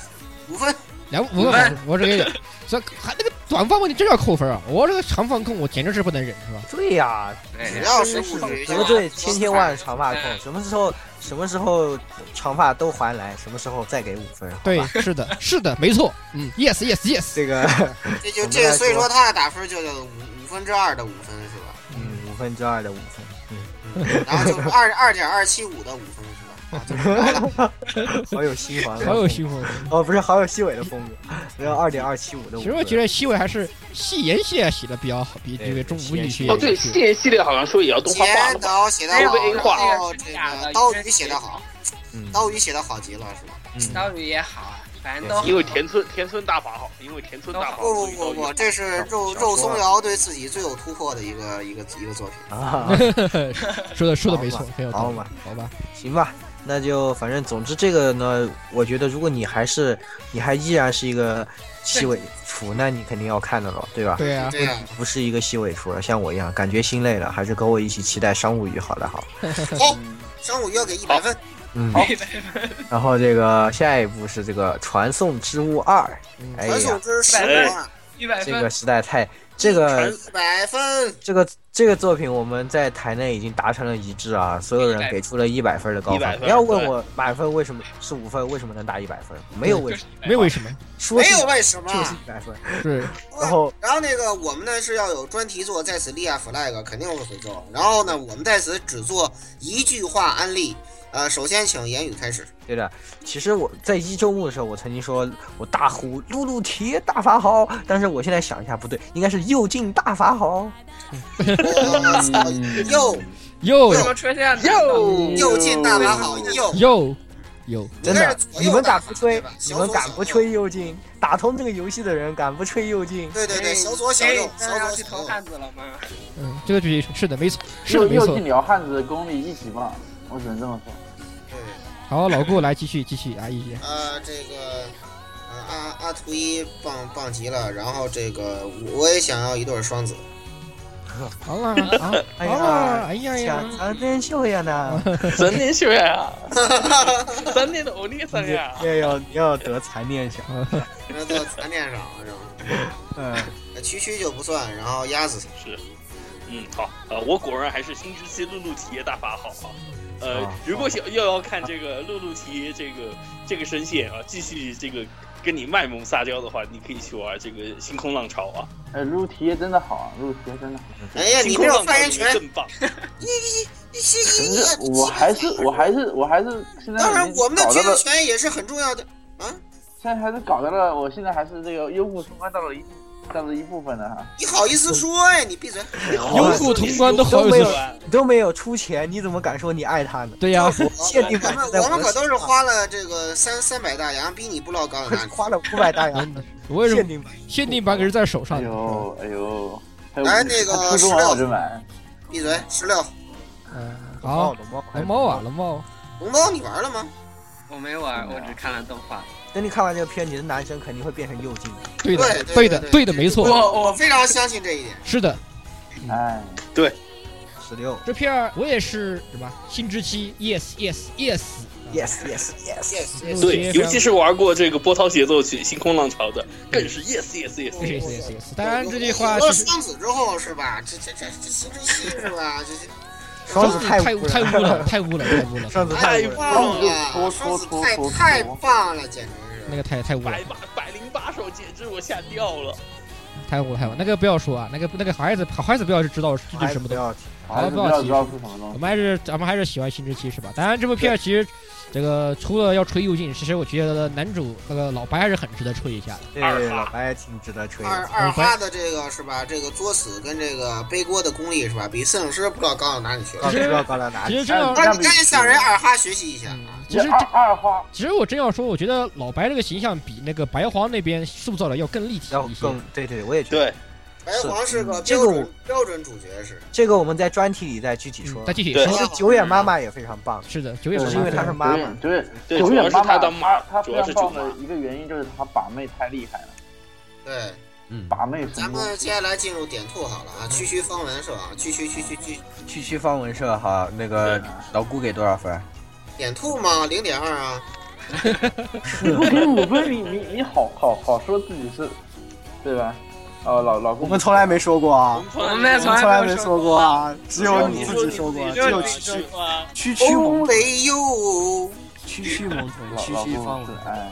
[SPEAKER 2] 五分，
[SPEAKER 3] 两五个分，我这给两，所以还那个短发问题真要扣分啊！我这个长发控我简直是不能忍是吧？
[SPEAKER 1] 对呀，
[SPEAKER 2] 只
[SPEAKER 6] 对
[SPEAKER 2] 要是
[SPEAKER 1] 真
[SPEAKER 2] 物
[SPEAKER 1] 是
[SPEAKER 2] 语
[SPEAKER 1] 得罪千千万长发控，什么时候什么时候长发都还来，什么时候再给五分？好吧
[SPEAKER 3] 对，是的，是的，没错，嗯，yes yes yes，
[SPEAKER 1] 这个
[SPEAKER 2] 这就这，所以说他的打分就叫五五分之二的五分是吧？嗯
[SPEAKER 1] 嗯，五分之二的五分，
[SPEAKER 2] 然后就二二点二七五的五分是吧？
[SPEAKER 1] 好有 西环，
[SPEAKER 3] 好有西环，
[SPEAKER 1] 哦，不是，好有西尾的风格，然后二点二七五的五
[SPEAKER 3] 其实我觉得西尾还是戏言系列写的比较好，比这个中无语系列
[SPEAKER 5] 哦，对，系列系列好像说也要动画化
[SPEAKER 2] 剪
[SPEAKER 5] 了
[SPEAKER 2] 刀
[SPEAKER 5] 吧，
[SPEAKER 2] 写的好，
[SPEAKER 5] O V A 化，
[SPEAKER 2] 然后这个刀鱼写的好，
[SPEAKER 1] 嗯
[SPEAKER 2] 刀鱼写的好极了是吧？
[SPEAKER 8] 刀鱼也好，反正都
[SPEAKER 5] 因为田村田村大法好，因为田村大法
[SPEAKER 2] 不不不不，这是肉肉松瑶对自己最有突破的一个一个一个作品
[SPEAKER 1] 啊
[SPEAKER 3] 说的说的没错，很有道
[SPEAKER 1] 好
[SPEAKER 3] 理
[SPEAKER 1] 嘛，，
[SPEAKER 3] 好吧，
[SPEAKER 1] 行吧，那就反正总之这个呢，我觉得如果你还是你还依然是一个西尾厨，那你肯定要看的了，对吧？
[SPEAKER 3] 对啊 对啊
[SPEAKER 1] 不是一个西尾厨了，像我一样感觉心累了，还是跟我一起期待商务语好了好。
[SPEAKER 2] 好，商务要给一百分，
[SPEAKER 1] 嗯，
[SPEAKER 2] 一
[SPEAKER 8] 百
[SPEAKER 2] 分，
[SPEAKER 1] 然后这个下一步是这个《传送之物二》，哎
[SPEAKER 2] 传
[SPEAKER 1] 呀
[SPEAKER 2] 送，之十五万，
[SPEAKER 8] 一百
[SPEAKER 1] 这个实在太这个
[SPEAKER 2] 一百分，
[SPEAKER 1] 这个这个作品我们在台内已经达成了一致啊，所有人给出了一百分的高
[SPEAKER 5] 100分
[SPEAKER 1] 分。不要问我满分为什么是五分，为什么能打一百分？没有为什么，
[SPEAKER 3] 没有为什么，
[SPEAKER 1] 说
[SPEAKER 2] 没
[SPEAKER 1] 是
[SPEAKER 2] 有为什么。
[SPEAKER 1] 就是一百分。
[SPEAKER 3] 是
[SPEAKER 1] 然后
[SPEAKER 2] 然后那个我们呢是要有专题做，在此立下 flag，肯定会回购。然后呢，我们在此只做一句话安利。呃，首先请言语开始。
[SPEAKER 1] 对的，其实我在一周目的时候，我曾经说我大呼露露铁大法好，但是我现在想一下不对，应该是右进大法好。
[SPEAKER 2] 又
[SPEAKER 3] 又
[SPEAKER 8] 怎么出现
[SPEAKER 5] 又
[SPEAKER 2] 又进大法好， 又
[SPEAKER 3] 又有
[SPEAKER 1] 真的，你们敢不吹？你
[SPEAKER 2] 小
[SPEAKER 1] 们
[SPEAKER 2] 左
[SPEAKER 1] 敢
[SPEAKER 2] 小
[SPEAKER 1] 不吹右进？打通这个游戏的人敢不吹右进？
[SPEAKER 2] 对对对，小左小 右，小左
[SPEAKER 8] 去
[SPEAKER 2] 小
[SPEAKER 8] 投
[SPEAKER 2] 右。
[SPEAKER 8] 汉子了吗？
[SPEAKER 3] 嗯，这个剧情是的，没错，是
[SPEAKER 7] 又
[SPEAKER 3] 的，没
[SPEAKER 7] 又
[SPEAKER 3] 错
[SPEAKER 7] 进。聊汉子的功力一级棒，我只能这么说。
[SPEAKER 3] 好，老顾来继续继续啊，一姐，
[SPEAKER 2] 呃，这个呃阿阿图一棒棒极了，然后这个我也想要一对双子。
[SPEAKER 3] 好了啊，
[SPEAKER 1] 哎
[SPEAKER 3] 好了
[SPEAKER 1] 呀，
[SPEAKER 3] 哎呀呀，
[SPEAKER 1] 想咱边秀呀呢？
[SPEAKER 5] 三年学院 啊，三年的欧尼 三呀，
[SPEAKER 1] 要要要得残念想，
[SPEAKER 2] 那到残念上是吧？
[SPEAKER 1] 嗯，
[SPEAKER 2] 呃区区就不算，然后鸭子
[SPEAKER 5] 是，嗯，好，呃，我果然还是新之期露露体液大法好啊。呃
[SPEAKER 1] 啊，
[SPEAKER 5] 如果想又要看这个露露体液这个这个声线啊，继续这个跟你卖萌撒娇的话，你可以去玩这个星空浪潮啊，
[SPEAKER 7] 哎，入体验真的好，啊，入体验真的好。
[SPEAKER 2] 哎呀，
[SPEAKER 5] 星
[SPEAKER 2] 你
[SPEAKER 5] 空
[SPEAKER 2] 没有
[SPEAKER 5] 浪潮
[SPEAKER 2] 发言
[SPEAKER 5] 里面
[SPEAKER 2] 权！
[SPEAKER 5] 更棒。
[SPEAKER 2] 你你你是
[SPEAKER 7] 可
[SPEAKER 2] 你
[SPEAKER 7] 是
[SPEAKER 2] 你，
[SPEAKER 7] 我还是我还是我还是现在
[SPEAKER 2] 啊当然
[SPEAKER 7] 已经
[SPEAKER 2] 我们的
[SPEAKER 7] 搞
[SPEAKER 2] 决
[SPEAKER 7] 到
[SPEAKER 2] 定
[SPEAKER 7] 了，
[SPEAKER 2] 权也是很重要的。
[SPEAKER 7] 现在还是搞到了，我现在还是这个优酷通关到了一到了一部分的哈。
[SPEAKER 2] 你好意思说呀？你闭 嘴！
[SPEAKER 3] 优酷通关都好
[SPEAKER 1] 都没
[SPEAKER 3] 意
[SPEAKER 1] 有
[SPEAKER 3] 思，
[SPEAKER 1] 你都没有出钱，你怎么敢说你爱他呢？
[SPEAKER 3] 对呀，
[SPEAKER 1] 限定
[SPEAKER 2] 我
[SPEAKER 1] 版
[SPEAKER 2] 哦们
[SPEAKER 1] 就在
[SPEAKER 2] 我们
[SPEAKER 1] 的
[SPEAKER 2] 可都是
[SPEAKER 1] 手上
[SPEAKER 2] 花了这个三三百大洋，比你不落高到哪里。
[SPEAKER 1] 花了五百大洋，
[SPEAKER 3] 我为什
[SPEAKER 1] 限
[SPEAKER 3] 么
[SPEAKER 1] 定版。
[SPEAKER 3] 限定版可是在手上
[SPEAKER 7] 哎
[SPEAKER 3] 的？
[SPEAKER 7] 呦哎呦，还有
[SPEAKER 2] 来那个
[SPEAKER 7] 初中啊
[SPEAKER 2] 十六
[SPEAKER 7] 我就买，
[SPEAKER 2] 闭嘴！十六，
[SPEAKER 3] 嗯，
[SPEAKER 1] 猫
[SPEAKER 3] 好，
[SPEAKER 1] 龙猫还
[SPEAKER 3] 龙
[SPEAKER 1] 是
[SPEAKER 3] 猫啊，，龙猫，
[SPEAKER 2] 龙猫你玩了吗？
[SPEAKER 8] 我没玩，我只看了动画。
[SPEAKER 1] 等你看完这个片，你的男生肯定会变成右镜。
[SPEAKER 3] 对的，
[SPEAKER 2] 对
[SPEAKER 3] 对
[SPEAKER 2] 对
[SPEAKER 3] 的，
[SPEAKER 2] 对
[SPEAKER 3] 对的，没错，
[SPEAKER 2] 我我非常相信这一点。
[SPEAKER 3] 是的，
[SPEAKER 7] 哎，
[SPEAKER 1] 十六
[SPEAKER 3] 这片儿我也是什么新之期，yes yes yes，
[SPEAKER 1] ，yes yes yes，
[SPEAKER 2] Yes，
[SPEAKER 5] 对，尤其是玩过这个波涛节奏曲、星空浪潮的，更是 yes yes yes。
[SPEAKER 3] yes yes yes yes，当然这句话
[SPEAKER 2] 有了
[SPEAKER 3] 其实
[SPEAKER 2] 双子之后是吧？这这这这新之息是吧？这 这
[SPEAKER 1] 双子
[SPEAKER 3] 太
[SPEAKER 1] 太
[SPEAKER 3] 污太污了，太 污了，太污了，
[SPEAKER 1] 双子
[SPEAKER 2] 太
[SPEAKER 1] 太污了
[SPEAKER 2] 棒了，
[SPEAKER 7] 脱脱
[SPEAKER 2] 双子
[SPEAKER 7] 脱
[SPEAKER 2] 太
[SPEAKER 7] 脱
[SPEAKER 2] 太
[SPEAKER 7] 脱
[SPEAKER 2] 棒了，简直是。
[SPEAKER 3] 那个太太污了
[SPEAKER 5] 百，八百零八首，简直我吓掉了。
[SPEAKER 3] 太污了，太污了，那个不要说啊，那个那个孩子好孩子不要是知道这是什
[SPEAKER 1] 不
[SPEAKER 3] 么东西。
[SPEAKER 1] 要提
[SPEAKER 3] 好
[SPEAKER 7] 还
[SPEAKER 3] 了
[SPEAKER 7] 是
[SPEAKER 3] 不
[SPEAKER 7] 不
[SPEAKER 3] 要
[SPEAKER 7] 要
[SPEAKER 3] 急
[SPEAKER 7] 知道是什么东
[SPEAKER 3] 我
[SPEAKER 7] 西。
[SPEAKER 3] 们还是咱们还是喜欢《新之期》是吧？当然，这部片儿其实，这个除了要吹右镜，其实我觉得男主那个老白还是很值得吹一下的。
[SPEAKER 1] 对
[SPEAKER 5] 二
[SPEAKER 1] 老
[SPEAKER 5] 哈
[SPEAKER 1] 白也挺值得吹的。
[SPEAKER 2] 二二哈的这个是吧？这个作死跟这个背锅的功力是吧？比摄影师不知道高到哪里去
[SPEAKER 1] 高
[SPEAKER 2] 了。
[SPEAKER 3] 其实
[SPEAKER 1] 高高到哪
[SPEAKER 3] 其
[SPEAKER 1] 里？
[SPEAKER 3] 实真要，
[SPEAKER 2] 那你赶紧向
[SPEAKER 1] 嗯
[SPEAKER 2] 人二哈学习一下啊！
[SPEAKER 3] 其实
[SPEAKER 7] 这二二花
[SPEAKER 3] 其实我真要说，我觉得老白这个形象比那个白黄那边塑造的要更立体
[SPEAKER 1] 要
[SPEAKER 3] 一些。嗯
[SPEAKER 1] 更对对，我也觉得
[SPEAKER 5] 对，
[SPEAKER 2] 白黄是个
[SPEAKER 1] 嗯这
[SPEAKER 2] 标
[SPEAKER 1] 个
[SPEAKER 2] 准标准主角是，
[SPEAKER 1] 这个我们在专题里再具体
[SPEAKER 3] 嗯
[SPEAKER 1] 说。
[SPEAKER 3] 再具体
[SPEAKER 5] 对
[SPEAKER 3] 说，
[SPEAKER 1] 其实久远妈妈也非常棒，
[SPEAKER 3] 是的，九月
[SPEAKER 7] 对
[SPEAKER 3] 份
[SPEAKER 1] 是因为他是妈妈，
[SPEAKER 7] 九月
[SPEAKER 5] 对
[SPEAKER 7] 九
[SPEAKER 5] 主要
[SPEAKER 7] 月
[SPEAKER 5] 是
[SPEAKER 7] 妈
[SPEAKER 5] 他
[SPEAKER 7] 妈
[SPEAKER 5] 当妈
[SPEAKER 7] 她
[SPEAKER 5] 主
[SPEAKER 7] 非
[SPEAKER 5] 要
[SPEAKER 7] 常
[SPEAKER 5] 是
[SPEAKER 7] 棒
[SPEAKER 5] 主妈
[SPEAKER 7] 的一个原因就是她把妹太厉害了，
[SPEAKER 2] 对。
[SPEAKER 1] 嗯，
[SPEAKER 7] 把妹
[SPEAKER 2] 咱
[SPEAKER 7] 成功。
[SPEAKER 2] 们接下来进入点兔好了啊，区区方文是吧？区区区区区
[SPEAKER 1] 区区方文社好，那个
[SPEAKER 7] 对
[SPEAKER 1] 老顾给多少分？
[SPEAKER 2] 点兔嘛，零点二啊。
[SPEAKER 7] 你 不给五分，你你你好好好说自己是，对吧？哦，老老公，
[SPEAKER 10] 我们从来没说过啊，
[SPEAKER 8] 我
[SPEAKER 5] 我
[SPEAKER 8] 们
[SPEAKER 10] 我们从来没说过啊，只
[SPEAKER 5] 只
[SPEAKER 10] 有
[SPEAKER 5] 你
[SPEAKER 10] 你自己说过，只
[SPEAKER 8] 只有
[SPEAKER 10] 有
[SPEAKER 8] 你
[SPEAKER 10] 区
[SPEAKER 8] 说
[SPEAKER 10] 区
[SPEAKER 8] 过啊。
[SPEAKER 10] 区区
[SPEAKER 2] 哦
[SPEAKER 10] 萌豚，
[SPEAKER 2] 雷哟，
[SPEAKER 10] 区区萌豚，
[SPEAKER 7] 老
[SPEAKER 10] 区
[SPEAKER 7] 老
[SPEAKER 10] 区方
[SPEAKER 7] 公
[SPEAKER 10] 文
[SPEAKER 7] 是，哎，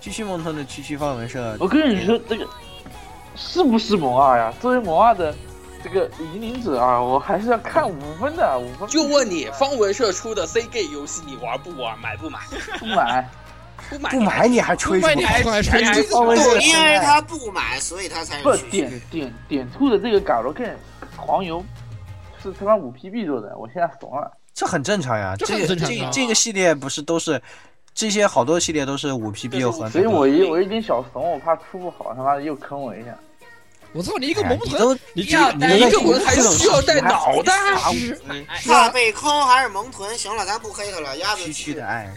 [SPEAKER 1] 区区萌豚的区区方文社
[SPEAKER 7] 我跟你说这个是不是萌二呀？作为萌二的这个引领者啊，我还是要看五分的，五分
[SPEAKER 5] 就问你，方文社出的 C G 游戏你玩不玩，买不买？
[SPEAKER 7] 不买，
[SPEAKER 5] 不买，
[SPEAKER 1] 不买你还吹什么？方文社
[SPEAKER 2] 对，因为他不买，所以他才
[SPEAKER 7] 不
[SPEAKER 2] 是去
[SPEAKER 7] 点点点兔的这个嘎罗 game 黄油是他妈五 PB 做的，我现在怂了。
[SPEAKER 1] 这很正常呀，
[SPEAKER 3] 这
[SPEAKER 1] 这
[SPEAKER 3] 很正常
[SPEAKER 1] 这
[SPEAKER 3] 啊
[SPEAKER 1] 这个系列不是都是这些好多系列都是五 PB 又合
[SPEAKER 7] 所以
[SPEAKER 1] 并的
[SPEAKER 7] 我一我有点小怂，我怕出不好，他妈的又坑我一下。
[SPEAKER 3] 我操，你一个
[SPEAKER 1] 哎
[SPEAKER 3] 萌
[SPEAKER 1] 你
[SPEAKER 3] 豚，
[SPEAKER 1] 都
[SPEAKER 3] 你这
[SPEAKER 6] 要
[SPEAKER 3] 你
[SPEAKER 6] 带
[SPEAKER 3] 这
[SPEAKER 5] 一个
[SPEAKER 3] 个
[SPEAKER 5] 文还
[SPEAKER 1] 这种
[SPEAKER 5] 需要带
[SPEAKER 1] 事情
[SPEAKER 5] 脑袋？
[SPEAKER 2] 怕被坑还是萌臀？行了，咱不黑他了，鸭子
[SPEAKER 1] 区区的，爱，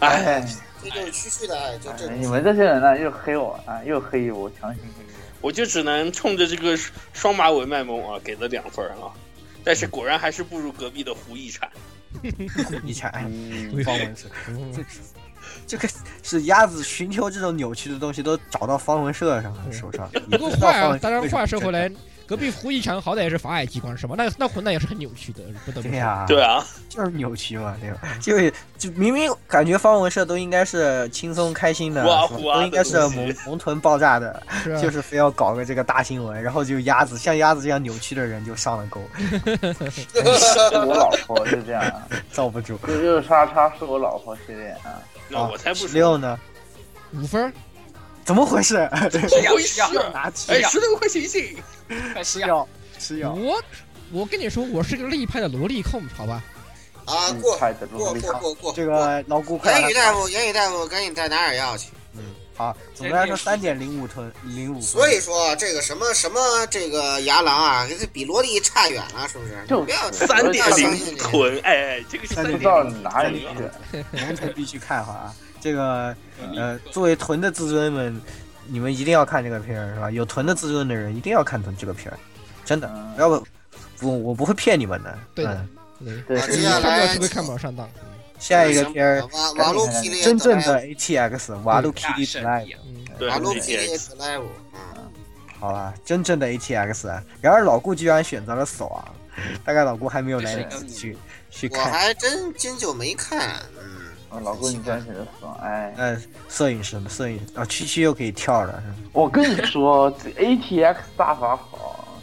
[SPEAKER 7] 哎，
[SPEAKER 2] 这就是区区的爱，就这
[SPEAKER 7] 哎你们这些人呢，又黑我啊，又黑我，强行黑我。
[SPEAKER 5] 我就只能冲着这个双马尾卖萌啊，给了两分啊，但是果然还是不如隔壁的胡一禅。
[SPEAKER 1] 你看，哎
[SPEAKER 7] 嗯，
[SPEAKER 1] 方文社，这这个是鸭子寻求这种扭曲的东西都找到方文社上了手上。
[SPEAKER 3] 不
[SPEAKER 1] 也
[SPEAKER 3] 过
[SPEAKER 1] 不知道
[SPEAKER 3] 话
[SPEAKER 1] 方
[SPEAKER 3] 啊
[SPEAKER 1] 文社
[SPEAKER 3] 当然
[SPEAKER 1] 为什么
[SPEAKER 3] 话说回
[SPEAKER 1] 这
[SPEAKER 3] 来
[SPEAKER 1] 样，，
[SPEAKER 3] 隔壁胡一禅好歹也是法海机关是吧？那那混蛋也是很扭曲的，不得不
[SPEAKER 1] 对
[SPEAKER 3] 说。
[SPEAKER 1] 呀，
[SPEAKER 5] 对啊，
[SPEAKER 1] 就是扭曲嘛，对吧？就是就明明感觉方文社都应该是轻松开心的，
[SPEAKER 5] 虎啊
[SPEAKER 1] 是吧
[SPEAKER 5] 虎啊
[SPEAKER 1] 都应该是
[SPEAKER 5] 的东西
[SPEAKER 1] 萌萌臀爆炸的，
[SPEAKER 3] 是啊
[SPEAKER 1] 就是非要搞个这个大新闻，然后就鸭子像鸭子这样扭曲的人就上了钩，
[SPEAKER 7] 是我老婆就这样啊，
[SPEAKER 1] 遭不住。
[SPEAKER 7] 又又叉叉是我老婆系列啊。
[SPEAKER 5] 那我才不是。
[SPEAKER 1] 六呢？
[SPEAKER 3] 五分儿，
[SPEAKER 1] 怎么回事？
[SPEAKER 5] 怎么回事？
[SPEAKER 1] 拿吃
[SPEAKER 5] 哎，石头快醒醒！
[SPEAKER 6] 快
[SPEAKER 1] 吃
[SPEAKER 6] 吃药！
[SPEAKER 1] 药吃药，
[SPEAKER 3] 我我跟你说，我是个另一派的萝莉控，好吧？
[SPEAKER 2] 啊，
[SPEAKER 7] 嗯
[SPEAKER 2] 过
[SPEAKER 7] 快点
[SPEAKER 2] 过过过过。
[SPEAKER 1] 这个老顾快啊
[SPEAKER 2] 言
[SPEAKER 1] 来
[SPEAKER 2] 语大夫，言语大夫，赶紧再拿点药去。
[SPEAKER 1] 啊！总的来说，三点零五吨，零五。
[SPEAKER 2] 所以说这个什么什么这个牙狼啊，这比萝莉差远了，是不是？
[SPEAKER 7] 就是
[SPEAKER 2] 不要
[SPEAKER 5] 三 点
[SPEAKER 2] 不要
[SPEAKER 5] 零
[SPEAKER 2] 相信这个
[SPEAKER 5] 臀，哎，这个是
[SPEAKER 1] 三
[SPEAKER 5] 三
[SPEAKER 7] 不
[SPEAKER 5] 点
[SPEAKER 7] 知道
[SPEAKER 5] 零
[SPEAKER 7] 哪里去，
[SPEAKER 1] 萌臀必须看哈啊！这个呃，作为臀的自尊们，你们一定要看这个片儿是吧？有臀的自尊的人一定要看臀这个片儿，真的，
[SPEAKER 7] 嗯
[SPEAKER 1] 要不不我不会骗你们的。
[SPEAKER 3] 对的
[SPEAKER 1] 嗯
[SPEAKER 3] 对，
[SPEAKER 7] 对
[SPEAKER 2] 啊，
[SPEAKER 3] 你
[SPEAKER 2] 接
[SPEAKER 3] 看
[SPEAKER 2] 下
[SPEAKER 3] 不了
[SPEAKER 2] 来
[SPEAKER 3] 是不是看不了上当？
[SPEAKER 1] 下一个片儿，
[SPEAKER 2] 瓦瓦路系列
[SPEAKER 1] 真正的 ATX 瓦鲁 k
[SPEAKER 6] 大
[SPEAKER 1] i
[SPEAKER 6] 圣
[SPEAKER 1] Live，
[SPEAKER 6] 一样，
[SPEAKER 3] 嗯，
[SPEAKER 5] 对
[SPEAKER 2] 瓦路
[SPEAKER 5] 这
[SPEAKER 2] 系列
[SPEAKER 5] 些
[SPEAKER 2] live，嗯，
[SPEAKER 1] 好吧，真正的 ATX。然而老顾居然选择了死亡，大概老顾还没有来得及去去
[SPEAKER 2] 我
[SPEAKER 1] 看。
[SPEAKER 2] 还真真就没看，嗯，
[SPEAKER 7] 啊老公你居然选择死亡，哎，
[SPEAKER 1] 呃，摄影师呢？摄影啊，区区又可以跳了。是吧
[SPEAKER 7] 我跟你说，这 ATX 大法好，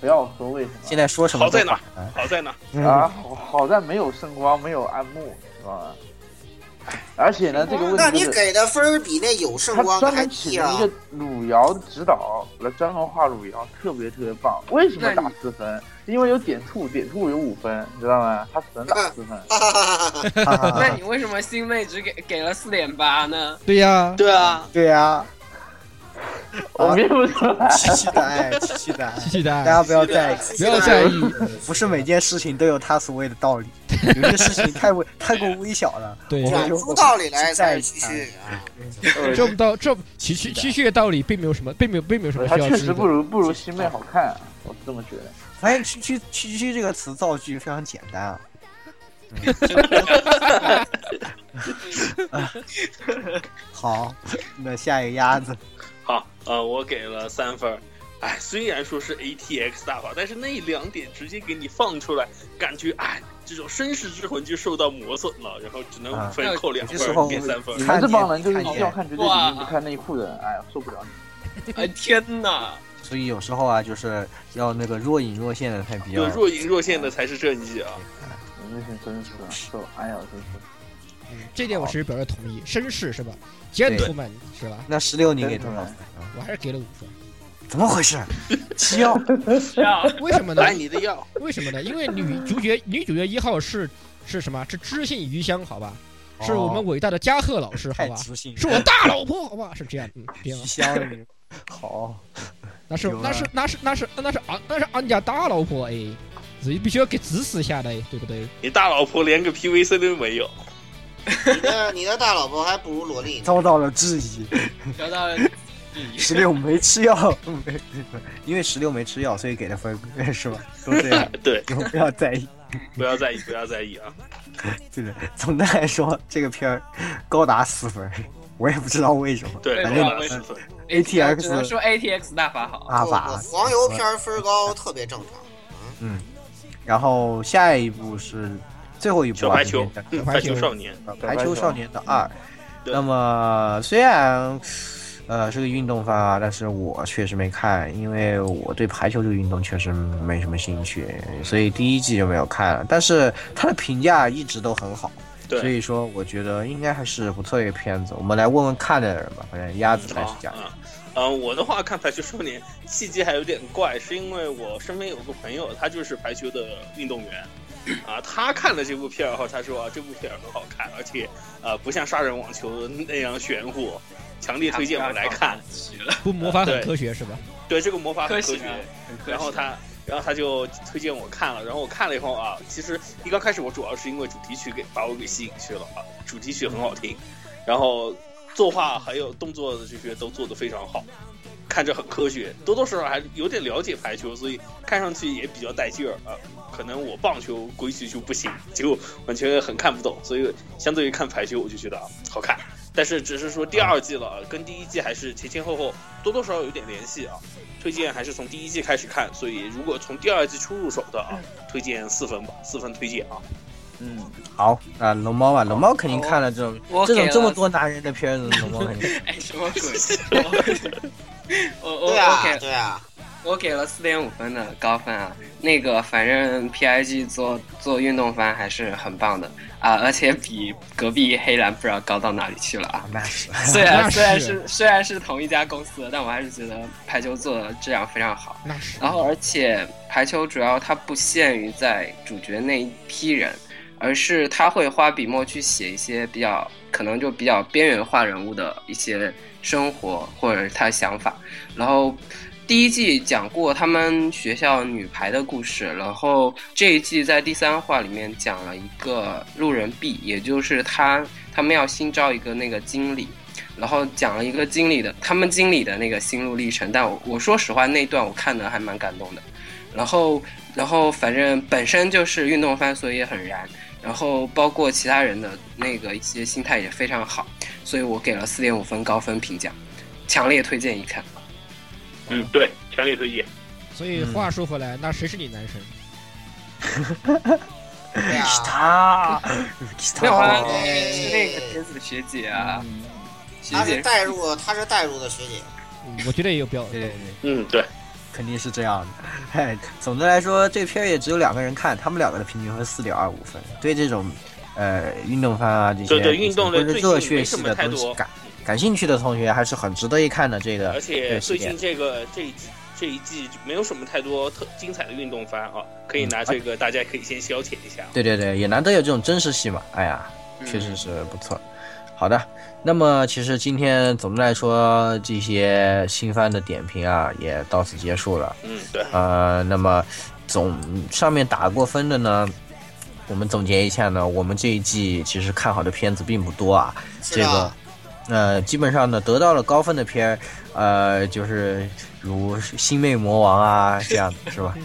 [SPEAKER 7] 不要说为什么。
[SPEAKER 1] 现在说什么
[SPEAKER 5] 好
[SPEAKER 1] 都
[SPEAKER 5] 在哪
[SPEAKER 1] 晚？
[SPEAKER 5] 好在哪？
[SPEAKER 1] 了
[SPEAKER 7] 啊，好好在没有圣光，没有暗幕，知道吗？而且呢，这个
[SPEAKER 2] 那
[SPEAKER 7] 问题
[SPEAKER 2] 你
[SPEAKER 7] 就是
[SPEAKER 2] 给的分儿比那有圣
[SPEAKER 7] 他
[SPEAKER 2] 光的
[SPEAKER 7] 专
[SPEAKER 2] 还
[SPEAKER 7] 门请
[SPEAKER 2] 低
[SPEAKER 7] 了
[SPEAKER 2] 啊
[SPEAKER 7] 一！个汝窑指导来专门画汝窑，特别特别棒。为什么
[SPEAKER 6] 那你
[SPEAKER 7] 打四分？因为有点兔，点兔有五分，你知道吗？他只能打
[SPEAKER 2] 啊
[SPEAKER 7] 四分。
[SPEAKER 2] 哈哈哈哈哈！
[SPEAKER 1] 哈哈
[SPEAKER 6] 那你为什么星妹只给给了四点八呢？
[SPEAKER 3] 对呀，
[SPEAKER 5] 对 啊，
[SPEAKER 1] 对呀，
[SPEAKER 7] 我憋不出来。
[SPEAKER 1] 区区的爱，区区的爱，
[SPEAKER 3] 期
[SPEAKER 1] 大
[SPEAKER 3] 待，
[SPEAKER 1] 家不要在意，
[SPEAKER 3] 不要在意，
[SPEAKER 1] 不是每件事情都有它所谓的道理，有些事情太微太过微小了。
[SPEAKER 3] 对
[SPEAKER 1] 我。
[SPEAKER 2] 讲出道理来才是区区啊！
[SPEAKER 3] 这么道这其实其实的道理并没有什么，并没有并没有什么
[SPEAKER 7] 他
[SPEAKER 3] 需要嗯
[SPEAKER 7] 确
[SPEAKER 3] 知
[SPEAKER 7] 实
[SPEAKER 3] 道
[SPEAKER 7] 不。如不如西妹好看，我是这么觉得。
[SPEAKER 1] 发现“区区区区”这个词造句非常简单啊。好，那下一个鸭子，
[SPEAKER 5] 好，呃，我给了三分儿。哎，虽然说是 ATX 大法，但是那两点直接给你放出来，感觉哎，这种绅士之魂就受到磨损了，然后只能
[SPEAKER 1] 啊
[SPEAKER 5] 五分扣两
[SPEAKER 1] 有些
[SPEAKER 5] 分
[SPEAKER 1] 时候
[SPEAKER 5] 儿，给三分儿。
[SPEAKER 7] 你们这帮人就是
[SPEAKER 1] 看
[SPEAKER 7] 一定
[SPEAKER 1] 见
[SPEAKER 7] 要看绝对
[SPEAKER 6] 哇
[SPEAKER 7] 比例不看内裤的人，哎，我受不了你。
[SPEAKER 6] 哎天哪！
[SPEAKER 1] 所以有时候啊，就是要那个若隐若现的才比较
[SPEAKER 5] 对，。若隐若现的才是正义啊！
[SPEAKER 7] 你们这真是的，受，哎呀，真是。
[SPEAKER 3] 这点我其实表示同意，绅士是吧？gentleman 是吧？
[SPEAKER 1] 那十六你给多少分？
[SPEAKER 3] 我还是给了五分。
[SPEAKER 1] 怎么 回事？七幺，
[SPEAKER 6] 要
[SPEAKER 3] 为什么呢？
[SPEAKER 5] 来你的药，
[SPEAKER 3] 为什么呢？因为女主角女主角一号是是什么？是知信余香，好吧？
[SPEAKER 7] 哦
[SPEAKER 3] 是我们伟大的加贺老师，好
[SPEAKER 1] 太
[SPEAKER 3] 吧？
[SPEAKER 1] 知性了，
[SPEAKER 3] 是我大老婆，好吧？是这样，嗯，别了
[SPEAKER 1] 一，箱了你。好，
[SPEAKER 3] 那是那是那是那是那是俺那是俺家大老婆哎，所以必须要给指使下来，对不对？
[SPEAKER 5] 你大老婆连个 PVC 都没有，
[SPEAKER 2] 你的你的大老婆还不如萝莉呢。
[SPEAKER 1] 遭到了质疑。
[SPEAKER 6] 得到了
[SPEAKER 1] 十六没吃药， 没，因为十六没吃药，所以给的分 是吧？都这 样，
[SPEAKER 5] 对，
[SPEAKER 1] 你们不要在意。
[SPEAKER 5] 不要在意，不要在意啊！
[SPEAKER 1] 对的，总的来说，这个片儿高达四分，我也不知道为什么。
[SPEAKER 5] 对，
[SPEAKER 1] 反
[SPEAKER 5] 高
[SPEAKER 1] 正
[SPEAKER 5] 达四分，
[SPEAKER 6] 哎啊只能说 ATX 大法好。
[SPEAKER 1] 阿
[SPEAKER 2] 我
[SPEAKER 1] 法
[SPEAKER 2] 黄油片儿分儿高特别正常，
[SPEAKER 1] 然后下一步是最后一部
[SPEAKER 5] 小
[SPEAKER 1] 吧
[SPEAKER 5] 排球，
[SPEAKER 1] 啊
[SPEAKER 5] 嗯，排球少年，
[SPEAKER 1] 排球少年的二。
[SPEAKER 5] 对
[SPEAKER 1] 那么虽然呃，是个运动番啊，但是我确实没看，因为我对排球这个运动确实没什么兴趣，所以第一季就没有看了。但是它的评价一直都很好，
[SPEAKER 5] 对
[SPEAKER 1] 所以说我觉得应该还是不错一个片子。我们来问问看的人吧，反正鸭子开始讲。
[SPEAKER 5] 嗯、呃我的话看《排球少年》契机还有点怪，是因为我身边有个朋友，他就是排球的运动员，啊、他看了这部片儿后，他说啊，这部片儿很好看，而且呃，不像杀人网球那样玄乎，强烈推荐我来看。
[SPEAKER 3] 不魔法
[SPEAKER 5] 对
[SPEAKER 3] 很科学是吧？
[SPEAKER 5] 对这个魔法很
[SPEAKER 3] 科
[SPEAKER 5] 科
[SPEAKER 3] 学
[SPEAKER 5] 学
[SPEAKER 3] 很科，学
[SPEAKER 5] 然后他，然后他就推荐我看了，然后我看了以后啊，其实一刚开始我主要是因为主题曲给把我给吸引去了啊，主题曲很好听，然后作画还有动作的这些都做得非常好，看着很科学，多多少少还有点了解排球，所以看上去也比较带劲儿啊。可能我棒球规矩就不行，就完全很看不懂，所以相对于看排球，我就觉得啊好看。但是只是说第二季了，啊，跟第一季还是前前后后多多少少有点联系啊。推荐还是从第一季开始看，所以如果从第二季初入手的啊，推荐四分吧，四分推荐啊。
[SPEAKER 1] 嗯，好，那龙猫啊吧，龙猫肯定看了这种
[SPEAKER 5] 我
[SPEAKER 1] 这种
[SPEAKER 5] 给了
[SPEAKER 1] 这么多男人的片子，龙猫肯 定。
[SPEAKER 6] 哎，什么鬼？我
[SPEAKER 5] 哦
[SPEAKER 6] 我
[SPEAKER 2] 对
[SPEAKER 6] 我
[SPEAKER 2] 啊
[SPEAKER 6] 给
[SPEAKER 2] 对啊，
[SPEAKER 6] 我给了四点五分的高分啊。那个反正 PIG 做做运动番还是很棒的啊，而且比隔壁黑蓝不知道高到哪里去了 啊。
[SPEAKER 1] 那是，
[SPEAKER 6] 虽然虽然
[SPEAKER 3] 是
[SPEAKER 6] 是虽然是同一家公司的，但我还是觉得排球做的质量非常好。
[SPEAKER 3] 那是
[SPEAKER 6] 然后而且排球主要它不限于在主角那一批人，而是他会花笔墨去写一些比较可能就比较边缘化人物的一些生活或者是他的想法。然后第一季讲过他们学校女排的故事，然后这一季在第三话里面讲了一个路人 B，也就是他他们要新招一个那个经理。然后讲了一个经理的他们经理的那个心路历程，但我我说实话那段我看的还蛮感动的，然后然后反正本身就是运动番，所以也很燃，然后包括其他人的那个一些心态也非常好，所以我给了四点五分高分评价，强烈推荐一看。
[SPEAKER 13] 嗯，对，强烈推荐。
[SPEAKER 3] 所以话说回来，那谁是你男神？
[SPEAKER 2] 对啊，
[SPEAKER 1] 他
[SPEAKER 6] 那我
[SPEAKER 5] 啊
[SPEAKER 6] 还
[SPEAKER 2] 哎
[SPEAKER 6] 啊是那个天子学姐啊，
[SPEAKER 1] 嗯
[SPEAKER 6] 学
[SPEAKER 2] 他
[SPEAKER 6] 姐
[SPEAKER 2] 是带入，他是带入的学姐。
[SPEAKER 3] 嗯我觉得也有标。
[SPEAKER 1] 对，
[SPEAKER 5] 嗯，对，
[SPEAKER 1] 肯定是这样的。 哎，总的来说，这片儿也只有两个人看，他们两个的平均分四点二五分。对这种，呃，运动番啊这些，
[SPEAKER 5] 对对运动类
[SPEAKER 1] 或者
[SPEAKER 5] 最近
[SPEAKER 1] 热
[SPEAKER 5] 没
[SPEAKER 1] 血
[SPEAKER 5] 什
[SPEAKER 1] 系
[SPEAKER 5] 么
[SPEAKER 1] 的
[SPEAKER 5] 太
[SPEAKER 1] 东西
[SPEAKER 5] 多
[SPEAKER 1] 感感兴趣的同学，还是很值得一看的。这个，
[SPEAKER 5] 而且最
[SPEAKER 1] 这个系
[SPEAKER 5] 近
[SPEAKER 1] 列
[SPEAKER 5] 这个这一季这一季就没有什么太多特精彩的运动番啊，
[SPEAKER 1] 嗯
[SPEAKER 5] 可以拿这个大家可以先消遣一下。
[SPEAKER 1] 对对对，也难得有这种真实戏嘛。哎呀，
[SPEAKER 5] 嗯
[SPEAKER 1] 确实是不错。好的，那么其实今天总的来说，这些新番的点评啊，也到此结束了。
[SPEAKER 5] 嗯，对，
[SPEAKER 1] 呃，那么总上面打过分的呢，我们总结一下呢，我们这一季其实看好的片子并不多啊，
[SPEAKER 2] 是
[SPEAKER 1] 这个
[SPEAKER 2] 啊。
[SPEAKER 1] 呃，基本上呢，得到了高分的片儿，呃，就是如《星魅魔王》啊，这样的是 吧？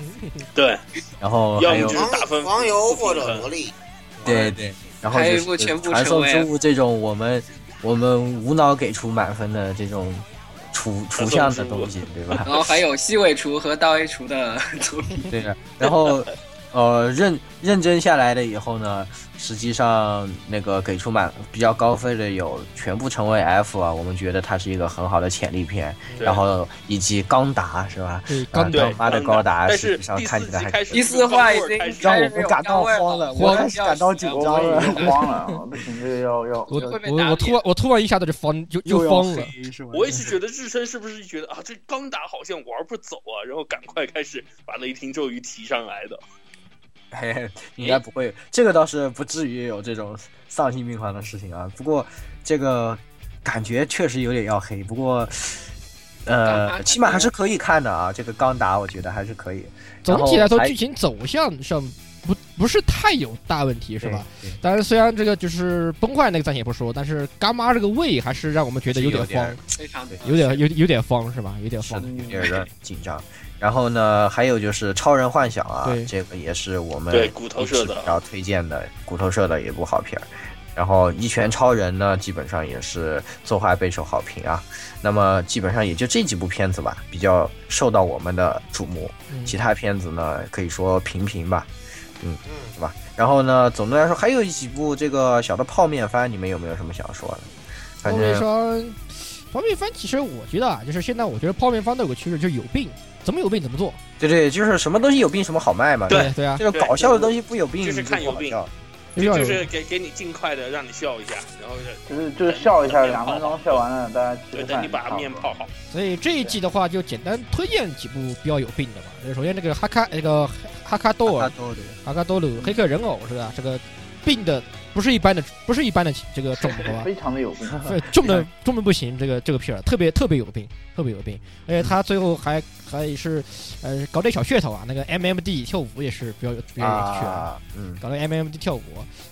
[SPEAKER 5] 对，
[SPEAKER 1] 然后
[SPEAKER 5] 要
[SPEAKER 1] 还
[SPEAKER 5] 么
[SPEAKER 1] 有
[SPEAKER 5] 就是打分
[SPEAKER 2] 黄黄油
[SPEAKER 5] 不
[SPEAKER 2] 或
[SPEAKER 5] 平
[SPEAKER 2] 者
[SPEAKER 5] 衡
[SPEAKER 2] 萝莉，
[SPEAKER 1] 对对，然后
[SPEAKER 6] 还有
[SPEAKER 1] 就
[SPEAKER 6] 一部
[SPEAKER 1] 是
[SPEAKER 6] 全部
[SPEAKER 1] 传
[SPEAKER 6] 成
[SPEAKER 1] 送
[SPEAKER 6] 为
[SPEAKER 1] 之物这种我们我们无脑给出满分的这种图图像的东西，对吧
[SPEAKER 6] 然？后还有西尾厨和大卫厨的 作品，
[SPEAKER 1] 对的。然后，呃，认认真下来了以后呢，实际上那个给出满比较高分的有全部成为 F 啊，我们觉得它是一个很好的潜力片。嗯
[SPEAKER 5] 对
[SPEAKER 1] 然后以及高达是吧？
[SPEAKER 3] 对，
[SPEAKER 1] 啊
[SPEAKER 3] 刚
[SPEAKER 5] 对
[SPEAKER 1] 他妈的高达，
[SPEAKER 5] 但
[SPEAKER 1] 实
[SPEAKER 5] 是
[SPEAKER 1] 际上
[SPEAKER 5] 第
[SPEAKER 1] 看
[SPEAKER 5] 四
[SPEAKER 1] 起来
[SPEAKER 5] 季
[SPEAKER 1] 还
[SPEAKER 5] 开始，
[SPEAKER 6] 第四话已经
[SPEAKER 5] 开始
[SPEAKER 1] 让我们感到慌了，我开始感到紧张
[SPEAKER 7] 我
[SPEAKER 1] 了。
[SPEAKER 7] 已经慌了，我不行，这个要要
[SPEAKER 3] 我
[SPEAKER 7] 要
[SPEAKER 3] 我我突然我突然一下子就慌就就
[SPEAKER 10] 又要
[SPEAKER 3] 慌了，
[SPEAKER 10] 黑是吧？
[SPEAKER 5] 我一直觉得日升是不是觉得啊，这刚打好像玩不走啊，然后赶快开始把雷霆咒语提上来的。
[SPEAKER 1] 嘿嘿，应该不会，这个倒是不至于有这种丧心病狂的事情啊。不过这个感觉确实有点要黑，不过呃，起码还是可以看的啊。这个钢达我觉得还是可以，
[SPEAKER 3] 总体来
[SPEAKER 1] 然
[SPEAKER 3] 说
[SPEAKER 1] 后还
[SPEAKER 3] 剧情走向上不不是太有大问题，是吧？
[SPEAKER 1] 对？对
[SPEAKER 3] 当然，虽然这个就是崩坏那个暂且不说，但是干妈这个胃还是让我们觉得有点
[SPEAKER 1] 还
[SPEAKER 3] 慌，
[SPEAKER 6] 非常
[SPEAKER 1] 对
[SPEAKER 3] 有点有有点慌是吧？有点慌。
[SPEAKER 1] 有点有点紧张。然后呢，还有就是《超人幻想》啊
[SPEAKER 3] 对，
[SPEAKER 1] 这个也是我们
[SPEAKER 5] 对骨头社的
[SPEAKER 1] 一直比较推荐的，骨头社的一部好片儿。然后《一拳超人》呢，基本上也是作画备受好评啊。那么基本上也就这几部片子吧，比较受到我们的瞩目。
[SPEAKER 3] 嗯
[SPEAKER 1] 其他片子呢，可以说平平吧，
[SPEAKER 2] 嗯，
[SPEAKER 1] 是吧？然后呢，总的来说还有几部这个小的泡面番，你们有没有什么想说的？反
[SPEAKER 3] 后面
[SPEAKER 1] 正
[SPEAKER 3] 说，方便方其实我觉得啊，就是现在我觉得泡面方都有个趋势，就是有病怎么有病怎么做。
[SPEAKER 1] 对对，就是什么东西有病什么好卖嘛。
[SPEAKER 3] 对
[SPEAKER 1] 吧
[SPEAKER 3] 对啊
[SPEAKER 1] 这个搞笑的东西不有病
[SPEAKER 5] 就是看有病
[SPEAKER 1] 就不好笑，
[SPEAKER 5] 就
[SPEAKER 3] 要
[SPEAKER 5] 就
[SPEAKER 3] 有
[SPEAKER 5] 是给给你尽快的让你笑一下，然后是
[SPEAKER 7] 就是就是笑一下，两分钟笑完了，大家吃
[SPEAKER 5] 对，
[SPEAKER 7] 个
[SPEAKER 5] 等你
[SPEAKER 7] 饭。
[SPEAKER 5] 把面泡好。
[SPEAKER 3] 所以这一季的话，就简单推荐几部比较有病的吧。就是首先这个哈卡那个嗯哈卡多
[SPEAKER 1] 啊
[SPEAKER 3] 尔
[SPEAKER 10] 大多的
[SPEAKER 3] 哈卡多鲁黑客人偶是吧？这个病的不是一般的，不是一般的这个重， 好吧？
[SPEAKER 7] 非常 的有病。
[SPEAKER 3] 对，重的重的不行，这个这个片儿特别特别有病，特别有病，而且他最后还还是呃搞点小噱头啊，那个 MMD 跳舞也是比较有比较有趣啊，
[SPEAKER 1] 啊，嗯，
[SPEAKER 3] 搞个 MMD 跳舞，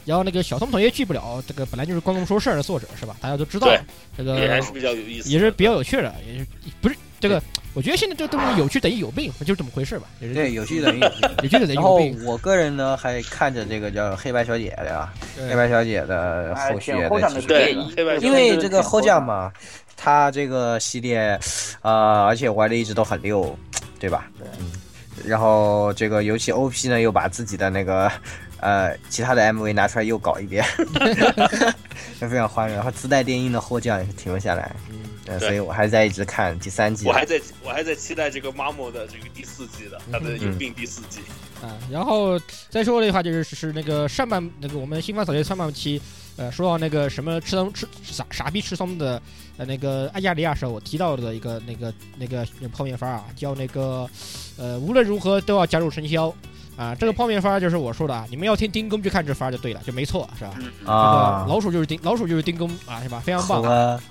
[SPEAKER 3] 然后那个小松同学去不了，这个本来就是关公说事儿的作者是吧？大家都知道
[SPEAKER 5] 对，
[SPEAKER 3] 这个
[SPEAKER 5] 也还是比较有意思的，
[SPEAKER 3] 嗯也是比较有趣的，也是不是这个？我觉得现在这个东西有趣等于有病，就是这么回事吧？也是
[SPEAKER 1] 对，有趣的人有 病。
[SPEAKER 3] 有趣等于
[SPEAKER 1] 然
[SPEAKER 3] 有
[SPEAKER 1] 后
[SPEAKER 3] 病，
[SPEAKER 1] 我个人呢，还看着这个叫《黑白小姐》的呀，《黑
[SPEAKER 3] 对
[SPEAKER 1] 白小姐》的
[SPEAKER 7] 哎
[SPEAKER 1] 呃后续
[SPEAKER 7] 挺后
[SPEAKER 1] 的
[SPEAKER 7] 掌
[SPEAKER 1] 几
[SPEAKER 7] 的
[SPEAKER 1] 集
[SPEAKER 5] 对
[SPEAKER 7] 电影
[SPEAKER 5] 黑白
[SPEAKER 1] 因为这个后将，嘛，它这个系列，呃，而且玩的一直都很溜，对吧？嗯。然后这个尤其 OP 呢，又把自己的那个呃其他的 MV 拿出来又搞一遍， 就非常欢乐。然后自带电音的后将也是停不下来，嗯，所以我还在一直看第三季
[SPEAKER 5] 我。还在我还在期待这个 Mamo 的这个第四季的，他的有病第四季。
[SPEAKER 3] 啊，然后再说的话就是是那个上半那个我们新番草原上半期，呃，说到那个什么吃松吃傻傻逼吃松的，呃，那个爱亚利亚时候，我提到的一个那个那个泡面番啊，叫那个，呃，无论如何都要加入生肖。啊，这个泡面番就是我说的啊，你们要听丁工去看这番就对了，就没错，是吧？这
[SPEAKER 1] 啊
[SPEAKER 3] 个，老鼠就是丁，老鼠就是丁工啊，是吧？非常
[SPEAKER 1] 好
[SPEAKER 3] 棒，
[SPEAKER 1] 啊，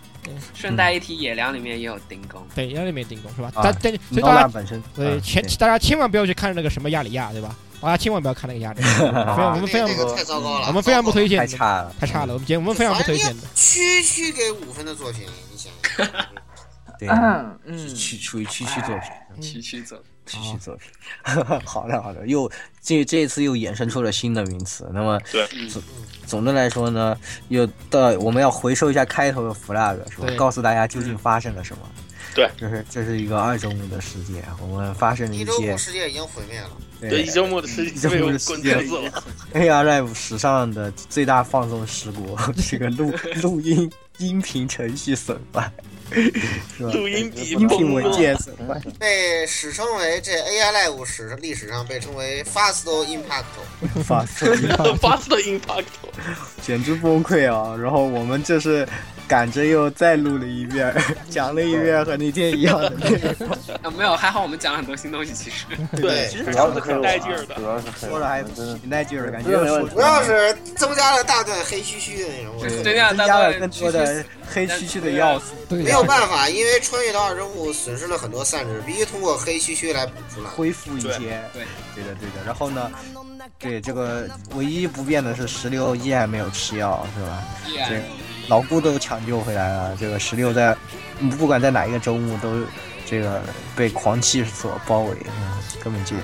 [SPEAKER 8] 顺带一提，野良里面也有丁工。
[SPEAKER 3] 对，让里面丁工是吧？
[SPEAKER 1] 啊
[SPEAKER 3] 但但所以
[SPEAKER 1] 诺
[SPEAKER 3] 大
[SPEAKER 1] 拉
[SPEAKER 3] 家，
[SPEAKER 1] 本身，
[SPEAKER 3] 所以
[SPEAKER 1] 嗯
[SPEAKER 3] 前大家千万不要去看那个什么亚里亚，对吧？大家千万不要看那个亚里亚，非 常我们非常
[SPEAKER 2] 那个太糟糕了，
[SPEAKER 3] 我们非常不
[SPEAKER 1] 对
[SPEAKER 3] 推荐
[SPEAKER 1] 太
[SPEAKER 3] 的，
[SPEAKER 1] 差了，
[SPEAKER 3] 太差了，我们节目我们非常不推荐的。
[SPEAKER 2] 区区给五分的作品，你想想，
[SPEAKER 1] 对，
[SPEAKER 7] 嗯嗯，
[SPEAKER 1] 去处于区区作品。
[SPEAKER 8] 区区走，
[SPEAKER 2] 哦
[SPEAKER 1] 继续作品。 好的，好的，又这这一次又衍生出了新的名词。那么
[SPEAKER 5] 对
[SPEAKER 1] 总总的来说呢，又到我们要回收一下开头的 flag，是吧
[SPEAKER 3] 对？
[SPEAKER 1] 告诉大家究竟发生了什么。
[SPEAKER 5] 嗯对，
[SPEAKER 1] 这是这是一个二周目的世界，我们发生了
[SPEAKER 2] 一
[SPEAKER 1] 一
[SPEAKER 2] 周
[SPEAKER 1] 些
[SPEAKER 2] 目世界已经毁灭了，
[SPEAKER 5] 对，
[SPEAKER 1] 对
[SPEAKER 5] 一周末的时间被我滚车子了。
[SPEAKER 1] AR Live 史上的最大放纵事故，这个录录音音频程序损坏，是吧？
[SPEAKER 5] 录音笔
[SPEAKER 1] 音频
[SPEAKER 5] 崩
[SPEAKER 1] 文
[SPEAKER 5] 了，
[SPEAKER 1] 件损坏，
[SPEAKER 2] 被史称为这 AI Live 史上历史上被称为 Fast Impact，
[SPEAKER 1] 发错音
[SPEAKER 5] Fast Impact，
[SPEAKER 1] 简直崩溃啊！然后我们这是赶着又再录了一遍，讲了一遍和那天一样的内容，
[SPEAKER 8] 啊，没有，还好我们讲了很多新东西，其实。
[SPEAKER 5] 对，
[SPEAKER 1] 其
[SPEAKER 5] 其
[SPEAKER 1] 实
[SPEAKER 5] 实
[SPEAKER 7] 主要
[SPEAKER 5] 讲
[SPEAKER 7] 是
[SPEAKER 5] 的很
[SPEAKER 7] 黑我
[SPEAKER 5] 带
[SPEAKER 7] 啊
[SPEAKER 5] 劲儿的。
[SPEAKER 7] 主要是黑
[SPEAKER 1] 说
[SPEAKER 7] 我
[SPEAKER 1] 的还
[SPEAKER 7] 真的
[SPEAKER 1] 挺带劲儿的，感觉
[SPEAKER 7] 真的没问
[SPEAKER 1] 说
[SPEAKER 7] 题
[SPEAKER 2] 主要是增加了大段黑黢黢的那种。
[SPEAKER 8] 对
[SPEAKER 1] 增
[SPEAKER 8] 对啊
[SPEAKER 1] 加
[SPEAKER 8] 大
[SPEAKER 1] 了
[SPEAKER 8] 段
[SPEAKER 1] 更多的黑黢黢的要素，
[SPEAKER 3] 对
[SPEAKER 2] 没有办法，因为穿越到二周目损失了很多散值，必须通过黑黢黢来补出来。
[SPEAKER 1] 恢复一些。
[SPEAKER 8] 对
[SPEAKER 1] 对的，对的。然后呢，对这个唯一不变的是石榴依然没有吃药，是吧？
[SPEAKER 8] 依然
[SPEAKER 1] 对老顾都抢救回来了，这个石榴在嗯不管在哪一个周末都这个被狂气所包围，嗯根本就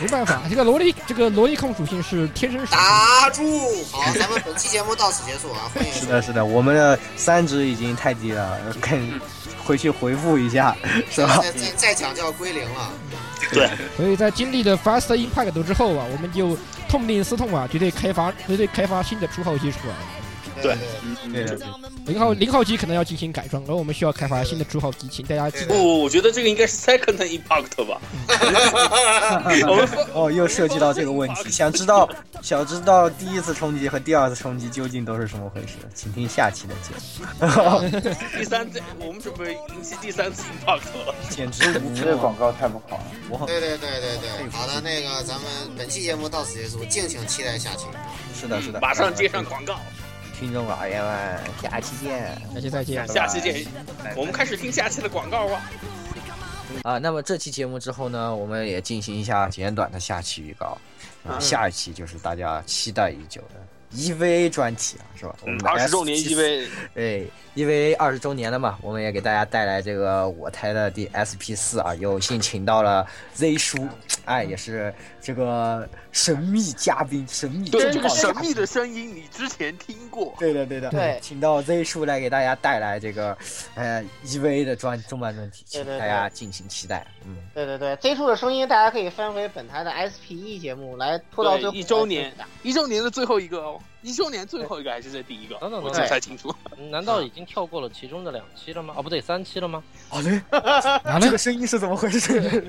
[SPEAKER 3] 没办法，这个萝莉这个萝莉控属性是天生属性。
[SPEAKER 2] 打住！好，咱们本期节目到此结束啊！欢 迎
[SPEAKER 1] 是的，是的，我们的三值已经太低了， 看回去回复一下，是吧？
[SPEAKER 2] 再再再讲就要归零了。
[SPEAKER 3] 所以在经历了 Fast Impact 之后啊，我们就痛定思痛啊，决定开发决定开发新的出号机出来。
[SPEAKER 5] 对
[SPEAKER 1] 对的，
[SPEAKER 3] 零号零号机可能要进行改装，然后我们需要开发新的出号机，请大家记
[SPEAKER 5] 不，
[SPEAKER 3] 得。
[SPEAKER 5] 我觉得这个应该是 Second Impact 吧。我们放
[SPEAKER 1] 哦，又涉及到这个问题，想知道想知道第一次冲击和第二次冲击究竟都是什么回事，请听下期的节目，
[SPEAKER 5] 第三次，我们准备迎击第三次 Impact 了。
[SPEAKER 1] 简直 无
[SPEAKER 7] 你
[SPEAKER 1] 知
[SPEAKER 7] 嗯这个
[SPEAKER 1] 啊
[SPEAKER 7] 广告太不好了。
[SPEAKER 1] 我
[SPEAKER 2] 对对对对对，好的，那个咱们本期节目到此结束，敬请期待下期。
[SPEAKER 1] 是的，是的，
[SPEAKER 5] 马上接上广告，
[SPEAKER 1] 听众老爷们，下期见。
[SPEAKER 3] 下期再见。
[SPEAKER 5] 下期见。我们开始听下期的广告吧。
[SPEAKER 1] 啊，那么这期节目之后呢，我们也进行一下简短的下期预告，
[SPEAKER 5] 嗯
[SPEAKER 1] 啊，下一期就是大家期待已久的 EVA 专题了，是吧？我们的
[SPEAKER 5] 嗯二十周年 E
[SPEAKER 1] S74
[SPEAKER 5] EV，
[SPEAKER 1] 对，哎因为二十周年了嘛，我们也给大家带来这个我台的第 SP 四啊，有幸请到了 Z 叔，哎，也是这个神秘嘉宾，神秘
[SPEAKER 5] 对
[SPEAKER 1] 重
[SPEAKER 5] 这个
[SPEAKER 1] 磅嘉
[SPEAKER 5] 神
[SPEAKER 1] 宾
[SPEAKER 5] 秘的声音，你之前听过？
[SPEAKER 1] 对的，对的，
[SPEAKER 3] 对
[SPEAKER 1] 请到 Z 叔来给大家带来这个，呃，EVA 的专重磅专题，请
[SPEAKER 2] 对对
[SPEAKER 1] 大家敬请期待。嗯，
[SPEAKER 2] 对对对，Z 处的声音大家可以翻回本台的 SPE E 节目来拖呃
[SPEAKER 5] 到最后对一周年一周年的最后一个哦，一周年最后一个还是这第一个？
[SPEAKER 7] 等等
[SPEAKER 5] 我
[SPEAKER 7] 等
[SPEAKER 5] 记
[SPEAKER 7] 等
[SPEAKER 5] 不太清楚。
[SPEAKER 7] 难道已经跳过了哦其中的两期了吗？啊，不对，三期了吗？
[SPEAKER 1] 啊，对，这个声音是怎么回事？